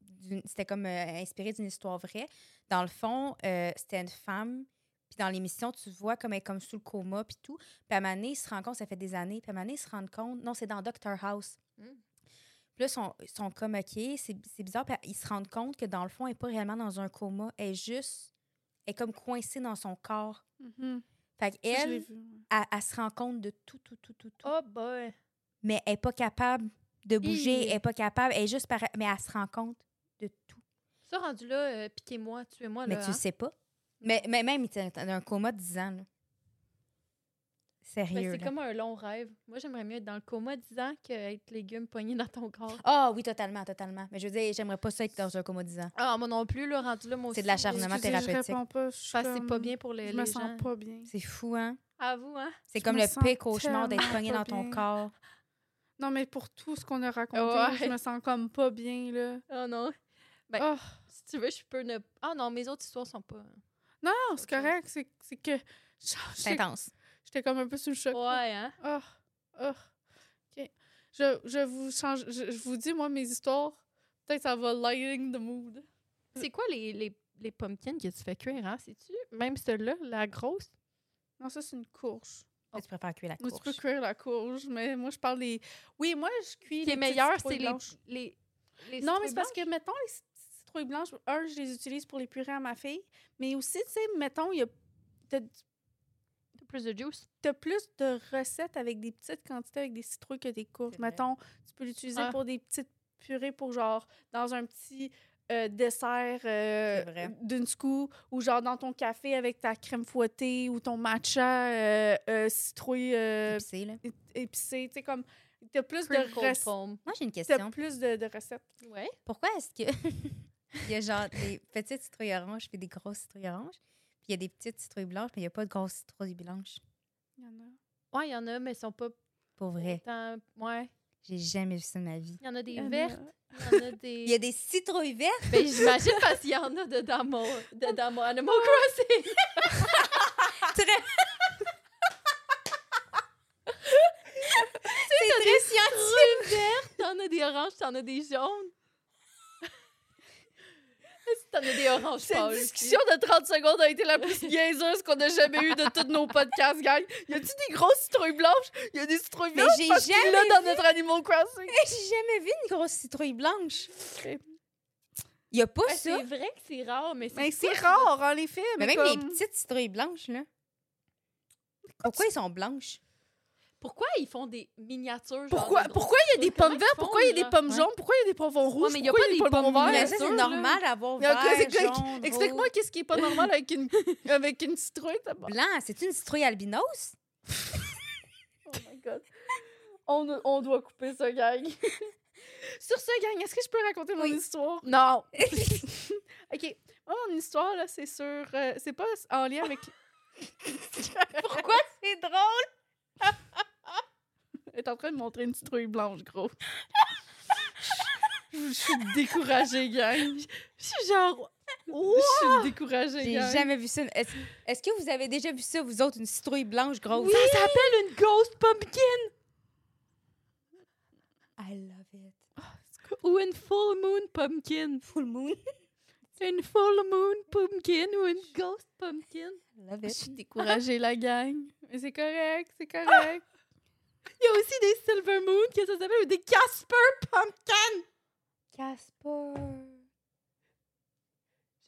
Speaker 1: d'une- c'était comme euh, inspiré d'une histoire vraie. Dans le fond, euh, c'était une femme, puis dans l'émission, tu vois comme elle est comme sous le coma, puis tout. Puis à un moment donné, ils se rendent compte, ça fait des années, puis à un moment donné, ils se rendent compte, non, c'est dans Doctor House.
Speaker 3: Mmh.
Speaker 2: Mm.
Speaker 1: Puis là, ils sont, ils sont comme, OK, c'est c'est bizarre. Puis ils se rendent compte que dans le fond, elle n'est pas réellement dans un coma. Elle est juste, elle est comme coincée dans son corps.
Speaker 3: Mhm.
Speaker 1: Fait
Speaker 3: Je l'ai
Speaker 1: qu'elle,
Speaker 3: vu, ouais.
Speaker 1: elle, elle se rend compte de tout, tout, tout, tout, tout.
Speaker 2: Oh boy.
Speaker 1: Mais elle n'est pas capable de bouger,
Speaker 2: Hi.
Speaker 1: elle n'est pas capable, elle est juste para- Mais elle se rend compte de tout.
Speaker 2: Ça, rendu là, euh, piquez-moi, tuez-moi.
Speaker 1: mais
Speaker 2: là,
Speaker 1: tu
Speaker 2: hein.
Speaker 1: le sais pas. Oh Mais, mais même, il était dans un coma de 10 ans, là.
Speaker 2: Ben,
Speaker 1: Sérieux,
Speaker 2: c'est
Speaker 1: là.
Speaker 2: comme un long rêve. Moi, j'aimerais mieux être dans le coma 10 ans qu'être légume poigné dans ton corps.
Speaker 1: Ah oui, totalement, totalement. Mais je veux dire, j'aimerais pas ça être dans un coma de 10 ans.
Speaker 2: Ah, moi non plus, là, rendu là, moi
Speaker 1: C'est de
Speaker 2: aussi,
Speaker 1: l'acharnement
Speaker 2: je-
Speaker 3: Excusez,
Speaker 1: thérapeutique.
Speaker 3: Je réponds pas. Je suis
Speaker 2: Parce que c'est
Speaker 3: comme-
Speaker 2: pas bien pour les,
Speaker 3: Je me
Speaker 2: les
Speaker 3: sens
Speaker 2: gens.
Speaker 3: pas bien.
Speaker 1: C'est fou, hein?
Speaker 2: À vous, hein?
Speaker 1: C'est
Speaker 3: Je
Speaker 1: comme
Speaker 3: me
Speaker 1: le
Speaker 3: sens
Speaker 1: pire cauchemar d'être
Speaker 3: tellement
Speaker 1: pogné
Speaker 3: pas
Speaker 1: dans ton
Speaker 3: bien.
Speaker 1: corps.
Speaker 3: Non, mais pour tout ce qu'on a raconté,
Speaker 2: Ouais. Ben,
Speaker 3: je me sens comme pas bien, là.
Speaker 2: Oh non.
Speaker 3: Oh,
Speaker 2: Si tu veux, je peux ne. Ah non, mes autres histoires sont pas. hein.
Speaker 3: non, c'est correct. C'est c'est que.
Speaker 1: C'est
Speaker 2: Ben,
Speaker 3: j'étais-
Speaker 1: intense.
Speaker 3: J'étais comme un peu sous le choc.
Speaker 2: Ouais, hein?
Speaker 3: Oh, oh. OK. Je, je vous change. Je, je vous dis, moi, mes histoires. Peut-être ça va lighting the mood.
Speaker 2: C'est quoi les, les, les pumpkins que tu fais cuire, hein? C'est-tu? Même celle-là, la grosse?
Speaker 3: Non, ça, c'est une courge.
Speaker 1: Mais tu préfères cuire la
Speaker 3: Moi,
Speaker 1: courge.
Speaker 3: tu peux cuire la courge, mais moi, je parle des. Oui, moi, je cuis
Speaker 2: Les,
Speaker 3: petites
Speaker 2: meilleurs,
Speaker 3: citrouilles
Speaker 2: c'est les,
Speaker 3: blanches.
Speaker 2: les, les
Speaker 3: Non,
Speaker 2: citrouilles
Speaker 3: mais c'est parce que, mettons, les cit- citrouilles blanches, un, je les utilise pour les purées à ma fille, mais aussi, tu sais, mettons, il y a. t'as-
Speaker 2: blanches. T'as plus de juice.
Speaker 3: T'as plus de recettes avec des petites quantités avec des citrouilles que des courges.
Speaker 1: C'est vrai.
Speaker 3: Mettons, tu peux l'utiliser
Speaker 2: Ah.
Speaker 3: pour des petites purées pour genre dans un petit euh, dessert
Speaker 1: C'est vrai.
Speaker 3: euh, d'une scoop ou genre dans ton café avec ta crème fouettée ou ton matcha euh, euh, citrouille euh,
Speaker 1: Épicé, là.
Speaker 3: ép- épicée. Tu sais, comme, t'as plus, de,
Speaker 2: Cream cold
Speaker 3: rec-
Speaker 2: foam.
Speaker 1: Moi, j'ai une
Speaker 3: t'as
Speaker 1: question.
Speaker 3: plus de, de recettes.
Speaker 2: Ouais.
Speaker 1: Pourquoi est-ce que il y a genre des petites citrouilles oranges puis des grosses citrouilles oranges, puis il y a des petites citrouilles blanches, mais il n'y a pas de grosses citrouilles blanches?
Speaker 3: Il y en a.
Speaker 2: Ouais, il y en a, mais elles sont pas
Speaker 1: Pour vrai,
Speaker 2: autant. Ouais.
Speaker 1: j'ai jamais vu ça de ma vie.
Speaker 2: Il y en a des
Speaker 3: Il y en a.
Speaker 2: vertes. Il y en a
Speaker 1: Il y a
Speaker 2: des.
Speaker 1: des citrouilles vertes?
Speaker 2: ben, j'imagine parce qu'il y en a dedans mon, dedans mon Animal Crossing.
Speaker 1: Très... C'est très scientifique.
Speaker 2: Des vertes, t'en as des oranges, t'en as des jaunes. Est-ce que T'en as des oranges pâles.
Speaker 3: de 30 secondes a été la plus niaiseuse qu'on a jamais eue de tous nos podcasts, gang. Y a-tu des grosses citrouilles blanches? Y a des citrouilles
Speaker 1: Mais j'ai jamais,
Speaker 3: dans notre Animal Crossing.
Speaker 1: j'ai jamais vu une grosse citrouille blanche.
Speaker 3: Mais
Speaker 1: Il n'y a pas
Speaker 2: Ah,
Speaker 1: ça.
Speaker 2: c'est vrai que c'est rare, mais c'est.
Speaker 3: Ben, c'est rare, en les films.
Speaker 1: Mais même
Speaker 3: comme-
Speaker 1: les petites citrouilles blanches, là. Pourquoi ils sont blanches?
Speaker 2: Pourquoi ils font des miniatures? genre,
Speaker 3: Pourquoi,
Speaker 2: des grosses
Speaker 3: pourquoi il y a des
Speaker 2: Comment
Speaker 3: pommes
Speaker 2: ils
Speaker 3: vertes?
Speaker 2: font,
Speaker 3: Pourquoi il y a des
Speaker 2: là?
Speaker 3: pommes
Speaker 1: Ouais.
Speaker 3: jaunes? Pourquoi il y a des poivrons rouges?
Speaker 2: mais y a
Speaker 3: Pourquoi
Speaker 2: pas
Speaker 3: il
Speaker 2: des pommes
Speaker 1: Mais
Speaker 2: verts,
Speaker 1: ça,
Speaker 2: sûr,
Speaker 1: c'est
Speaker 2: là.
Speaker 1: normal d'avoir
Speaker 3: Mais en tout cas, c'est
Speaker 1: vert,
Speaker 3: quoi qui-
Speaker 1: jaune,
Speaker 3: Explique-moi qu'est-ce qui est pas normal avec une, avec une citrouille. ça va.
Speaker 1: rouge. Blanc, c'est une citrouille albinos?
Speaker 3: Oh my God. On, on doit couper ça, gang. Sur ce, gang, est-ce que je peux raconter mon
Speaker 1: Oui.
Speaker 3: histoire?
Speaker 2: Non.
Speaker 3: OK. Moi, mon histoire, là, c'est sur... euh, c'est pas en lien avec...
Speaker 1: Pourquoi c'est drôle?
Speaker 3: Elle est en train de montrer une citrouille blanche, gros. Je suis découragée, gang.
Speaker 2: Je suis genre.
Speaker 3: Je suis découragée,
Speaker 1: J'ai
Speaker 3: gang.
Speaker 1: jamais vu ça. Est-ce est-ce que vous avez déjà vu ça, vous autres, une citrouille blanche grosse?
Speaker 2: Ça s'appelle une ghost pumpkin
Speaker 1: I love it.
Speaker 2: ou une full moon pumpkin.
Speaker 1: Full moon.
Speaker 2: Une full moon pumpkin ou une ghost pumpkin.
Speaker 1: I love
Speaker 3: Je
Speaker 1: it.
Speaker 3: suis découragée, la gang. Mais c'est correct, c'est correct.
Speaker 2: Il y a aussi des silver moon que ça s'appelle ou des Casper pumpkin.
Speaker 1: Casper.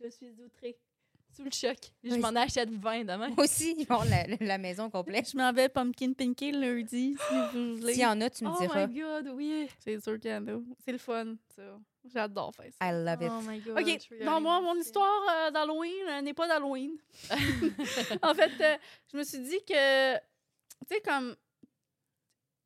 Speaker 2: Je suis outrée. Sous le choc. Je
Speaker 1: Oui.
Speaker 2: m'en achète 20 demain.
Speaker 1: Moi aussi, ils vont la, la maison complète.
Speaker 3: Je m'en vais pumpkin pinky lundi, si vous
Speaker 1: S'il y en a, tu me
Speaker 2: Oh
Speaker 1: diras.
Speaker 2: my god, oui.
Speaker 3: C'est sûr qu'il y en a. C'est le fun, ça. J'adore faire ça.
Speaker 1: I love it.
Speaker 2: Oh my god.
Speaker 3: OK.
Speaker 2: je suis
Speaker 3: Non, moi,
Speaker 2: allée
Speaker 3: mon
Speaker 2: aussi.
Speaker 3: histoire euh, d'Halloween euh, n'est pas d'Halloween. en fait, euh, je me suis dit que, tu sais, comme,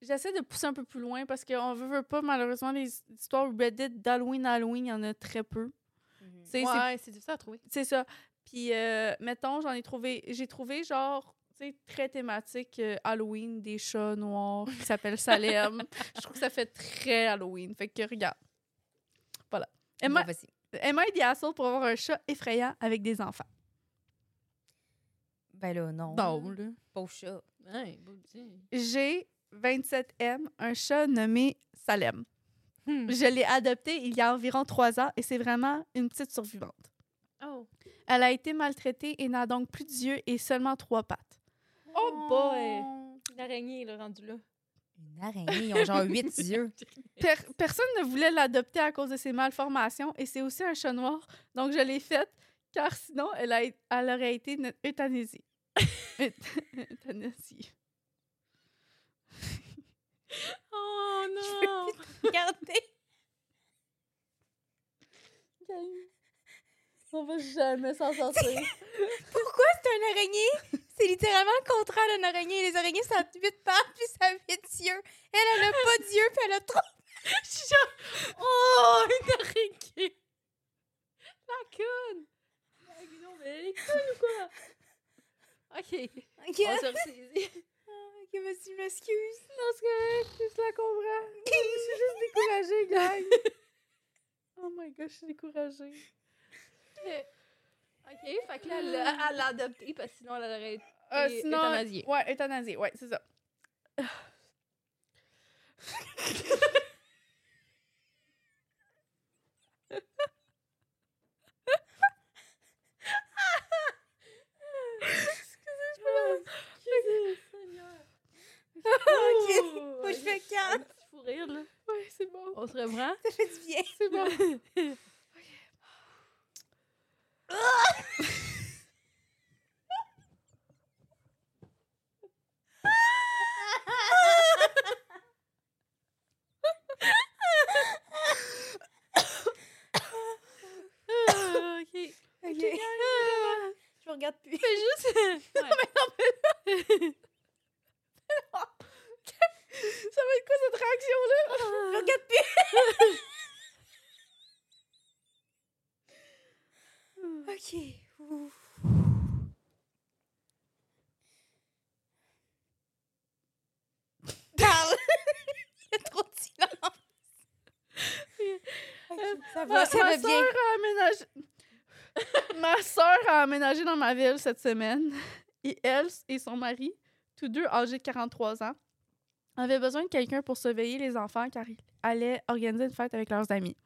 Speaker 3: j'essaie de pousser un peu plus loin parce qu'on veut, veut pas, malheureusement, les histoires Reddit d'Halloween à Halloween, il y en a très peu.
Speaker 1: Mhm.
Speaker 3: Tu sais, c'est-
Speaker 2: Ouais, c'est difficile à trouver.
Speaker 3: C'est ça. Puis, euh, mettons, j'en ai trouvé, j'ai trouvé, genre, tu sais, très thématique euh, Halloween, des chats noirs qui s'appellent Salem. je trouve que ça fait très Halloween. Fait que, regarde. Voilà. Emma,
Speaker 1: Bon, vas-y.
Speaker 3: Emma est asshole pour avoir un chat effrayant avec des enfants.
Speaker 1: Ben là, non.
Speaker 2: Mm.
Speaker 3: là.
Speaker 1: Pauvre chat.
Speaker 2: Ouais, bon, tiens.
Speaker 3: J'ai 27M, un chat nommé Salem.
Speaker 2: Hmm.
Speaker 3: Je l'ai adopté il y a environ trois ans et c'est vraiment une petite survivante.
Speaker 2: Oh.
Speaker 3: Elle a été maltraitée et n'a donc plus d'yeux et seulement trois pattes.
Speaker 2: Oh boy. Une araignée, le rendu là.
Speaker 1: Une araignée, ils ont genre huit yeux.
Speaker 3: Per- personne ne voulait l'adopter à cause de ses malformations et c'est aussi un chat noir, donc je l'ai faite car sinon elle, a- elle aurait été une euthanasie. Tennessee.
Speaker 2: Oh non!
Speaker 1: Regardez.
Speaker 3: On va jamais s'en sortir.
Speaker 1: Pourquoi c'est un araignée? C'est littéralement le contraire d'une araignée. Les araignées, ça a huit pattes puis ça a huit yeux. Elle, elle a pas d'yeux puis elle a trop.
Speaker 2: Je suis genre, oh, une araignée! La conne! La- Non, mais elle est conne ou quoi? Ok,
Speaker 1: Ok,
Speaker 2: on se ressaisit.
Speaker 1: ok, monsieur, je m'excuse.
Speaker 3: Non, c'est correct, je la comprends. Je suis juste découragée, gang. Oh my god, je suis découragée.
Speaker 2: Ok, fait que là, elle l'a- elle l'a adopté parce que sinon elle aurait été
Speaker 3: Euh,
Speaker 2: Et-
Speaker 3: sinon,
Speaker 2: euthanasiée.
Speaker 3: Ouais, euthanasiée, ouais, c'est ça.
Speaker 1: Ok, moi je fais
Speaker 2: un
Speaker 1: calme.
Speaker 2: petit fou rire, là.
Speaker 3: Ouais, c'est bon.
Speaker 2: On se reprend.
Speaker 1: Ça fait du bien.
Speaker 3: C'est bon.
Speaker 2: Ah, ok.
Speaker 1: Ok. Je vous regarde plus.
Speaker 2: Fais juste. Ouais.
Speaker 3: Ça va être quoi cette réaction-là?
Speaker 1: Je vous regarde plus. Ok. Ouh. Parle. Il y a trop de silence. Ok, ça va, ça
Speaker 3: ma
Speaker 1: va bien.
Speaker 3: Soeur a aménagé... ma soeur a emménagé dans ma ville cette semaine et elle et son mari, tous deux âgés de 43 ans, avaient besoin de quelqu'un pour surveiller les enfants car ils allaient organiser une fête avec leurs amis.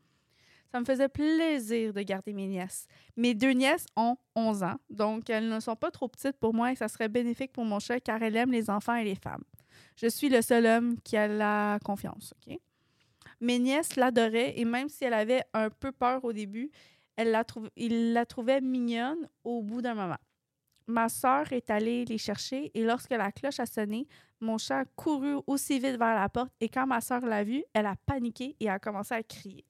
Speaker 3: Ça me faisait plaisir de garder mes nièces. Mes deux nièces ont 11 ans, donc elles ne sont pas trop petites pour moi et ça serait bénéfique pour mon chat car elle aime les enfants et les femmes. Je suis le seul homme qui a la confiance, OK? Mes nièces l'adoraient et même si elle avait un peu peur au début, elle la trouv- il la trouvait mignonne au bout d'un moment. Ma sœur est allée les chercher et lorsque la cloche a sonné, mon chat a couru aussi vite vers la porte et quand ma sœur l'a vu, elle a paniqué et a commencé à crier.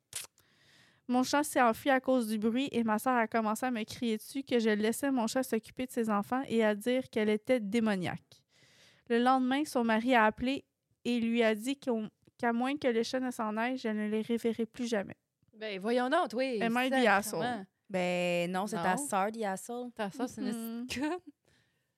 Speaker 3: Mon chat s'est enfui à cause du bruit et ma sœur a commencé à me crier dessus que je laissais mon chat s'occuper de ses enfants et à dire qu'elle était démoniaque. Le lendemain, son mari a appelé et lui a dit qu'on qu'à moins que le chat ne s'en aille, je ne les reverrai plus jamais.
Speaker 2: Ben, voyons donc, oui.
Speaker 3: Elle m'a
Speaker 2: c'est
Speaker 3: dit
Speaker 2: ça,
Speaker 3: asshole.
Speaker 2: comment?
Speaker 1: Ben non, c'est ta
Speaker 2: Non.
Speaker 1: sœur, The Asshole.
Speaker 2: Ta soeur, c'est une
Speaker 3: Mhm.
Speaker 2: conne.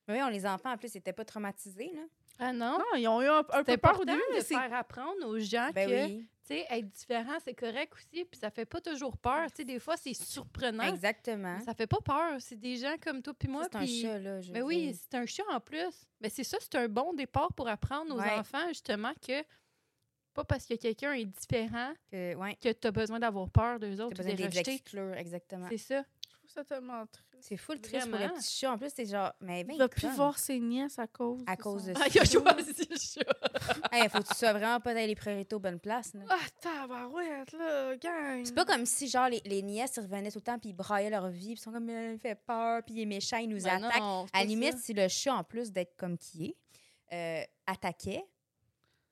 Speaker 1: Mais oui, on les enfants, en plus, ils n'étaient pas traumatisés, là.
Speaker 2: Ah non?
Speaker 3: Non, ils ont eu un, un
Speaker 2: C'est
Speaker 3: peu peur au
Speaker 2: important
Speaker 3: début, mais
Speaker 2: de
Speaker 3: c'est
Speaker 2: faire apprendre aux gens
Speaker 1: Ben
Speaker 2: Ah, que,
Speaker 1: oui,
Speaker 2: tu sais, être différent, c'est correct aussi, puis ça fait pas toujours peur. Tu sais, des fois, c'est surprenant.
Speaker 1: exactement.
Speaker 2: mais Ça fait pas peur. C'est des gens comme toi puis moi.
Speaker 1: Ça, C'est un
Speaker 2: puis-
Speaker 1: chat, là. Je
Speaker 2: Mais
Speaker 1: veux
Speaker 2: oui,
Speaker 1: dire.
Speaker 2: c'est un chat en plus. Mais c'est ça, c'est un bon départ pour apprendre aux
Speaker 1: Ouais.
Speaker 2: enfants, justement, que pas parce que quelqu'un est différent
Speaker 1: Que, Euh, ouais,
Speaker 2: que tu as besoin d'avoir peur d'eux
Speaker 1: t'as
Speaker 2: autres ou de
Speaker 1: besoin
Speaker 2: les
Speaker 1: de les
Speaker 2: rejeter.
Speaker 1: exclure, exactement.
Speaker 2: C'est ça.
Speaker 3: Je trouve ça tellement triste.
Speaker 1: C'est full triste pour le
Speaker 2: Vraiment.
Speaker 1: petit chat. En plus, c'est genre, mais ben,
Speaker 3: Il
Speaker 1: il
Speaker 3: va plus
Speaker 1: conne.
Speaker 3: voir ses nièces à cause
Speaker 1: À cause
Speaker 3: ça.
Speaker 1: de
Speaker 2: Ah, il a choisi le chat.
Speaker 1: Hey, faut que tu sois vraiment pas dans les priorités aux bonnes places, là.
Speaker 3: Ah, tabarouette, là, gang!
Speaker 1: C'est pas comme si, genre, les, les nièces ils revenaient tout le temps, puis ils braillaient leur vie, puis ils sont comme, Euh, il fait peur, puis il est méchant, il nous
Speaker 2: Ben non,
Speaker 1: attaque.
Speaker 2: c'est
Speaker 1: à
Speaker 2: pas
Speaker 1: la limite,
Speaker 2: ça.
Speaker 1: si le chat, en plus d'être comme qui est, euh, attaquait,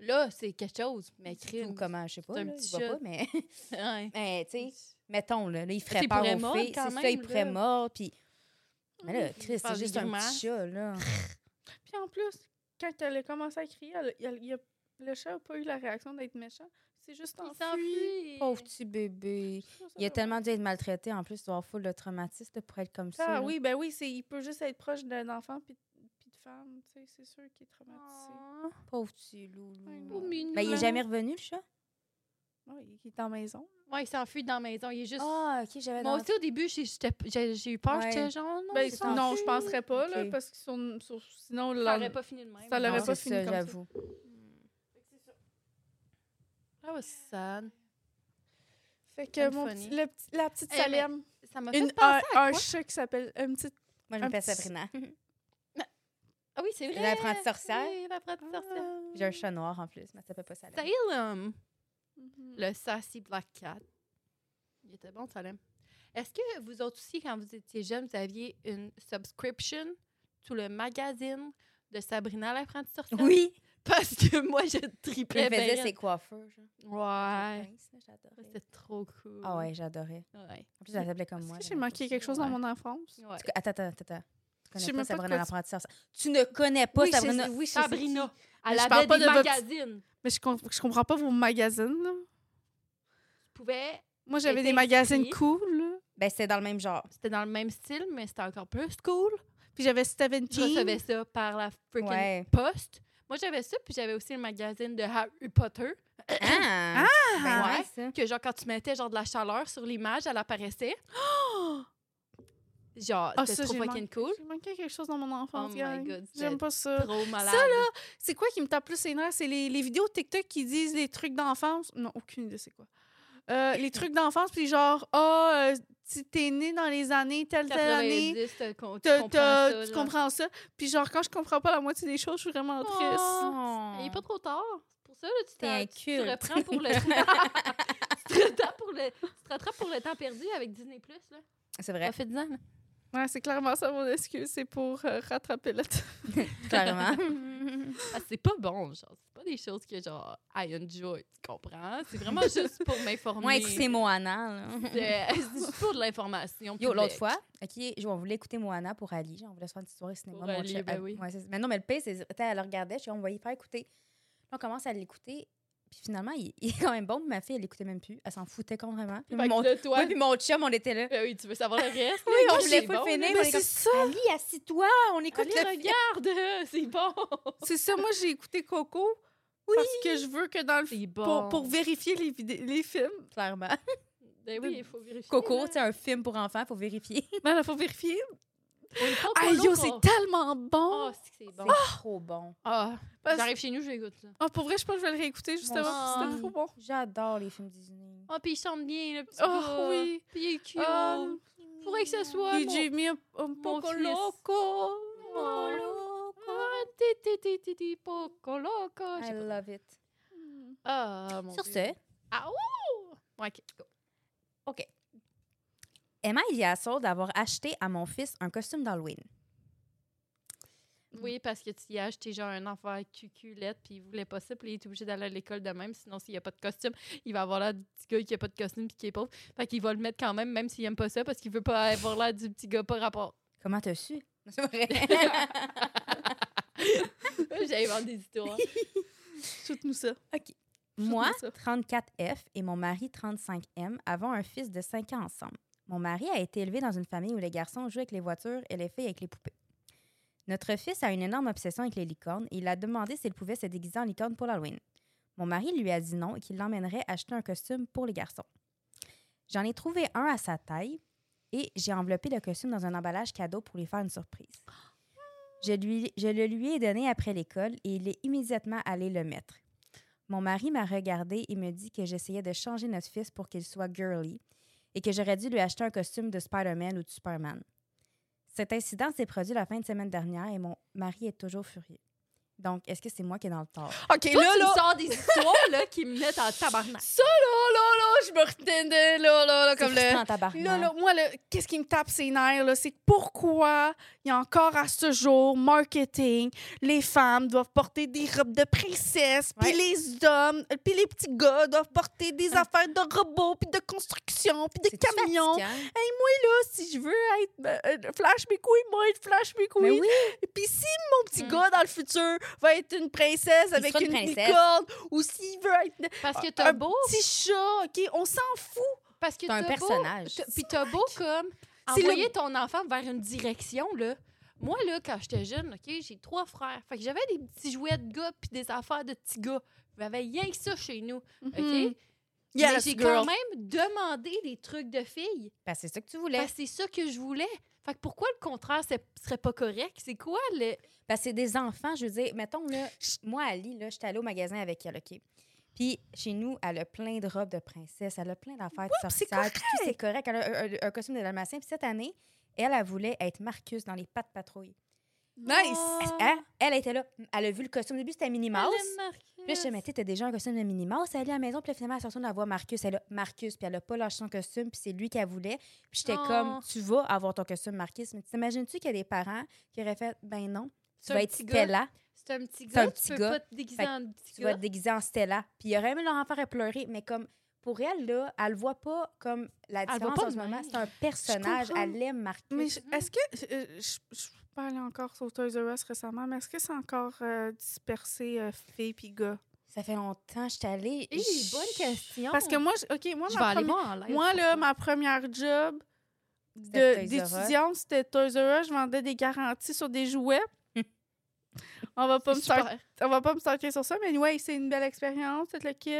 Speaker 2: Là, c'est quelque chose. Mais
Speaker 1: ou
Speaker 2: crime.
Speaker 1: comment, je sais pas,
Speaker 2: C'est un
Speaker 1: là,
Speaker 2: petit
Speaker 1: je vois
Speaker 2: chat.
Speaker 1: pas, mais,
Speaker 2: Ouais.
Speaker 1: mais tu sais, mettons, là, là, il
Speaker 2: Ça,
Speaker 1: ferait
Speaker 2: il
Speaker 1: peur
Speaker 2: pourrait
Speaker 1: aux
Speaker 2: mordre
Speaker 1: filles. C'est
Speaker 2: quand
Speaker 1: ça, il
Speaker 2: même,
Speaker 1: pourrait
Speaker 2: là.
Speaker 1: mordre, puis... Mais là,
Speaker 2: Mmh,
Speaker 1: Chris,
Speaker 2: faire
Speaker 1: c'est
Speaker 2: des
Speaker 1: juste un
Speaker 2: grimaces.
Speaker 1: petit chat, là.
Speaker 3: Puis en plus, quand elle a commencé à crier, elle- elle- il a- le chat n'a pas eu la réaction d'être méchant. C'est juste
Speaker 2: Il
Speaker 3: enfui.
Speaker 2: s'enfuit.
Speaker 1: Pauvre petit bébé. Il a tellement dû être maltraité, en plus, il doit avoir full de traumatisme là, pour être comme ça.
Speaker 3: Ah
Speaker 1: là.
Speaker 3: oui, ben oui, c'est- il peut juste être proche d'un enfant puis, puis de femme, tu sais, c'est sûr qu'il est traumatisé.
Speaker 2: Ah,
Speaker 1: Pauvre petit loup.
Speaker 3: non.
Speaker 2: tout mignon.
Speaker 1: Ben, il est jamais revenu, le chat?
Speaker 3: Oui, il est en maison.
Speaker 2: Ouais, il s'enfuit dans la maison. Il est juste.
Speaker 1: Ah, ok, j'avais
Speaker 2: Moi
Speaker 1: dans-
Speaker 2: aussi, au début, j'ai- j'étais- j'ai j'ai eu peur.
Speaker 1: Ouais.
Speaker 2: J'étais genre, non,
Speaker 3: Ben,
Speaker 2: il
Speaker 1: c'est
Speaker 2: s'enfuit.
Speaker 3: non, je penserais pas, là,
Speaker 1: Ok.
Speaker 3: parce que son- son- sinon,
Speaker 2: Ça
Speaker 3: l'en-
Speaker 2: aurait pas fini de même.
Speaker 3: ça l'aurait
Speaker 1: Non,
Speaker 3: pas
Speaker 1: c'est
Speaker 3: fini
Speaker 1: ça,
Speaker 3: comme ça.
Speaker 1: j'avoue.
Speaker 2: Ah, ouais, c'est sad.
Speaker 3: Fait que
Speaker 2: Comme
Speaker 3: mon
Speaker 2: funny.
Speaker 3: petit- le petit- la petite
Speaker 2: Eh, mais-
Speaker 3: Salem.
Speaker 2: Ça m'a
Speaker 3: Une-
Speaker 2: fait
Speaker 3: un,
Speaker 2: penser à
Speaker 3: un
Speaker 2: quoi?
Speaker 3: chat qui s'appelle une petite
Speaker 1: Moi, je
Speaker 3: Un
Speaker 1: m'appelle
Speaker 3: petit-
Speaker 1: Sabrina.
Speaker 2: Ah oui, c'est vrai.
Speaker 1: apprentie sorcière. Ah.
Speaker 2: Oui, l'apprenti sorcière.
Speaker 1: J'ai un chat noir en plus, mais ça s'appelle pas ça.
Speaker 2: Salem,
Speaker 1: Mm-hmm.
Speaker 3: Mhm.
Speaker 2: le sassy black cat. Il était bon, Salem. Est-ce que vous autres aussi, quand vous étiez jeune, vous aviez une subscription tout le magazine de Sabrina l'apprentie sorcière.
Speaker 1: Oui.
Speaker 2: Parce que moi, je
Speaker 1: Je
Speaker 2: triplais
Speaker 1: faisais
Speaker 2: bien.
Speaker 1: ses coiffeurs. genre.
Speaker 2: Ouais.
Speaker 1: Pince, là,
Speaker 2: Ça,
Speaker 1: J'adorais.
Speaker 2: C'était trop cool.
Speaker 1: Ah ouais, j'adorais.
Speaker 2: Ouais.
Speaker 1: En plus, elle s'appelait comme moi.
Speaker 3: Est-ce que j'ai manqué quelque chose dans mon enfance?
Speaker 2: Ouais.
Speaker 1: Tu- Attends, attends, attends. attends. Tu
Speaker 3: Je
Speaker 1: connais
Speaker 3: sais
Speaker 1: pas
Speaker 3: même
Speaker 1: Sabrina
Speaker 3: pas de quoi tu-
Speaker 1: l'apprenti sorcière. Tu ne connais pas
Speaker 3: Oui, je sais-
Speaker 1: Sabrina.
Speaker 3: oui, je sais-
Speaker 2: Sabrina. Elle
Speaker 3: je
Speaker 2: avait
Speaker 3: parle pas
Speaker 2: des
Speaker 3: de votre-
Speaker 2: magazines.
Speaker 3: Mais je, com- je comprends pas vos magazines. là.
Speaker 2: Tu pouvais...
Speaker 3: Moi, j'avais
Speaker 2: J'étais
Speaker 3: des magazines
Speaker 2: inspirée.
Speaker 3: cool. là.
Speaker 1: Ben, c'était dans le même genre.
Speaker 2: C'était dans le même style, mais c'était encore plus cool.
Speaker 3: Puis j'avais Steven
Speaker 2: Je recevais ça par la freaking
Speaker 1: Ouais.
Speaker 2: poste. Moi, j'avais ça, puis j'avais aussi le magazine de Harry Potter.
Speaker 1: Ah! Ben,
Speaker 2: Ouais.
Speaker 1: nice, ça.
Speaker 2: que genre quand tu mettais genre de la chaleur sur l'image, elle apparaissait. Genre,
Speaker 3: Ah,
Speaker 2: c'était
Speaker 3: ça,
Speaker 2: trop
Speaker 3: j'ai
Speaker 2: fucking
Speaker 3: manqué.
Speaker 2: cool.
Speaker 3: J'ai manqué quelque chose dans mon enfance,
Speaker 2: Oh my
Speaker 3: gang.
Speaker 2: God, c'était
Speaker 3: J'aime pas ça.
Speaker 2: Trop malade.
Speaker 3: Ça, C'est quoi qui me tape plus les nerfs? C'est les, les vidéos TikTok qui disent les trucs d'enfance. Non, aucune idée c'est quoi. Euh, les trucs d'enfance, puis genre, ah, euh, si t'es né dans les années, telle, telle année,
Speaker 2: 90, t'as con- tu
Speaker 3: t'as-
Speaker 2: comprends
Speaker 3: t'as-
Speaker 2: ça,
Speaker 3: tu
Speaker 2: genre.
Speaker 3: comprends ça. Puis genre, quand je comprends pas la moitié des choses, je suis vraiment
Speaker 2: Oh.
Speaker 3: triste.
Speaker 1: Oh.
Speaker 2: Il est pas trop tard. C'est Pour ça, là, tu, t'as-
Speaker 1: un
Speaker 2: tu te
Speaker 1: culte.
Speaker 2: reprends pour le temps. tu, te rattrapes pour le... tu te rattrapes pour le temps perdu avec Disney+. Là.
Speaker 1: C'est vrai,
Speaker 2: Profite-en. là.
Speaker 3: Ouais, c'est clairement ça mon excuse, c'est pour euh, rattraper le temps.
Speaker 1: clairement.
Speaker 2: Ah, c'est pas bon, genre. C'est pas des choses que, genre, I enjoy, tu comprends? C'est vraiment juste pour m'informer.
Speaker 1: Moi, écoutez Moana. là.
Speaker 2: C'est euh, c'est juste pour de l'information.
Speaker 1: Yo, l'autre
Speaker 2: publique.
Speaker 1: fois, OK, je- on voulait écouter Moana pour Ali. Genre, on voulait se faire une petite soirée cinéma.
Speaker 2: Pour
Speaker 1: mon
Speaker 2: Ali,
Speaker 1: chum-
Speaker 2: ben
Speaker 1: euh,
Speaker 2: oui.
Speaker 1: ouais, c'est- mais non, mais le pire, c'est... attends, Elle le regardait, je dis, on va y faire écouter. Là, on commence à l'écouter. Puis finalement, il, il est quand même bon. mais Ma fille, elle l'écoutait même plus. Elle s'en foutait complètement. Puis
Speaker 2: Fait que
Speaker 1: mon,
Speaker 2: là, toi,
Speaker 1: moi, puis mon chum, on était là.
Speaker 2: ben oui, tu veux savoir le reste?
Speaker 1: Oui, on
Speaker 2: Moi,
Speaker 1: voulait
Speaker 2: j'ai
Speaker 1: pas
Speaker 2: bon,
Speaker 1: le finir.
Speaker 3: Mais
Speaker 1: on est
Speaker 3: c'est
Speaker 1: comme,
Speaker 3: ça!
Speaker 1: Ali, assis-toi, on écoute
Speaker 2: Allez,
Speaker 1: le film.
Speaker 2: regarde, c'est bon.
Speaker 3: C'est ça, moi j'ai écouté Coco parce que je veux que dans le
Speaker 2: C'est bon.
Speaker 3: pour, pour vérifier les, vidé- les films.
Speaker 1: Clairement.
Speaker 2: Ben oui, il faut vérifier.
Speaker 1: Coco,
Speaker 2: là.
Speaker 1: c'est un film pour enfants, faut vérifier.
Speaker 3: Mais il faut vérifier.
Speaker 2: On le prend pour
Speaker 3: Aïe, yo,
Speaker 2: l'autre,
Speaker 3: c'est
Speaker 2: on-
Speaker 3: tellement bon.
Speaker 2: Oh, c'est que c'est bon.
Speaker 1: C'est trop bon.
Speaker 2: Ah,
Speaker 3: Parce-
Speaker 2: j'arrive chez nous, j'écoute ça.
Speaker 3: Ah, pour vrai, je pense que je vais le réécouter justement parce que
Speaker 2: aussi.
Speaker 3: c'était trop bon.
Speaker 1: J'adore les films Disney.
Speaker 2: Oh, puis il chante bien, le petit
Speaker 3: Oh
Speaker 2: gars.
Speaker 3: oui.
Speaker 2: Puis il est cute.
Speaker 3: Ah,
Speaker 2: Ah, Faudrait que ce soit
Speaker 3: Puis
Speaker 2: mon...
Speaker 3: j'ai mis un, un
Speaker 2: mon
Speaker 3: poco
Speaker 2: fils.
Speaker 3: loco.
Speaker 2: Poco Ah, ti, ti, ti, ti, ti,
Speaker 1: Ah,
Speaker 2: Poco Loco. Je
Speaker 1: I
Speaker 2: sais pas.
Speaker 1: love it.
Speaker 2: Ah, mon
Speaker 1: Sur
Speaker 2: Dieu.
Speaker 1: ce,
Speaker 2: Ah, ouh! Ouais, OK, go.
Speaker 1: OK. Emma Iliasso d'avoir acheté à mon fils un costume d'Halloween. Mm.
Speaker 2: Oui, parce que tu y as acheté genre un enfant à cuculette, puis il voulait pas ça, puis il est obligé d'aller à l'école de même, sinon s'il y a pas de costume, il va avoir l'air du petit gars qui a pas de costume puis qui est pauvre. Fait qu'il va le mettre quand même, même s'il aime pas ça, parce qu'il veut pas avoir l'air du petit gars pas rapport.
Speaker 1: Comment t'as su? C'est vrai.
Speaker 2: J'invente des histoires.
Speaker 3: Soutenez-nous ça.
Speaker 1: OK.
Speaker 3: Shoot-moi
Speaker 1: Moi,
Speaker 3: ça.
Speaker 1: 34F, et mon mari, 35M, avons un fils de 5 ans ensemble. Mon mari a été élevé dans une famille où les garçons jouent avec les voitures et les filles avec les poupées. Notre fils a une énorme obsession avec les licornes et il a demandé s'il pouvait se déguiser en licorne pour l'Halloween. Mon mari lui a dit non et qu'il l'emmènerait acheter un costume pour les garçons. J'en ai trouvé un à sa taille et j'ai enveloppé le costume dans un emballage cadeau pour lui faire une surprise. Je, lui- je le lui ai donné après l'école et il est immédiatement allé le mettre. Mon mari m'a regardé et me dit que j'essayais de changer notre fils pour qu'il soit girly et que j'aurais dû lui acheter un costume de Spider-Man ou de Superman. Cet incident s'est produit la fin de semaine dernière et mon mari est toujours furieux. Donc, est-ce que c'est moi qui est dans le tort?
Speaker 3: OK,
Speaker 2: Toi,
Speaker 3: là,
Speaker 2: tu
Speaker 3: là,
Speaker 2: me sors des histoires là, qui me mettent en tabarnak.
Speaker 3: là, là, là, je me retenais, là, là, là, comme le... Là, là, moi, là, qu'est-ce qui me tape ses nerfs, là, c'est pourquoi il y a encore à ce jour, marketing, les femmes doivent porter des robes de princesse, puis
Speaker 1: Ouais.
Speaker 3: les hommes, euh, puis les petits gars doivent porter des affaires de robots, puis de construction, puis de camions. Là, si je veux être euh, euh, Flash McQueen, moi, être Flash McQueen.
Speaker 1: Mais oui,
Speaker 3: Et Puis si mon petit
Speaker 2: Mm.
Speaker 3: gars dans le futur va être une princesse avec
Speaker 1: sera
Speaker 3: une,
Speaker 1: une princesse.
Speaker 3: licorne, ou s'il veut être
Speaker 1: Ah,
Speaker 2: Parce que
Speaker 3: un
Speaker 2: t'as beau,
Speaker 3: petit chat, OK, on s'en fout.
Speaker 2: parce que
Speaker 1: t'as un
Speaker 2: t'as beau-
Speaker 1: personnage.
Speaker 2: t'as- Puis t'as beau comme
Speaker 3: C'est le-
Speaker 2: envoyer ton enfant vers une direction là. Moi là, quand j'étais jeune, ok, j'ai trois frères. Fait que j'avais des petits jouets de gars puis des affaires de petits gars. J'avais rien que ça chez nous, Mm-hmm. ok.
Speaker 1: Hmm.
Speaker 3: Mhm.
Speaker 2: Mais
Speaker 3: Yes,
Speaker 2: j'ai
Speaker 3: girl.
Speaker 2: quand même demandé des trucs de filles.
Speaker 1: Ben, c'est ça que tu voulais.
Speaker 2: Parce que c'est ça que je voulais. Fait que pourquoi le contraire c'est- serait pas correct C'est quoi le
Speaker 1: Parce que c'est des enfants, je veux dire, mettons, là, moi, Ali, là, j'étais allée au magasin avec elle, OK? Puis, chez nous, elle a plein de robes de princesse, elle a plein d'affaires de
Speaker 3: c'est
Speaker 1: sorcières, puis tout, c'est correct. Elle a un, un- un costume de dalmatien. Puis cette année, elle, elle voulait être Marcus dans les pattes patrouilles.
Speaker 3: Nice!
Speaker 2: Ah,
Speaker 1: Elle, elle était là. Elle a vu le costume. Au début, c'était Minnie Mouse. Puis là, je
Speaker 2: Puis
Speaker 1: me disais, t'as déjà un costume de Minnie Mouse. Elle est allée à la maison, puis là, finalement, elle se retourne à voir Marcus. Elle a Marcus, puis elle a pas lâché son costume, puis c'est lui qu'elle voulait. Puis j'étais
Speaker 2: Oh.
Speaker 1: comme, tu vas avoir ton costume, Marcus. Mais t'imagines-tu qu'il y a des parents qui auraient fait, ben non, tu vas être Stella,
Speaker 2: C'est un petit
Speaker 1: C'est un
Speaker 2: gars.
Speaker 1: petit
Speaker 2: Tu peux
Speaker 1: gars.
Speaker 2: pas te déguiser
Speaker 1: Fait
Speaker 2: en petit
Speaker 1: tu vas
Speaker 2: gars.
Speaker 1: te déguiser en Stella. Puis il aurait aimé leur enfant à pleurer, mais comme, pour elle, là, elle voit pas comme la
Speaker 2: voit
Speaker 1: différence
Speaker 2: pas
Speaker 1: en ce
Speaker 2: de
Speaker 1: moment.
Speaker 2: même.
Speaker 1: C'est un personnage.
Speaker 3: comprends.
Speaker 1: Elle aime Marcus.
Speaker 3: Mais je- est-ce que. euh, Je je suis pas allée encore sur Toys R Us récemment, mais est-ce que c'est encore euh, dispersé euh, filles puis gars?
Speaker 1: Ça fait longtemps que je suis allée.
Speaker 2: Hé,
Speaker 1: Je-
Speaker 2: Eh, bonne question.
Speaker 3: Parce que moi, je- OK, moi,
Speaker 2: je vais
Speaker 3: ma
Speaker 2: aller
Speaker 3: première-
Speaker 2: moi en live.
Speaker 3: moi, là,
Speaker 2: pourquoi?
Speaker 3: ma première job
Speaker 1: C'était
Speaker 3: de-
Speaker 1: Toys R Us.
Speaker 3: d'étudiante, c'était Toys R Us. Je vendais des garanties sur des jouets. on va pas me
Speaker 2: Super.
Speaker 3: sortir. on va pas me sortir sur ça, mais anyway, c'est une belle expérience, c'est le kit.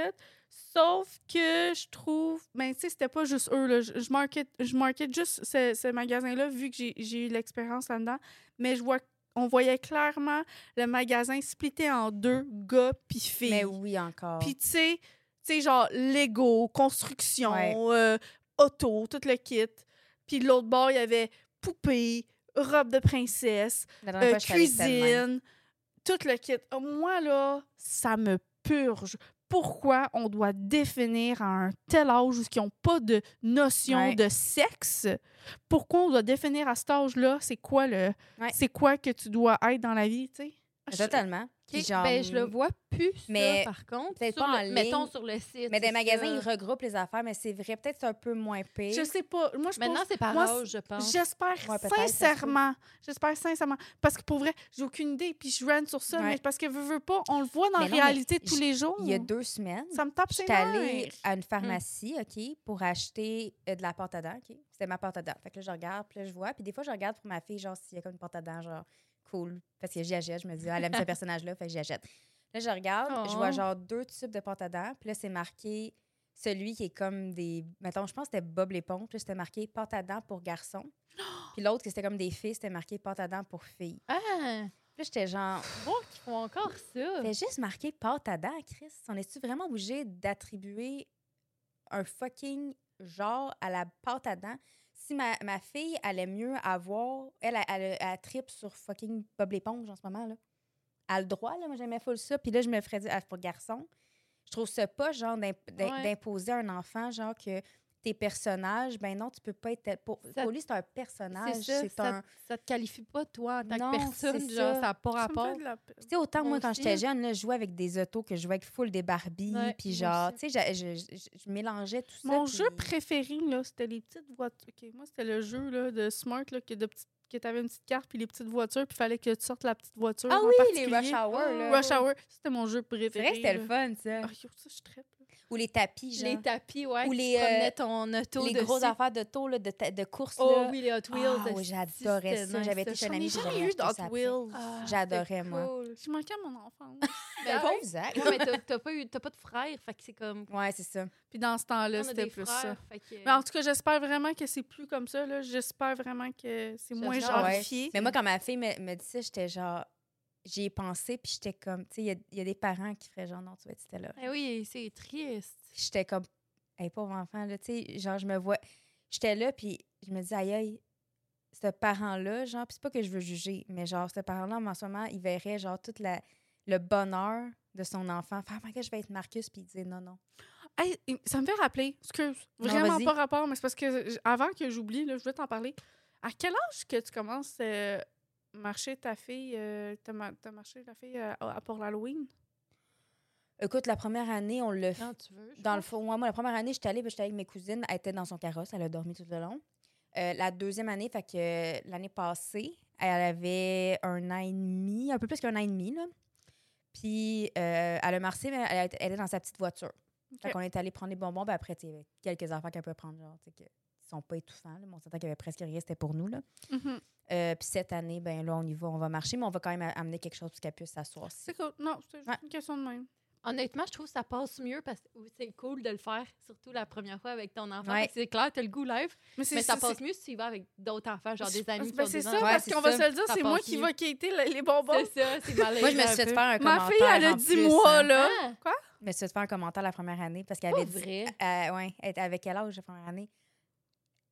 Speaker 3: Sauf que je trouve, ben, tu sais, c'était pas juste eux, là. Je, je market, je market juste ce, ce magasin-là, vu que j'ai- j'ai eu l'expérience là-dedans. Mais je vois, on voyait clairement le magasin splitté en deux, gars puis filles.
Speaker 1: Mais oui, encore.
Speaker 3: Puis, tu sais, tu sais, genre Lego, construction,
Speaker 1: Ouais.
Speaker 3: euh, auto, tout le kit. Puis de l'autre bord, il y avait poupée, robe de princesse,
Speaker 1: La
Speaker 3: euh,
Speaker 1: dernière fois, je suis allée, c'était le même.
Speaker 3: cuisine, tout le kit. Euh, Moi, là, ça me purge. Pourquoi on doit définir à un tel âge où ils n'ont pas de notion
Speaker 1: Ouais.
Speaker 3: de sexe? Pourquoi on doit définir à cet âge-là c'est quoi le
Speaker 1: Ouais.
Speaker 3: c'est quoi que tu dois être dans la vie, tu sais?
Speaker 1: Totalement. Puis
Speaker 2: Ok,
Speaker 1: genre-
Speaker 2: ben, je le vois plus, ça,
Speaker 1: Mais
Speaker 2: par contre.
Speaker 1: peut-être
Speaker 2: Sur
Speaker 1: pas en
Speaker 2: le-
Speaker 1: ligne.
Speaker 2: Mettons sur le site.
Speaker 1: Mais des
Speaker 2: c'est
Speaker 1: magasins,
Speaker 2: ça.
Speaker 1: ils regroupent les affaires, mais c'est vrai, peut-être c'est un peu moins pire.
Speaker 3: Je sais pas. Moi, je pense
Speaker 2: Maintenant, c'est par
Speaker 3: moi,
Speaker 2: âge, je pense.
Speaker 3: J'espère
Speaker 1: Ouais, peut-être, ça se peut.
Speaker 3: sincèrement, j'espère sincèrement, parce que pour vrai, j'ai aucune idée, puis je run sur ça,
Speaker 1: Ouais.
Speaker 3: mais parce que veux, veux pas, on le voit dans la
Speaker 1: Mais non, mais
Speaker 3: réalité de tous
Speaker 1: j-
Speaker 3: les jours.
Speaker 1: Il y a deux semaines,
Speaker 3: Ça me tape ses
Speaker 1: j'étais allée
Speaker 3: nerfs.
Speaker 1: à une pharmacie, OK, pour acheter euh, de la porte à dents, OK? C'était ma porte à dents. Fait que là, je regarde, puis là, je vois. Puis des fois, je regarde pour ma fille, genre, s'il y a comme une porte à dents, genre, cool. Parce que j'y achète. Je me dis, ah, elle aime ce personnage-là, fait que j'y achète. Là, je regarde, je vois
Speaker 2: Oh.
Speaker 1: genre deux types de porte à dents. Puis là, c'est marqué celui qui est comme des. Mettons, je pense que c'était Bob l'éponge. Puis là, c'était marqué porte à dents pour garçon. Puis l'autre, que c'était comme des filles, c'était marqué porte à dents pour filles.
Speaker 2: Ah,
Speaker 1: Puis là, j'étais genre.
Speaker 2: bon qu'ils font encore ça.
Speaker 1: Fait juste marqué pâte à dents, Chris. On est-tu vraiment obligé d'attribuer un fucking genre à la pâte à dents? Si ma, ma fille allait mieux avoir. Elle, elle, elle, elle tripe sur fucking Bob l'éponge en ce moment, là. Elle a le droit, là. Moi, j'aimais full ça. Puis là, je me ferais dire, ah, c'est pour garçon. Je trouve ça pas, genre, d'im- d'im-
Speaker 2: Ouais.
Speaker 1: d'imposer à un enfant, genre, que tes personnages, ben non, tu peux pas être. tel- Pour,
Speaker 2: Ça-
Speaker 1: pour lui, c'est un personnage.
Speaker 2: C'est ça,
Speaker 1: C'est
Speaker 2: ça,
Speaker 1: un.
Speaker 2: ça te qualifie pas, toi, en tant
Speaker 1: Non,
Speaker 2: que personne.
Speaker 1: c'est ça.
Speaker 2: Genre, ça n'a pas
Speaker 3: Ça me fait
Speaker 2: rapport.
Speaker 3: de la peine.
Speaker 1: Tu sais, autant
Speaker 2: Moi
Speaker 1: moi, quand
Speaker 2: aussi.
Speaker 1: j'étais jeune, là, je jouais avec des autos, que je jouais avec full des Barbie,
Speaker 2: Ouais,
Speaker 1: puis
Speaker 2: moi
Speaker 1: genre,
Speaker 2: aussi.
Speaker 1: tu sais, je, je- je- je mélangeais tout ça.
Speaker 3: Mon
Speaker 1: puis-
Speaker 3: jeu préféré, là, c'était les petites voitures. OK, moi, c'était le jeu là, de Smart, là, que, de petites- que t'avais une petite carte, puis les petites voitures, puis fallait que tu sortes la petite voiture.
Speaker 1: Ah
Speaker 3: en
Speaker 1: oui, les
Speaker 3: particulier.
Speaker 1: Rush Hour, là.
Speaker 3: Rush Hour, c'était mon jeu préféré.
Speaker 1: C'est vrai que c'était le
Speaker 3: là.
Speaker 1: fun, ça.
Speaker 3: Ah, yo, ça, je trappe.
Speaker 1: Ou les tapis, genre.
Speaker 2: Les tapis, ouais.
Speaker 1: Ou
Speaker 2: Ou
Speaker 1: les,
Speaker 2: les.
Speaker 1: euh,
Speaker 2: ton auto.
Speaker 1: Les grosses
Speaker 2: dessus.
Speaker 1: affaires d'auto, là, de, ta- de course,
Speaker 2: Oh
Speaker 1: là.
Speaker 2: oui, les Hot Wheels.
Speaker 1: Ah, oui,
Speaker 2: esti,
Speaker 1: j'adorais
Speaker 2: c'était
Speaker 1: ça.
Speaker 2: nice,
Speaker 1: J'avais été chez un
Speaker 3: J'en ai
Speaker 1: ami, puis j'avais
Speaker 3: jamais eu
Speaker 1: acheté ça
Speaker 3: d'Hot
Speaker 1: après.
Speaker 3: Wheels.
Speaker 2: Ah,
Speaker 1: J'adorais,
Speaker 2: c'était
Speaker 1: moi.
Speaker 2: cool.
Speaker 3: Je manquais à mon enfant.
Speaker 2: Ben,
Speaker 1: Pauvre
Speaker 2: ouais.
Speaker 1: Zach.
Speaker 2: Ouais, mais t'as- t'as pas eu- t'as pas de frère, fait que c'est comme.
Speaker 1: Ouais, c'est ça.
Speaker 3: puis dans ce temps-là,
Speaker 2: on a des
Speaker 3: c'était plus ça.
Speaker 2: frères, fait que-
Speaker 3: Mais en tout cas, j'espère vraiment que c'est plus comme ça. Là. J'espère vraiment que c'est moins
Speaker 2: J'espère,
Speaker 1: ouais.
Speaker 3: genrifié.
Speaker 1: Mais moi, quand ma fille me, me dit ça, j'étais genre. J'y ai pensé, puis j'étais comme. Tu sais, il y a- il y, a des parents qui feraient genre, non, tu vas être Stella.
Speaker 2: Eh oui, c'est triste.
Speaker 1: j'étais comme hey, pauvre enfant là tu sais genre je me vois j'étais là puis je me dis aïe aïe ce parent là genre puis c'est pas que je veux juger mais genre ce parent là en ce moment il verrait genre toute la le bonheur de son enfant faire oh my God, je vais être Marcus puis il disait non non
Speaker 3: Hey, ça me fait rappeler, excuse,
Speaker 1: Non,
Speaker 3: vraiment
Speaker 1: vas-y.
Speaker 3: pas rapport, mais c'est parce que j- avant que j'oublie, là, je voulais t'en parler. À quel âge que tu commences euh, marcher ta fille, euh, t'as, ma- t'as marché la fille euh, à- pour l'Halloween?
Speaker 1: écoute la première année on le fait
Speaker 2: Quand tu veux. je
Speaker 1: dans le
Speaker 2: pense.
Speaker 1: fond moi, moi, la première année j'étais allée puis j'étais avec mes cousines elle était dans son carrosse elle a dormi tout le long Euh, la deuxième année fait que euh, l'année passée elle avait un an et demi un peu plus qu'un an et demi là puis euh, elle a marché mais elle a- elle était dans sa petite voiture Fait
Speaker 3: Ok.
Speaker 1: qu'on est allé prendre les bonbons, puis après, tu sais, il y avait quelques affaires qu'elle peut prendre, genre, tu sais, que- qui sont pas étouffants. Là. Mais on s'entend qu'il y avait presque rien, c'était pour nous, là.
Speaker 2: Mm-hmm.
Speaker 3: Mhm.
Speaker 1: Euh, puis cette année, ben là, on y va, on va marcher, mais on va quand même a- amener quelque chose pour qu'elle puisse s'asseoir.
Speaker 3: C'est cool. Non, c'était juste
Speaker 1: Ouais.
Speaker 3: une question de même.
Speaker 2: Honnêtement, je trouve que ça passe mieux parce que oui, c'est cool de le faire, surtout la première fois avec ton enfant.
Speaker 1: Ouais.
Speaker 2: parce que C'est clair, t'as le goût live,
Speaker 3: c'est,
Speaker 2: mais ça
Speaker 3: c'est-
Speaker 2: passe mieux si tu y vas avec d'autres enfants, genre des amis. qui
Speaker 3: Ben,
Speaker 2: ont
Speaker 3: c'est
Speaker 2: des
Speaker 3: ça,
Speaker 2: enfants.
Speaker 3: parce
Speaker 1: c'est
Speaker 3: qu'on va
Speaker 1: ça.
Speaker 3: se le dire,
Speaker 2: Ça
Speaker 3: c'est
Speaker 2: passe
Speaker 3: moi qui
Speaker 2: mieux.
Speaker 3: va quitter le- les bonbons.
Speaker 2: C'est ça, c'est malaisant.
Speaker 1: Moi, je me suis fait
Speaker 2: un peu.
Speaker 1: faire un
Speaker 3: Ma
Speaker 1: commentaire.
Speaker 3: fille, elle a
Speaker 1: en
Speaker 3: 10
Speaker 1: plus,
Speaker 3: mois,
Speaker 1: hein.
Speaker 3: là.
Speaker 2: Ah,
Speaker 1: Je me suis fait faire un commentaire la première année parce qu'elle
Speaker 2: pas
Speaker 1: avait dit.
Speaker 2: vrai.
Speaker 1: Euh, ouais, elle était avec quel âge la première année?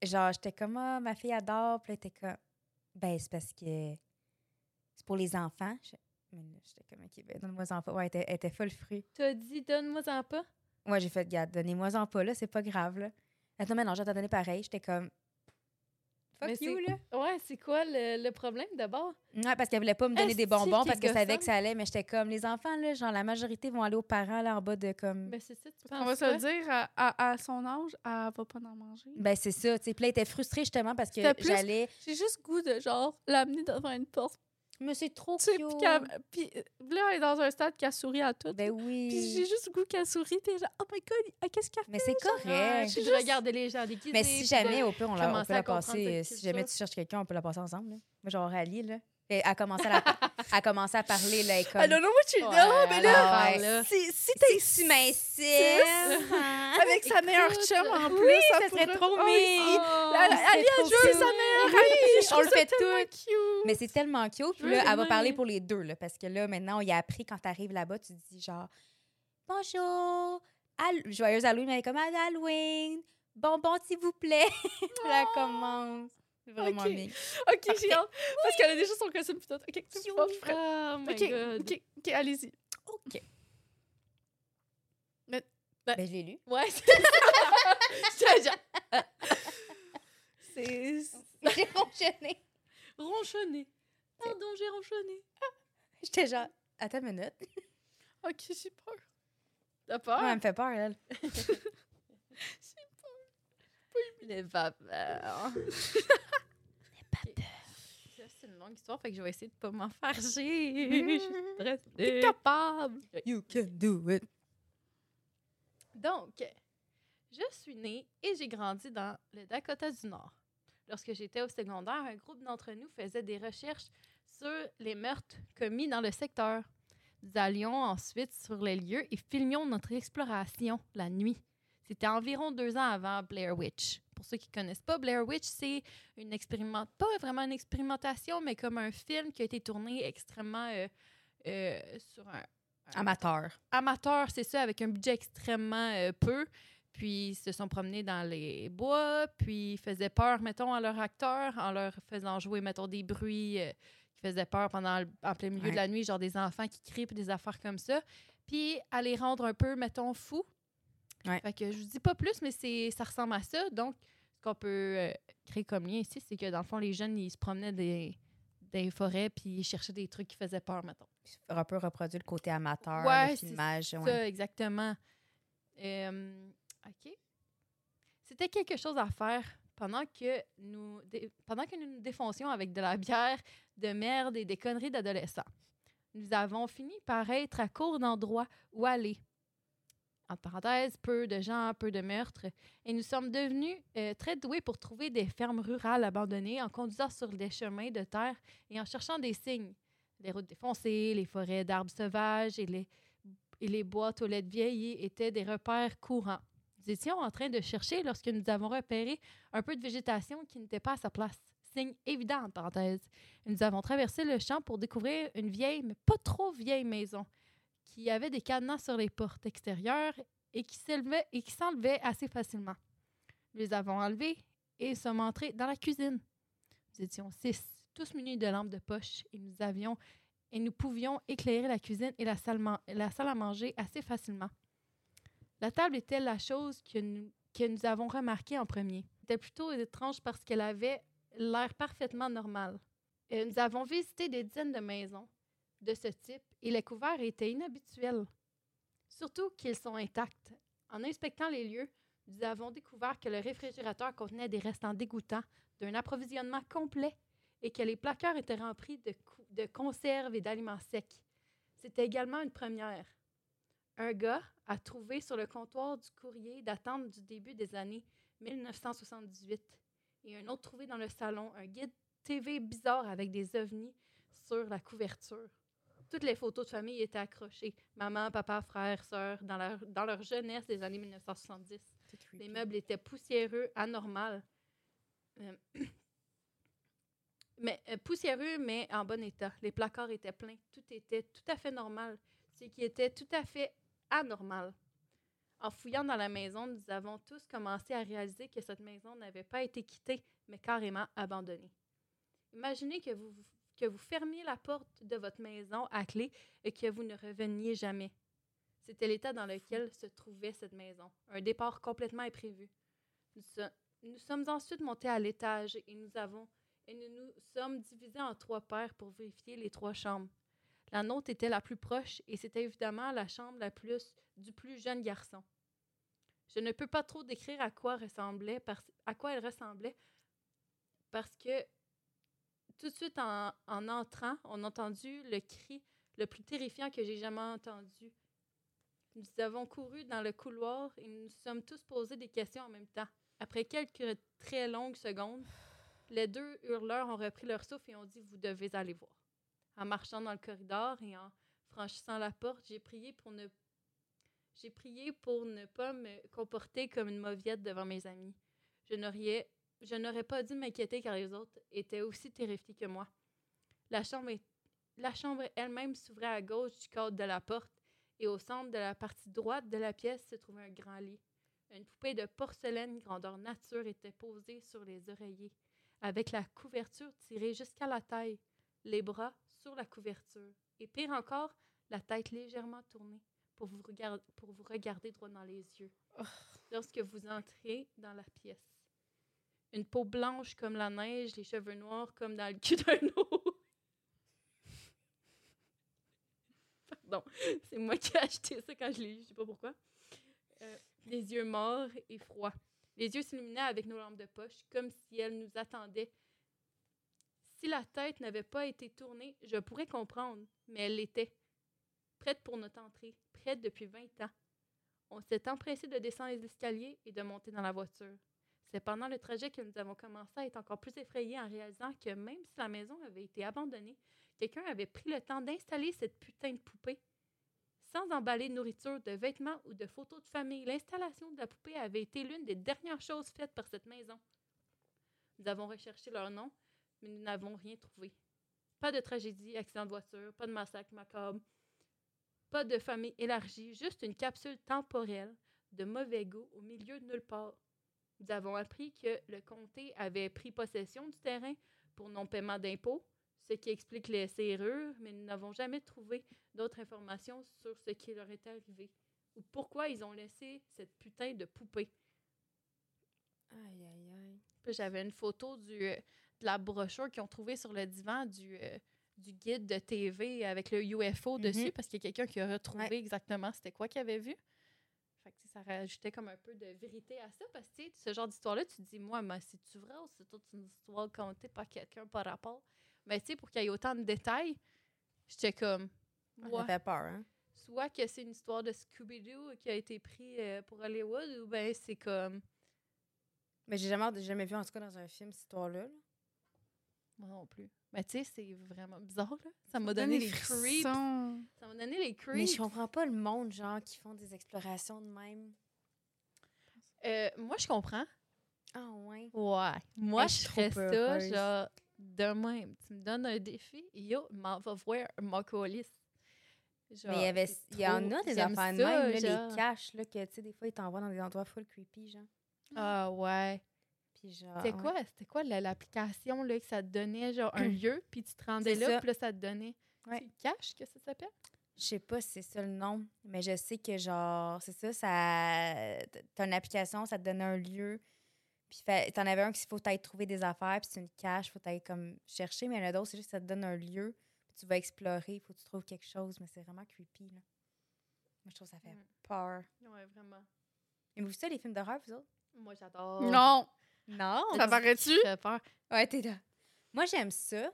Speaker 1: Genre, j'étais comme, ah, ma fille adore, puis là, elle était comme, ben, c'est parce que. c'est pour les enfants. Je- Mais là, j'étais comme, OK, ben, donne-moi en pas. Ouais, elle était, elle était folle fruit.
Speaker 2: T'as dit, donne-moi en pas.
Speaker 1: Moi, j'ai fait, gars, donnez-moi en pas, là, c'est pas grave, là. Elle dit, non, mais non, je vais t'en donner pareil. J'étais comme, fuck
Speaker 2: Mais
Speaker 1: you,
Speaker 2: c'est-
Speaker 1: là.
Speaker 2: Ouais, c'est quoi le, le problème d'abord?
Speaker 1: Ouais, parce qu'elle voulait pas me donner
Speaker 2: Esti
Speaker 1: des bonbons
Speaker 2: qu'elle
Speaker 1: parce que je savais
Speaker 2: gossante.
Speaker 1: que ça allait, mais j'étais comme, les enfants, là, genre, la majorité vont aller aux parents, là, en bas de comme.
Speaker 2: Mais Ben, c'est ça, tu penses.
Speaker 3: On va se
Speaker 2: quoi?
Speaker 3: le dire, à, à- à son âge, elle va pas en manger.
Speaker 1: Ben, c'est ça, tu sais. Puis là, elle était frustrée, justement, parce que
Speaker 3: C'était plus-
Speaker 1: j'allais.
Speaker 3: J'ai juste goût de, genre, l'amener devant une porte.
Speaker 1: Mais c'est trop
Speaker 3: Tu sais,
Speaker 1: cute.
Speaker 3: puis, qu'elle- puis là, elle est dans un stade qu'elle sourit à tout.
Speaker 1: Ben
Speaker 3: Puis j'ai
Speaker 1: oui.
Speaker 3: juste goût qu'elle sourit, puis genre, oh my god, ah, qu'est-ce qu'elle
Speaker 1: Mais c'est
Speaker 2: Ouais,
Speaker 1: correct.
Speaker 2: puis de
Speaker 3: Juste-
Speaker 2: regarder les gens déguisés.
Speaker 1: Mais si
Speaker 2: puis
Speaker 1: jamais,
Speaker 2: de-
Speaker 1: au pire, on, la, on
Speaker 2: commencer
Speaker 1: peut
Speaker 2: à
Speaker 1: la
Speaker 2: comprendre
Speaker 1: passer. euh,
Speaker 2: cette
Speaker 1: Si jamais tu
Speaker 2: culture.
Speaker 1: cherches quelqu'un, on peut la passer ensemble. Là. Moi, genre, rallier, là. Et elle commençait à, la- à commencer à parler, là, elle est comme...
Speaker 3: I don't know what you
Speaker 2: Ouais,
Speaker 3: know, mais
Speaker 2: alors,
Speaker 3: là,
Speaker 1: Ah,
Speaker 2: par là.
Speaker 3: si, si t'es
Speaker 1: C'est si mincif, hein?
Speaker 3: avec sa meilleure
Speaker 2: Écoute,
Speaker 3: chum en
Speaker 2: oui,
Speaker 3: plus,
Speaker 1: ça serait
Speaker 3: pourrait-
Speaker 1: trop
Speaker 3: Oh,
Speaker 1: mignon.
Speaker 3: oui.
Speaker 2: Oh,
Speaker 3: La- la-
Speaker 1: c'est
Speaker 3: Alia
Speaker 1: trop
Speaker 3: Joe,
Speaker 1: cute.
Speaker 3: sa meilleure amie, je
Speaker 1: On le
Speaker 3: trouve ça
Speaker 1: fait
Speaker 3: tellement cute.
Speaker 1: Mais c'est tellement cute. Puis
Speaker 2: Oui,
Speaker 1: là, elle va
Speaker 2: oui.
Speaker 1: parler pour les deux, là, parce que là, maintenant, on y a appris quand t'arrives là-bas, tu dis genre Bonjour, Hall- joyeuse Halloween, mais elle est comme Ah, Halloween, bonbon, s'il vous plaît. Puis
Speaker 2: Ah!
Speaker 1: là, elle commence. C'est Vraiment
Speaker 3: Ok.
Speaker 1: bien.
Speaker 3: Ok, j'ai hâte. Parce qu'elle a déjà son costume, putain. Ok, c'est
Speaker 2: cute.
Speaker 3: pas frais.
Speaker 2: Oh my
Speaker 3: Ok,
Speaker 2: god.
Speaker 3: ok, ok, allez-y.
Speaker 1: OK.
Speaker 3: Mais-
Speaker 1: Ben, je l'ai lu.
Speaker 2: Ouais, c'est ça. J'ai-
Speaker 3: C'est.
Speaker 1: J'ai fonctionné.
Speaker 2: j'ai ronchonné. Pardon, j'ai ronchonné.
Speaker 1: J'étais genre Attends une minute.
Speaker 3: Ok, j'ai peur.
Speaker 2: T'as
Speaker 1: Ouais, elle
Speaker 2: peur?
Speaker 1: me fait peur, elle.
Speaker 2: Les vapeurs. C'est une longue histoire, fait que je vais essayer de pas m'enfarger. Je suis stressée.
Speaker 3: T'es capable.
Speaker 2: Euh,
Speaker 1: You can do it.
Speaker 2: Donc, je suis née et j'ai grandi dans le Dakota du Nord. Lorsque j'étais au secondaire, un groupe d'entre nous faisait des recherches sur les meurtres commis dans le secteur. Nous allions ensuite sur les lieux et filmions notre exploration la nuit. C'était environ deux ans avant Blair Witch. Pour ceux qui ne connaissent pas, Blair Witch, c'est une expériment... pas vraiment une expérimentation, mais comme un film qui a été tourné extrêmement euh, euh, sur un, un-
Speaker 1: Amateur.
Speaker 2: amateur, c'est ça, avec un budget extrêmement euh, peu. Puis ils se sont promenés dans les bois, puis ils faisaient peur, mettons, à leurs acteurs en leur faisant jouer, mettons, des bruits euh, qui faisaient peur pendant le- en plein milieu
Speaker 1: Ouais.
Speaker 2: de la nuit, genre des enfants qui crient, puis des affaires comme ça. Puis à les rendre un peu, mettons, fous.
Speaker 1: Ouais.
Speaker 2: Fait que je vous dis pas plus, mais c'est ça ressemble à ça. Donc, ce qu'on peut euh, créer comme lien ici, c'est que dans le fond, les jeunes, ils se promenaient des, des forêts, puis ils cherchaient des trucs qui faisaient peur, mettons.
Speaker 1: Un peu reproduit le côté amateur,
Speaker 2: Ouais,
Speaker 1: le
Speaker 2: c'est
Speaker 1: filmage. ouais.
Speaker 2: Ça, exactement. Euh, OK. C'était quelque chose à faire pendant que, nous dé- pendant que nous nous défoncions avec de la bière, de merde et des conneries d'adolescents. Nous avons fini par être à court d'endroits où aller. En parenthèse, peu de gens, peu de meurtres. Et nous sommes devenus euh, très doués pour trouver des fermes rurales abandonnées en conduisant sur des chemins de terre et en cherchant des signes. Les routes défoncées, les forêts d'arbres sauvages et les et les boîtes aux lettres vieillies étaient des repères courants. Nous étions en train de chercher lorsque nous avons repéré un peu de végétation qui n'était pas à sa place. Signe évident, en parenthèse. Et Nous avons traversé le champ pour découvrir une vieille, mais pas trop vieille maison, qui avait des cadenas sur les portes extérieures et qui s'élevait et qui s'enlevait assez facilement. Nous les avons enlevés et sommes entrés dans la cuisine. Nous étions six, tous munis de lampes de poche, et nous avions et nous pouvions éclairer la cuisine et la salle, man- la salle à manger assez facilement. La table était la chose que nous, que nous avons remarquée en premier. C'était plutôt étrange parce qu'elle avait l'air parfaitement normale. Euh, nous avons visité des dizaines de maisons de ce type et les couverts étaient inhabituels, surtout qu'ils sont intacts. En inspectant les lieux, nous avons découvert que le réfrigérateur contenait des restants dégoûtants d'un approvisionnement complet et que les placards étaient remplis de, cou- de conserves et d'aliments secs. C'était également une première. Un gars a trouvé sur le comptoir du courrier d'attente du début des années 1978 et un autre trouvé dans le salon, un guide TV bizarre avec des ovnis sur la couverture. Toutes les photos de famille étaient accrochées. Maman, papa, frère, sœur, dans, leur- dans leur jeunesse des années 1970. Les meubles étaient poussiéreux, anormal. Euh, mais euh, poussiéreux, mais en bon état. Les placards étaient pleins. Tout était tout à fait normal. Ce qui était tout à fait anormal. En fouillant dans la maison, nous avons tous commencé à réaliser que cette maison n'avait pas été quittée, mais carrément abandonnée. Imaginez que vous, que vous fermiez la porte de votre maison à clé et que vous ne reveniez jamais. C'était l'état dans lequel se trouvait cette maison. Un départ complètement imprévu. Nous, so- nous sommes ensuite montés à l'étage et nous avons et nous nous sommes divisés en trois paires pour vérifier les trois chambres. La nôtre était la plus proche et c'était évidemment la chambre la plus du plus jeune garçon. Je ne peux pas trop décrire à quoi ressemblait parce- à quoi elle ressemblait parce que tout de suite en, en entrant, on a entendu le cri le plus terrifiant que j'ai jamais entendu. Nous avons couru dans le couloir et nous nous sommes tous posés des questions en même temps. Après quelques très longues secondes, les deux hurleurs ont repris leur souffle et ont dit Vous devez aller voir. En marchant dans le corridor et en franchissant la porte, j'ai prié pour ne j'ai prié pour ne pas me comporter comme une mauviette devant mes amis. Je n'aurais je n'aurais pas dû m'inquiéter car les autres étaient aussi terrifiés que moi. La chambre, est- la chambre elle-même s'ouvrait à gauche du cadre de la porte et au centre de la partie droite de la pièce se trouvait un grand lit. Une poupée de porcelaine grandeur nature était posée sur les oreillers, avec la couverture tirée jusqu'à la taille, les bras sur la couverture et pire encore, la tête légèrement tournée pour vous, regard- pour vous regarder droit dans les yeux lorsque vous entrez dans la pièce une peau blanche comme la neige, les cheveux noirs comme dans le cul d'un eau. Pardon, c'est moi qui ai acheté ça quand je l'ai eu, je sais pas pourquoi. Euh, les yeux morts et froids. Les yeux s'illuminaient avec nos lampes de poche, comme si elle nous attendait. Si la tête n'avait pas été tournée, je pourrais comprendre, mais elle l'était. Prête pour notre entrée, prête depuis 20 ans. On s'est empressé de descendre les escaliers et de monter dans la voiture. C'est pendant le trajet que nous avons commencé à être encore plus effrayés en réalisant que même si la maison avait été abandonnée, quelqu'un avait pris le temps d'installer cette putain de poupée. Sans emballer de nourriture, de vêtements ou de photos de famille, l'installation de la poupée avait été l'une des dernières choses faites par cette maison. Nous avons recherché leur nom, mais nous n'avons rien trouvé. Pas de tragédie, accident de voiture, pas de massacre macabre, pas de famille élargie, juste une capsule temporelle de mauvais goût au milieu de nulle part. Nous avons appris que le comté avait pris possession du terrain pour non-paiement d'impôts, ce qui explique les serrures, mais nous n'avons jamais trouvé d'autres informations sur ce qui leur est arrivé ou pourquoi ils ont laissé cette putain de poupée.
Speaker 1: Aïe, aïe, aïe.
Speaker 2: Puis j'avais une photo du, euh, de la brochure qu'ils ont trouvée sur le divan du, euh, du guide de TV avec le UFO
Speaker 1: Mhm.
Speaker 2: dessus, parce qu'il y a quelqu'un qui a retrouvé
Speaker 1: Ouais.
Speaker 2: exactement c'était quoi qu'il avait vu. Fait que, tu sais, ça rajoutait comme un peu de vérité à ça, parce que tu sais, ce genre d'histoire-là, tu te dis, moi, mais c'est-tu vrai ou c'est toute une histoire contée par quelqu'un par rapport? Mais tu sais, pour qu'il y ait autant de détails, j'étais comme,
Speaker 1: On
Speaker 2: ouais.
Speaker 1: avait peur, hein?
Speaker 2: soit que c'est une histoire de Scooby-Doo qui a été pris euh, pour Hollywood, ou ben c'est comme,
Speaker 1: Mais j'ai jamais, j'ai jamais vu, en tout cas, dans un film, cette histoire-là. là.
Speaker 2: Moi non plus. Mais tu sais, c'est vraiment bizarre, là. Ça m'a donné les creeps.
Speaker 3: frissons.
Speaker 2: Ça m'a donné les
Speaker 1: Mais je
Speaker 2: creeps.
Speaker 1: comprends pas le monde, genre, qui font des explorations de même.
Speaker 2: Euh, moi, je comprends.
Speaker 1: Ah, ouais.
Speaker 2: Ouais. Moi,
Speaker 1: Hey,
Speaker 2: je
Speaker 1: je suis trop
Speaker 2: ferais ça,
Speaker 1: peureuse.
Speaker 2: genre, de même. Tu me donnes un défi, yo, m'en va voir mon colis. Genre,
Speaker 1: Mais il y, avait,
Speaker 2: Ah, c'est
Speaker 1: il y en a
Speaker 2: trop-
Speaker 1: des
Speaker 2: j'aime
Speaker 1: affaires de
Speaker 2: ça,
Speaker 1: même, là,
Speaker 2: genre.
Speaker 1: les caches, là, que, tu sais, des fois, ils t'envoient dans des endroits full creepy, genre.
Speaker 2: Ah, ouais.
Speaker 1: Puis genre.
Speaker 2: C'était
Speaker 1: Ah, ouais.
Speaker 2: quoi, c'était quoi la- l'application, là, que ça te donnait, genre, un lieu, puis tu te rendais
Speaker 1: C'est
Speaker 2: là,
Speaker 1: ça.
Speaker 2: puis là, ça te donnait.
Speaker 1: Ouais.
Speaker 2: Tu caches que ça s'appelle?
Speaker 1: Je sais pas si c'est ça le nom, mais je sais que genre, c'est ça, ça. T'as une application, ça te donne un lieu. Puis fait- t'en avais un qu'il faut t'aller trouver des affaires, puis c'est une cache, faut t'aller comme chercher, mais il y en a d'autres, c'est juste que ça te donne un lieu, puis tu vas explorer, il faut que tu trouves quelque chose, mais c'est vraiment creepy, là. Moi, je trouve que ça fait
Speaker 2: Mm.
Speaker 1: peur.
Speaker 2: Ouais, vraiment.
Speaker 1: Mais vous ça, les films d'horreur, vous autres?
Speaker 2: Moi, j'adore.
Speaker 3: Oh, Non,
Speaker 1: Non!
Speaker 3: ça paraît-tu?
Speaker 2: J'ai peur.
Speaker 1: Ouais, t'es là. Moi, j'aime ça.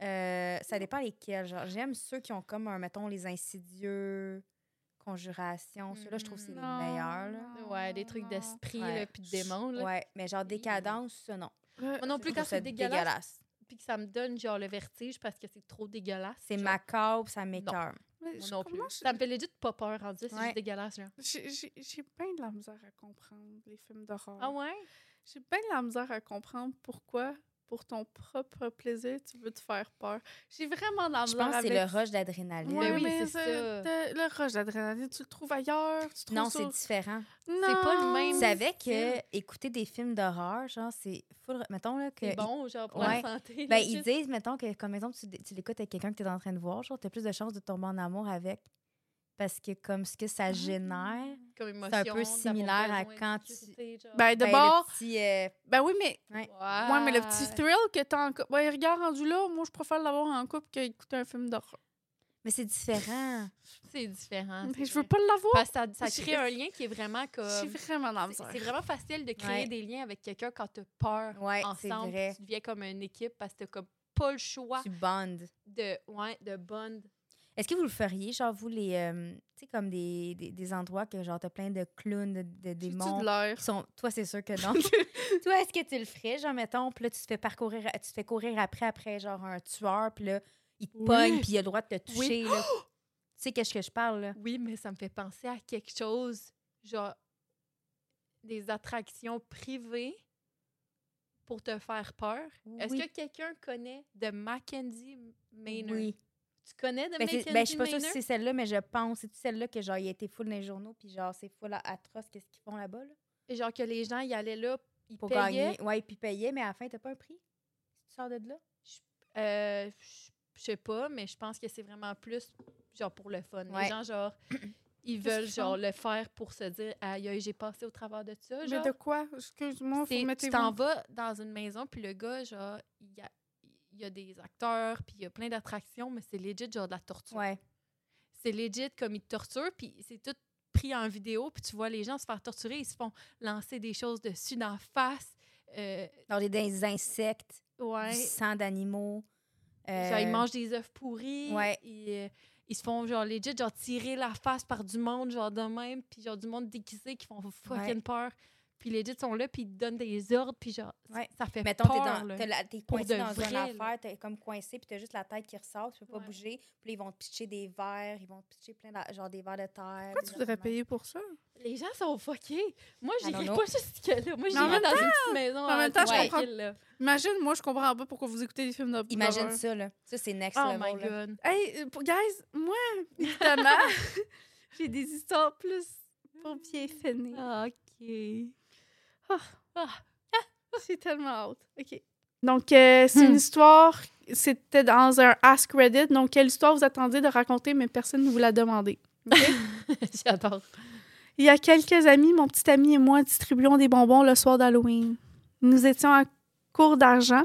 Speaker 1: Euh, ça dépend lesquels. Genre, j'aime ceux qui ont comme, un, mettons, les insidieux, conjuration. Ceux-là, je trouve que c'est les
Speaker 2: Mm,
Speaker 3: Non,
Speaker 1: meilleurs. là.
Speaker 3: non,
Speaker 2: Ouais,
Speaker 3: non,
Speaker 2: des trucs
Speaker 3: non.
Speaker 2: d'esprit,
Speaker 1: Oh, Ouais.
Speaker 2: là, puis de démons, là.
Speaker 1: Ouais, mais genre décadence, ça, non.
Speaker 3: Euh,
Speaker 2: Moi non
Speaker 1: Je
Speaker 2: plus,
Speaker 1: trouve
Speaker 2: quand
Speaker 1: ça
Speaker 2: c'est dégueulasse, puis que ça me donne genre le vertige parce que c'est trop dégueulasse.
Speaker 1: C'est
Speaker 2: genre,
Speaker 1: macabre, ça m'écoeure.
Speaker 3: Mais
Speaker 2: Moi
Speaker 3: je-
Speaker 2: non plus.
Speaker 3: comment je-
Speaker 2: Ça me fait legit pas peur rendu, c'est
Speaker 1: Ouais.
Speaker 2: juste dégueulasse. Genre.
Speaker 3: J'ai j'ai- j'ai bien de la misère à comprendre les films d'horreur.
Speaker 2: Ah ouais?
Speaker 3: J'ai bien de la misère à comprendre pourquoi, pour ton propre plaisir, tu veux te faire peur. J'ai vraiment de la
Speaker 1: Je
Speaker 3: misère
Speaker 1: pense que c'est le
Speaker 3: avec
Speaker 1: rush d'adrénaline.
Speaker 3: Ouais,
Speaker 2: Ben oui,
Speaker 3: mais
Speaker 2: c'est ça.
Speaker 3: t'as- Le rush d'adrénaline, tu le trouves ailleurs, tu trouves
Speaker 1: Non,
Speaker 3: ça-
Speaker 1: c'est différent.
Speaker 2: c'est pas le même.
Speaker 1: Tu
Speaker 2: Mm,
Speaker 1: savais que
Speaker 2: style.
Speaker 1: écouter des films d'horreur, genre, c'est full. Mettons là, que.
Speaker 2: C'est bon, genre, pour
Speaker 1: Ouais.
Speaker 2: la santé.
Speaker 1: Ben,
Speaker 2: là,
Speaker 1: ils
Speaker 2: juste.
Speaker 1: disent, mettons, que comme exemple, tu, tu l'écoutes avec quelqu'un que tu es en train de voir, genre, tu as plus de chances de tomber en amour avec. Parce que, comme ce que ça génère.
Speaker 2: Comme émotion,
Speaker 1: peu
Speaker 2: d'avoir
Speaker 1: similaire à
Speaker 2: besoin
Speaker 1: quand
Speaker 2: d'électricité, genre.
Speaker 3: Ben, de
Speaker 1: ben, le
Speaker 3: bord,
Speaker 1: petit, euh,
Speaker 3: ben oui, mais
Speaker 1: ouais.
Speaker 3: Ouais, mais le petit thrill que t'as en couple. Ouais, regarde, rendu là, moi, je préfère l'avoir en couple qu'écouter un film d'horreur.
Speaker 1: Mais c'est différent.
Speaker 2: C'est différent.
Speaker 3: Mais
Speaker 2: Ah, c'est
Speaker 3: je veux
Speaker 2: vrai.
Speaker 3: pas l'avoir.
Speaker 2: Parce que ça, ça
Speaker 3: J'ai-
Speaker 2: crée un lien qui est vraiment comme.
Speaker 3: J'ai vraiment de la
Speaker 2: C'est
Speaker 3: misère.
Speaker 2: c'est vraiment facile de créer
Speaker 1: Ouais.
Speaker 2: des liens avec quelqu'un quand t'as peur
Speaker 1: Ouais, c'est
Speaker 2: ensemble. puis
Speaker 1: vrai.
Speaker 2: Tu deviens comme une équipe parce que t'as comme pas le choix
Speaker 1: Tu bondes.
Speaker 2: de, ouais, de bond.
Speaker 1: Est-ce que vous le feriez, genre, vous, les. euh, tu sais, comme des, des, des endroits que, genre, t'as plein de clowns, de, de
Speaker 3: J'ai-tu
Speaker 1: démons.
Speaker 3: de l'air.
Speaker 1: qui sont- Toi, c'est sûr que non. Toi, est-ce que tu le ferais, genre, mettons, puis là, tu te fais parcourir, tu te fais courir après, après, genre, un tueur, puis là, il te
Speaker 3: Oui.
Speaker 1: pogne, puis il a le droit de te
Speaker 2: Oui.
Speaker 1: toucher, là. Tu sais, qu'est-ce que je parle, là?
Speaker 2: Oui, mais ça me fait penser à quelque chose, genre des attractions privées pour te faire peur. Est-ce
Speaker 1: Oui.
Speaker 2: que quelqu'un connaît de Mackenzie Maynard?
Speaker 1: Oui.
Speaker 2: Tu connais de
Speaker 1: Ben, c'est-
Speaker 2: Mackenzie
Speaker 1: ben, je suis pas sûre
Speaker 2: Maynard?
Speaker 1: si c'est celle-là, mais je pense. C'est celle-là que, genre, il a été full dans les journaux, puis genre, c'est full atroce, qu'est-ce qu'ils font là-bas, là?
Speaker 2: Genre que les gens y allaient là, ils
Speaker 1: Pour
Speaker 2: payaient.
Speaker 1: gagner. Ouais, puis payer, mais à la fin, t'as pas un prix? Si tu sors de là?
Speaker 2: Euh, je- je sais pas, mais je pense que c'est vraiment plus genre pour le fun.
Speaker 1: Ouais.
Speaker 2: Les gens, genre, ils
Speaker 3: Qu'est-ce
Speaker 2: veulent
Speaker 3: qu'ils
Speaker 2: genre le faire pour se dire Aïe, aïe, j'ai passé au travers de ça.
Speaker 3: Mais
Speaker 2: genre.
Speaker 3: de quoi? Excuse-moi,
Speaker 2: C'est-
Speaker 3: faut mettre
Speaker 2: tu t'en vas dans une maison, puis le gars, genre, il y a, il y a des acteurs, puis il y a plein d'attractions, mais c'est legit, genre, de la torture.
Speaker 1: Ouais.
Speaker 2: C'est legit comme ils te torturent, puis c'est tout pris en vidéo, puis tu vois les gens se faire torturer, ils se font lancer des choses dessus, d'en face. euh,
Speaker 1: Genre, des, des insectes,
Speaker 2: ouais.
Speaker 1: du sang d'animaux. euh,
Speaker 2: Genre, ils mangent des œufs pourris.
Speaker 1: Ouais.
Speaker 2: Ils, euh, ils se font, genre, legit, genre, tirer la face par du monde, genre, de même, puis genre, du monde déguisé qui font fucking
Speaker 1: Ouais.
Speaker 2: peur. Puis legit sont là, puis ils te donnent des ordres, puis genre,
Speaker 1: Ouais.
Speaker 2: ça fait
Speaker 1: Mettons, t'es,
Speaker 2: peur.
Speaker 1: dans,
Speaker 2: là.
Speaker 1: t'as la- t'es
Speaker 2: Pour
Speaker 1: coincé
Speaker 2: de
Speaker 1: dans
Speaker 2: vrai,
Speaker 1: une
Speaker 2: là.
Speaker 1: affaire, t'es comme coincé, puis t'as juste la tête qui ressort, tu peux pas
Speaker 2: Ouais.
Speaker 1: bouger. Puis là, ils vont te pitcher des verres, ils vont te pitcher plein de, genre des verres de terre.
Speaker 3: Pourquoi tu voudrais payer pour ça?
Speaker 2: Les gens sont fuckés. Moi,
Speaker 1: I don't
Speaker 2: j'irais
Speaker 1: know.
Speaker 2: pas jusque-là. Moi,
Speaker 3: Mais en
Speaker 2: j'irais
Speaker 3: même
Speaker 2: dans une petite maison.
Speaker 3: en même temps,
Speaker 1: je
Speaker 2: tranquille,
Speaker 3: comprends. Oh
Speaker 2: là.
Speaker 3: Imagine, moi, je comprends pas pourquoi vous écoutez des films d'horreur.
Speaker 1: Imagine ça, là. Ça, c'est next
Speaker 2: Oh
Speaker 1: level.
Speaker 2: my
Speaker 1: là.
Speaker 2: God.
Speaker 3: Hey, euh, pour- guys, moi, évidemment, j'ai des histoires plus pour bien finir.
Speaker 2: OK.
Speaker 3: J'ai tellement hâte. OK. Donc, euh, c'est une
Speaker 2: Hmm.
Speaker 3: histoire, c'était dans un Ask Reddit. Donc, quelle histoire vous attendiez de raconter, mais personne ne vous l'a demandé?
Speaker 2: J'adore.
Speaker 3: Il y a quelques amis, mon petit ami et moi distribuons des bonbons le soir d'Halloween. Nous étions à court d'argent,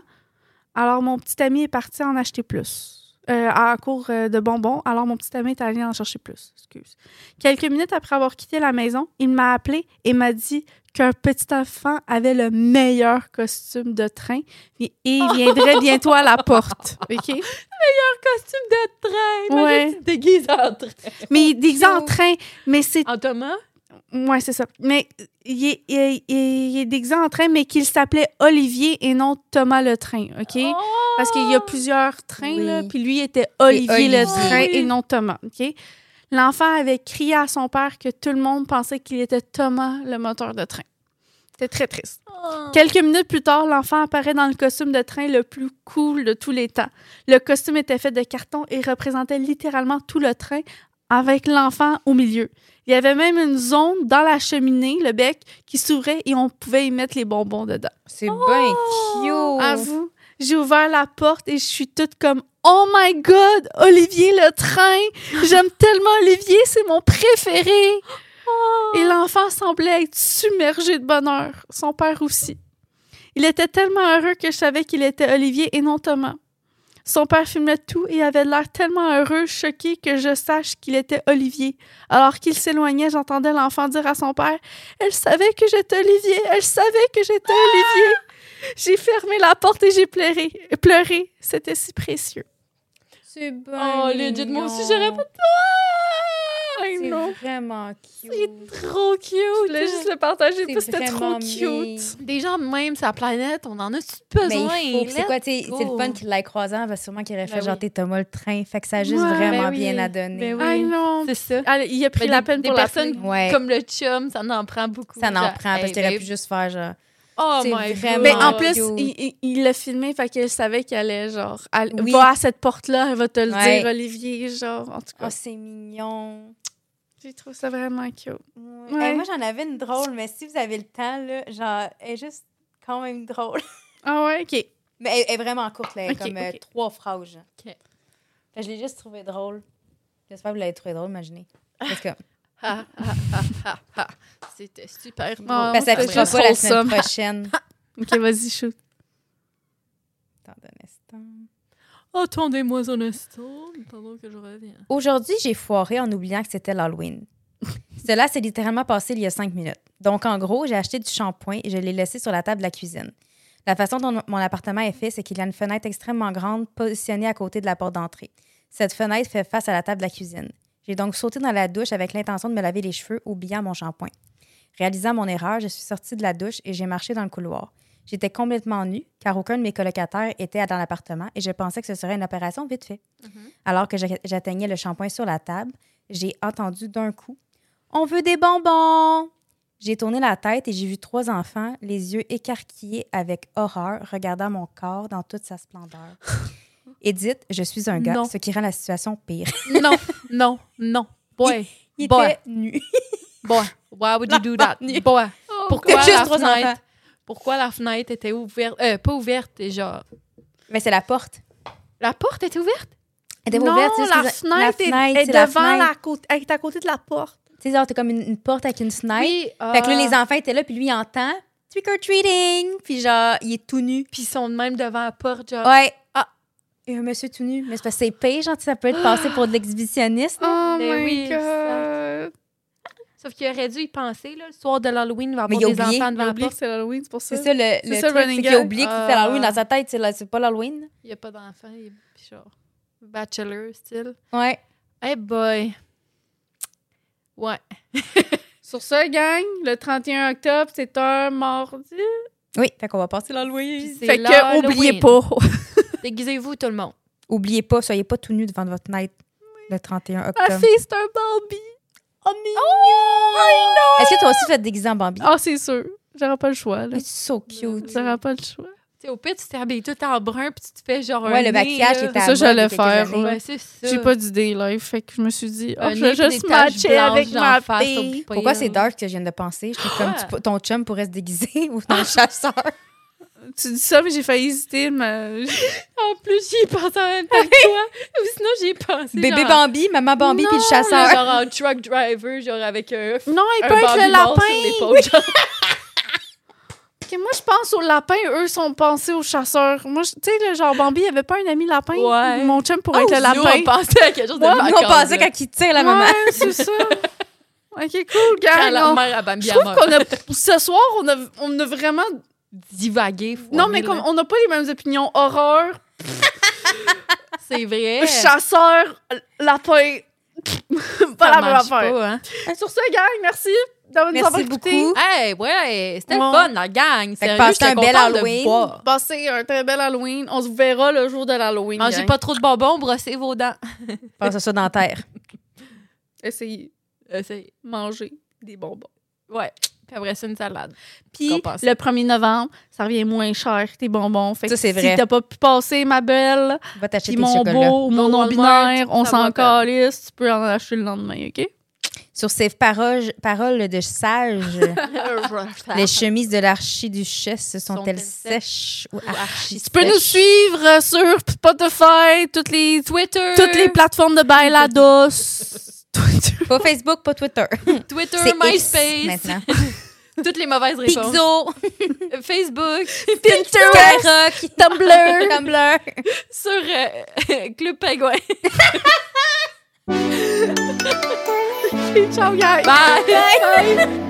Speaker 3: alors mon petit ami est parti en acheter plus. Euh, à court euh, de bonbons, alors mon petit ami est allé en chercher plus. Excuse. Quelques minutes après avoir quitté la maison, il m'a appelé et m'a dit qu'un petit enfant avait le meilleur costume de train et il viendrait bientôt à la porte. OK?
Speaker 2: Costume de train.
Speaker 3: Ouais.
Speaker 2: Ouais. Tu te déguises en train.
Speaker 3: Mais il déguisé en train, mais c'est
Speaker 2: En Thomas?
Speaker 3: Ouais, c'est ça. Mais euh, il est, il est- il est- il est déguisé en train, mais qu'il s'appelait Olivier et non Thomas le train, OK?
Speaker 2: Oh!
Speaker 3: Parce qu'il y a plusieurs trains, là,
Speaker 1: Oui.
Speaker 3: puis lui était Olivier,
Speaker 1: Olivier.
Speaker 3: le train
Speaker 2: Oui.
Speaker 3: et non Thomas, OK? L'enfant avait crié à son père que tout le monde pensait qu'il était Thomas le moteur de train. C'était très triste.
Speaker 2: Oh.
Speaker 3: Quelques minutes plus tard, l'enfant apparaît dans le costume de train le plus cool de tous les temps. Le costume était fait de carton et représentait littéralement tout le train avec l'enfant au milieu. Il y avait même une zone dans la cheminée, le bec, qui s'ouvrait et on pouvait y mettre les bonbons dedans.
Speaker 1: C'est bien cute.
Speaker 3: À vous, j'ai ouvert la porte et je suis toute comme Oh my God, Olivier le train! J'aime tellement Olivier, c'est mon préféré! Et l'enfant semblait être submergé de bonheur, son père aussi. Il était tellement heureux que je savais qu'il était Olivier et non Thomas. Son père filmait tout et avait l'air tellement heureux, choqué que je sache qu'il était Olivier. Alors qu'il s'éloignait, j'entendais l'enfant dire à son père Elle savait que j'étais Olivier, elle savait que j'étais Olivier. J'ai fermé la porte et j'ai pleuré. pleuré. C'était si précieux.
Speaker 1: C'est bien.
Speaker 2: Oh, legit, moi aussi, j'aurais pas
Speaker 3: Ah! I
Speaker 1: C'est
Speaker 3: know.
Speaker 1: vraiment cute.
Speaker 2: Trop
Speaker 3: Je voulais juste
Speaker 2: cute.
Speaker 3: le partager
Speaker 1: C'est
Speaker 3: parce que c'était trop
Speaker 1: vraiment mignon.
Speaker 3: cute. Ben,
Speaker 2: Des gens de même sa planète, on en a besoin.
Speaker 1: Mais il faut, puis c'est
Speaker 2: Let's
Speaker 1: quoi, tu sais, c'est le
Speaker 2: go.
Speaker 1: fun qu'il l'ait croisé, elle va sûrement qu'il aurait fait
Speaker 2: Ben
Speaker 1: genre
Speaker 2: oui.
Speaker 1: t'es Thomas le train, fait que ça a juste
Speaker 3: Ouais,
Speaker 1: vraiment
Speaker 2: ben oui,
Speaker 1: bien à donner.
Speaker 2: ben oui.
Speaker 3: I know.
Speaker 2: C'est ça.
Speaker 3: Ah, il a pris
Speaker 2: Ben,
Speaker 3: la
Speaker 2: des-
Speaker 3: peine
Speaker 2: des
Speaker 3: pour la
Speaker 2: personnes
Speaker 1: Ouais.
Speaker 2: Comme le chum, ça en prend beaucoup.
Speaker 1: Ça n'en
Speaker 2: Genre,
Speaker 1: prend parce
Speaker 2: hey,
Speaker 1: qu'il aurait
Speaker 2: babe,
Speaker 1: pu juste faire genre
Speaker 2: Oh
Speaker 1: C'est
Speaker 2: my
Speaker 1: vraiment-
Speaker 2: god.
Speaker 3: Mais en
Speaker 1: Oh,
Speaker 3: plus,
Speaker 1: cute.
Speaker 3: il- il il l'a filmé, fait qu'elle savait qu'elle allait, genre, aller-
Speaker 1: Oui.
Speaker 3: va à cette porte-là, elle va te le
Speaker 1: Ouais.
Speaker 3: dire, Olivier, genre, en tout
Speaker 1: Oh,
Speaker 3: cas.
Speaker 1: c'est mignon.
Speaker 3: J'ai trouvé ça vraiment cute.
Speaker 1: Ouais.
Speaker 3: Ouais.
Speaker 1: Hey, moi, j'en avais une drôle, mais si vous avez le temps, là, genre, elle est juste quand même drôle.
Speaker 3: Ah ouais, OK.
Speaker 1: Mais elle, elle est vraiment courte, là, elle est
Speaker 3: Ok,
Speaker 1: comme euh,
Speaker 3: ok.
Speaker 1: trois phrases. genre.
Speaker 2: Ok.
Speaker 1: Fait que je l'ai juste trouvé drôle. J'espère que vous l'avez trouvé drôle, imaginez. Parce
Speaker 2: Ah,
Speaker 1: que
Speaker 2: Ha, ha, ha, ha, ha. C'était super drôle.
Speaker 3: Ah,
Speaker 1: parce que Ben, ça
Speaker 3: c'est
Speaker 1: affichera
Speaker 3: vrai.
Speaker 1: pas la
Speaker 3: Son
Speaker 1: semaine
Speaker 3: somme.
Speaker 1: prochaine.
Speaker 3: OK, vas-y, shoot.
Speaker 1: Attends un instant.
Speaker 2: Oh, Attendez-moi un instant, pendant que je reviens.
Speaker 1: Aujourd'hui, j'ai foiré en oubliant que c'était l'Halloween. Cela s'est littéralement passé il y a cinq minutes. Donc, en gros, j'ai acheté du shampoing et je l'ai laissé sur la table de la cuisine. La façon dont mon appartement est fait, c'est qu'il y a une fenêtre extrêmement grande positionnée à côté de la porte d'entrée. Cette fenêtre fait face à la table de la cuisine. J'ai donc sauté dans la douche avec l'intention de me laver les cheveux, oubliant mon shampoing. Réalisant mon erreur, je suis sortie de la douche et j'ai marché dans le couloir. J'étais complètement nue, car aucun de mes colocataires était dans l'appartement et je pensais que ce serait une opération vite fait.
Speaker 2: Mm-hmm.
Speaker 1: Alors que j'a- j'atteignais le shampoing sur la table, j'ai entendu d'un coup On veut des bonbons J'ai tourné la tête et j'ai vu trois enfants, les yeux écarquillés avec horreur, regardant mon corps dans toute sa splendeur. Edith, je suis un gars,
Speaker 2: Non.
Speaker 1: ce qui rend la situation pire.
Speaker 2: Non, non, non. Boy,
Speaker 1: Il
Speaker 2: Bon.
Speaker 1: était nu.
Speaker 2: boy, why would you do that?
Speaker 1: Barney.
Speaker 2: Boy, pourquoi
Speaker 1: Juste
Speaker 2: la
Speaker 1: trois
Speaker 2: fenêtre?
Speaker 1: enfants.
Speaker 2: Pourquoi la fenêtre était ouverte? Euh, pas ouverte, et genre.
Speaker 1: Mais c'est la porte.
Speaker 2: La porte était ouverte?
Speaker 1: Elle était
Speaker 3: non,
Speaker 1: ouverte, c'est juste
Speaker 3: la
Speaker 1: que-
Speaker 3: fenêtre, est- est,
Speaker 1: c'est
Speaker 3: devant,
Speaker 1: la
Speaker 3: la
Speaker 1: fenêtre.
Speaker 3: côte- elle est à côté de la porte.
Speaker 1: Tu sais, genre, t'as comme une, une porte avec une fenêtre.
Speaker 2: Oui. ah.
Speaker 1: Fait que là, les enfants étaient là, puis lui, il entend Trick or treating Puis genre, il est tout nu.
Speaker 2: Puis ils sont de même devant la porte, genre.
Speaker 1: Ouais. Ah. Et un monsieur tout nu. Mais c'est parce que c'est pire, genre, tu sais, ça peut être passé pour de l'exhibitionniste.
Speaker 3: Oh
Speaker 2: Ben
Speaker 3: my
Speaker 2: oui,
Speaker 3: God!
Speaker 2: Sauf qu'il aurait dû y penser, là, le soir de l'Halloween, il va y
Speaker 1: Mais il
Speaker 2: avoir
Speaker 1: a
Speaker 2: des
Speaker 1: oublié,
Speaker 2: enfants
Speaker 3: J'ai
Speaker 2: devant la
Speaker 3: oublié que
Speaker 2: porte.
Speaker 3: c'est l'Halloween, c'est pour ça.
Speaker 1: C'est ça le, le
Speaker 3: ça, le
Speaker 1: truc,
Speaker 3: running
Speaker 1: c'est qu'il
Speaker 3: gag.
Speaker 1: a oublié que c'était
Speaker 2: Ah.
Speaker 1: l'Halloween dans sa tête, c'est, là, c'est pas l'Halloween.
Speaker 2: Il n'y a pas d'enfants, il- puis genre. Bachelor, style.
Speaker 1: Ouais.
Speaker 2: Hey boy. Ouais.
Speaker 3: Sur ça, gang, le 31 octobre, c'est un mardi.
Speaker 1: Oui, fait qu'on va passer là.
Speaker 3: l'Halloween.
Speaker 2: c'est
Speaker 3: Fait que, oubliez
Speaker 2: l'Halloween.
Speaker 3: pas.
Speaker 2: Déguisez-vous, tout le monde.
Speaker 1: Oubliez pas, soyez pas tout nu devant votre fenêtre le 31
Speaker 3: Ma
Speaker 1: octobre.
Speaker 3: fille, Ah, c'est un Bambi. Oh,
Speaker 1: Est-ce que toi aussi tu vas te déguiser en Bambi?
Speaker 3: Ah, c'est sûr. J'aurai pas le choix, là.
Speaker 1: C'est so cute.
Speaker 3: J'aurai pas le choix.
Speaker 2: T'sais, au pire, tu t'es habillé tout en brun, puis tu te fais genre
Speaker 1: Ouais,
Speaker 2: un
Speaker 1: le
Speaker 2: nez,
Speaker 1: maquillage
Speaker 2: là.
Speaker 1: était à
Speaker 3: Ça, je
Speaker 1: mode il y a
Speaker 3: l'ai
Speaker 1: quelques
Speaker 3: faire,
Speaker 1: années.
Speaker 3: ouais.
Speaker 2: Ouais, c'est ça.
Speaker 3: J'ai pas d'idée, là. Fait que je me suis dit, oh,
Speaker 2: Un
Speaker 3: je vais
Speaker 2: nez, puis
Speaker 3: juste
Speaker 2: des taches
Speaker 3: matcher avec
Speaker 2: blanches
Speaker 3: ma
Speaker 2: d'en face,
Speaker 3: fille.
Speaker 2: au pire.
Speaker 1: Pourquoi c'est dark que je viens de penser? Je trouve comme
Speaker 2: Ouais.
Speaker 1: tu peux- ton chum pourrait se déguiser ou ton chasseur.
Speaker 3: Tu dis ça, mais j'ai failli hésiter, mais
Speaker 2: En plus, j'y ai pensé en même temps que toi. Ou sinon, j'y ai pensé.
Speaker 1: Bébé
Speaker 2: genre-
Speaker 1: Bambi, maman Bambi, puis le
Speaker 2: Non,
Speaker 1: chasseur.
Speaker 2: là, Genre en truck driver, genre avec un.
Speaker 3: Non, il
Speaker 2: un
Speaker 3: peut être
Speaker 2: Barbie
Speaker 3: le
Speaker 2: ball
Speaker 3: lapin.
Speaker 2: sur l'épaule, genre.
Speaker 3: Ok, moi, je pense au lapin. Eux sont pensés aux chasseurs. Moi, je- tu sais, le genre Bambi, il n'y avait pas un ami lapin.
Speaker 2: Ouais.
Speaker 3: Mon chum
Speaker 2: Oh,
Speaker 3: pourrait être le
Speaker 2: nous,
Speaker 3: lapin.
Speaker 2: On pensait à quelque chose de
Speaker 1: Ouais,
Speaker 2: vacances.
Speaker 1: on pensait
Speaker 2: là.
Speaker 1: quand il tire la
Speaker 3: Ouais,
Speaker 1: maman.
Speaker 3: c'est ça. OK, cool,
Speaker 2: Quand
Speaker 3: gars.
Speaker 2: la
Speaker 3: non.
Speaker 2: mère à Bambi
Speaker 3: Je
Speaker 2: a
Speaker 3: trouve
Speaker 2: meurt.
Speaker 3: qu'on a... Ce soir, on a, on a vraiment...
Speaker 2: Divagué. fois
Speaker 3: Non, mais
Speaker 2: mille,
Speaker 3: comme
Speaker 2: là.
Speaker 3: on n'a pas les mêmes opinions. Horreur,
Speaker 2: C'est vrai.
Speaker 3: chasseur, lapin. pas
Speaker 2: Ça
Speaker 3: la même
Speaker 2: marche
Speaker 3: affaire. Eh,
Speaker 2: pas, hein.
Speaker 3: Sur ce, gang, merci d'avoir nous
Speaker 1: Merci
Speaker 3: avoir écoutés.
Speaker 1: beaucoup.
Speaker 2: Hey, ouais, c'était
Speaker 3: Ouais.
Speaker 2: le fun, la gang.
Speaker 1: Fait que
Speaker 2: C'est
Speaker 1: passez un bel Halloween.
Speaker 3: Passez un très bel Halloween. On se verra le jour de l'Halloween.
Speaker 2: Mangez
Speaker 3: gang.
Speaker 2: Ah, pas trop de bonbons, brossez vos dents.
Speaker 1: Passe ça dans la terre.
Speaker 3: Essayez
Speaker 2: Essayez.
Speaker 3: de manger des bonbons.
Speaker 2: Ouais. Puis après ça, une salade.
Speaker 3: Puis
Speaker 2: Compensé.
Speaker 3: le 1er novembre, ça revient moins cher tes bonbons. Fait que
Speaker 1: Ça, c'est
Speaker 3: Si
Speaker 1: vrai.
Speaker 3: t'as pas pu passer, ma belle,
Speaker 1: Va t'acheter
Speaker 3: puis
Speaker 1: tes
Speaker 3: mon
Speaker 1: chocolats.
Speaker 3: beau, mon
Speaker 2: Au Walmart,
Speaker 3: non-binaire, on
Speaker 2: ça
Speaker 3: s'en
Speaker 2: va
Speaker 3: calisse, tu peux en acheter le lendemain, OK?
Speaker 1: Sur ces paroles, paroles de sages, les chemises de l'archiduchesse sont-elles
Speaker 2: Sont-elles
Speaker 1: sèches ou archi
Speaker 3: Tu peux nous suivre euh, sur Spotify, toutes les,
Speaker 2: Twitter.
Speaker 3: toutes les plateformes de Bailados. Twitter.
Speaker 1: Pas Facebook, pas Twitter.
Speaker 2: Twitter,
Speaker 1: C'est X
Speaker 2: MySpace.
Speaker 1: maintenant.
Speaker 2: Toutes les mauvaises réponses.
Speaker 1: Pixo,
Speaker 2: Facebook.
Speaker 3: Pinterest,
Speaker 1: Skyrock,
Speaker 3: Tumblr.
Speaker 1: Tumblr.
Speaker 2: Sur euh, Club Pingouin.
Speaker 3: Ciao, guys.
Speaker 2: Bye.
Speaker 3: Bye.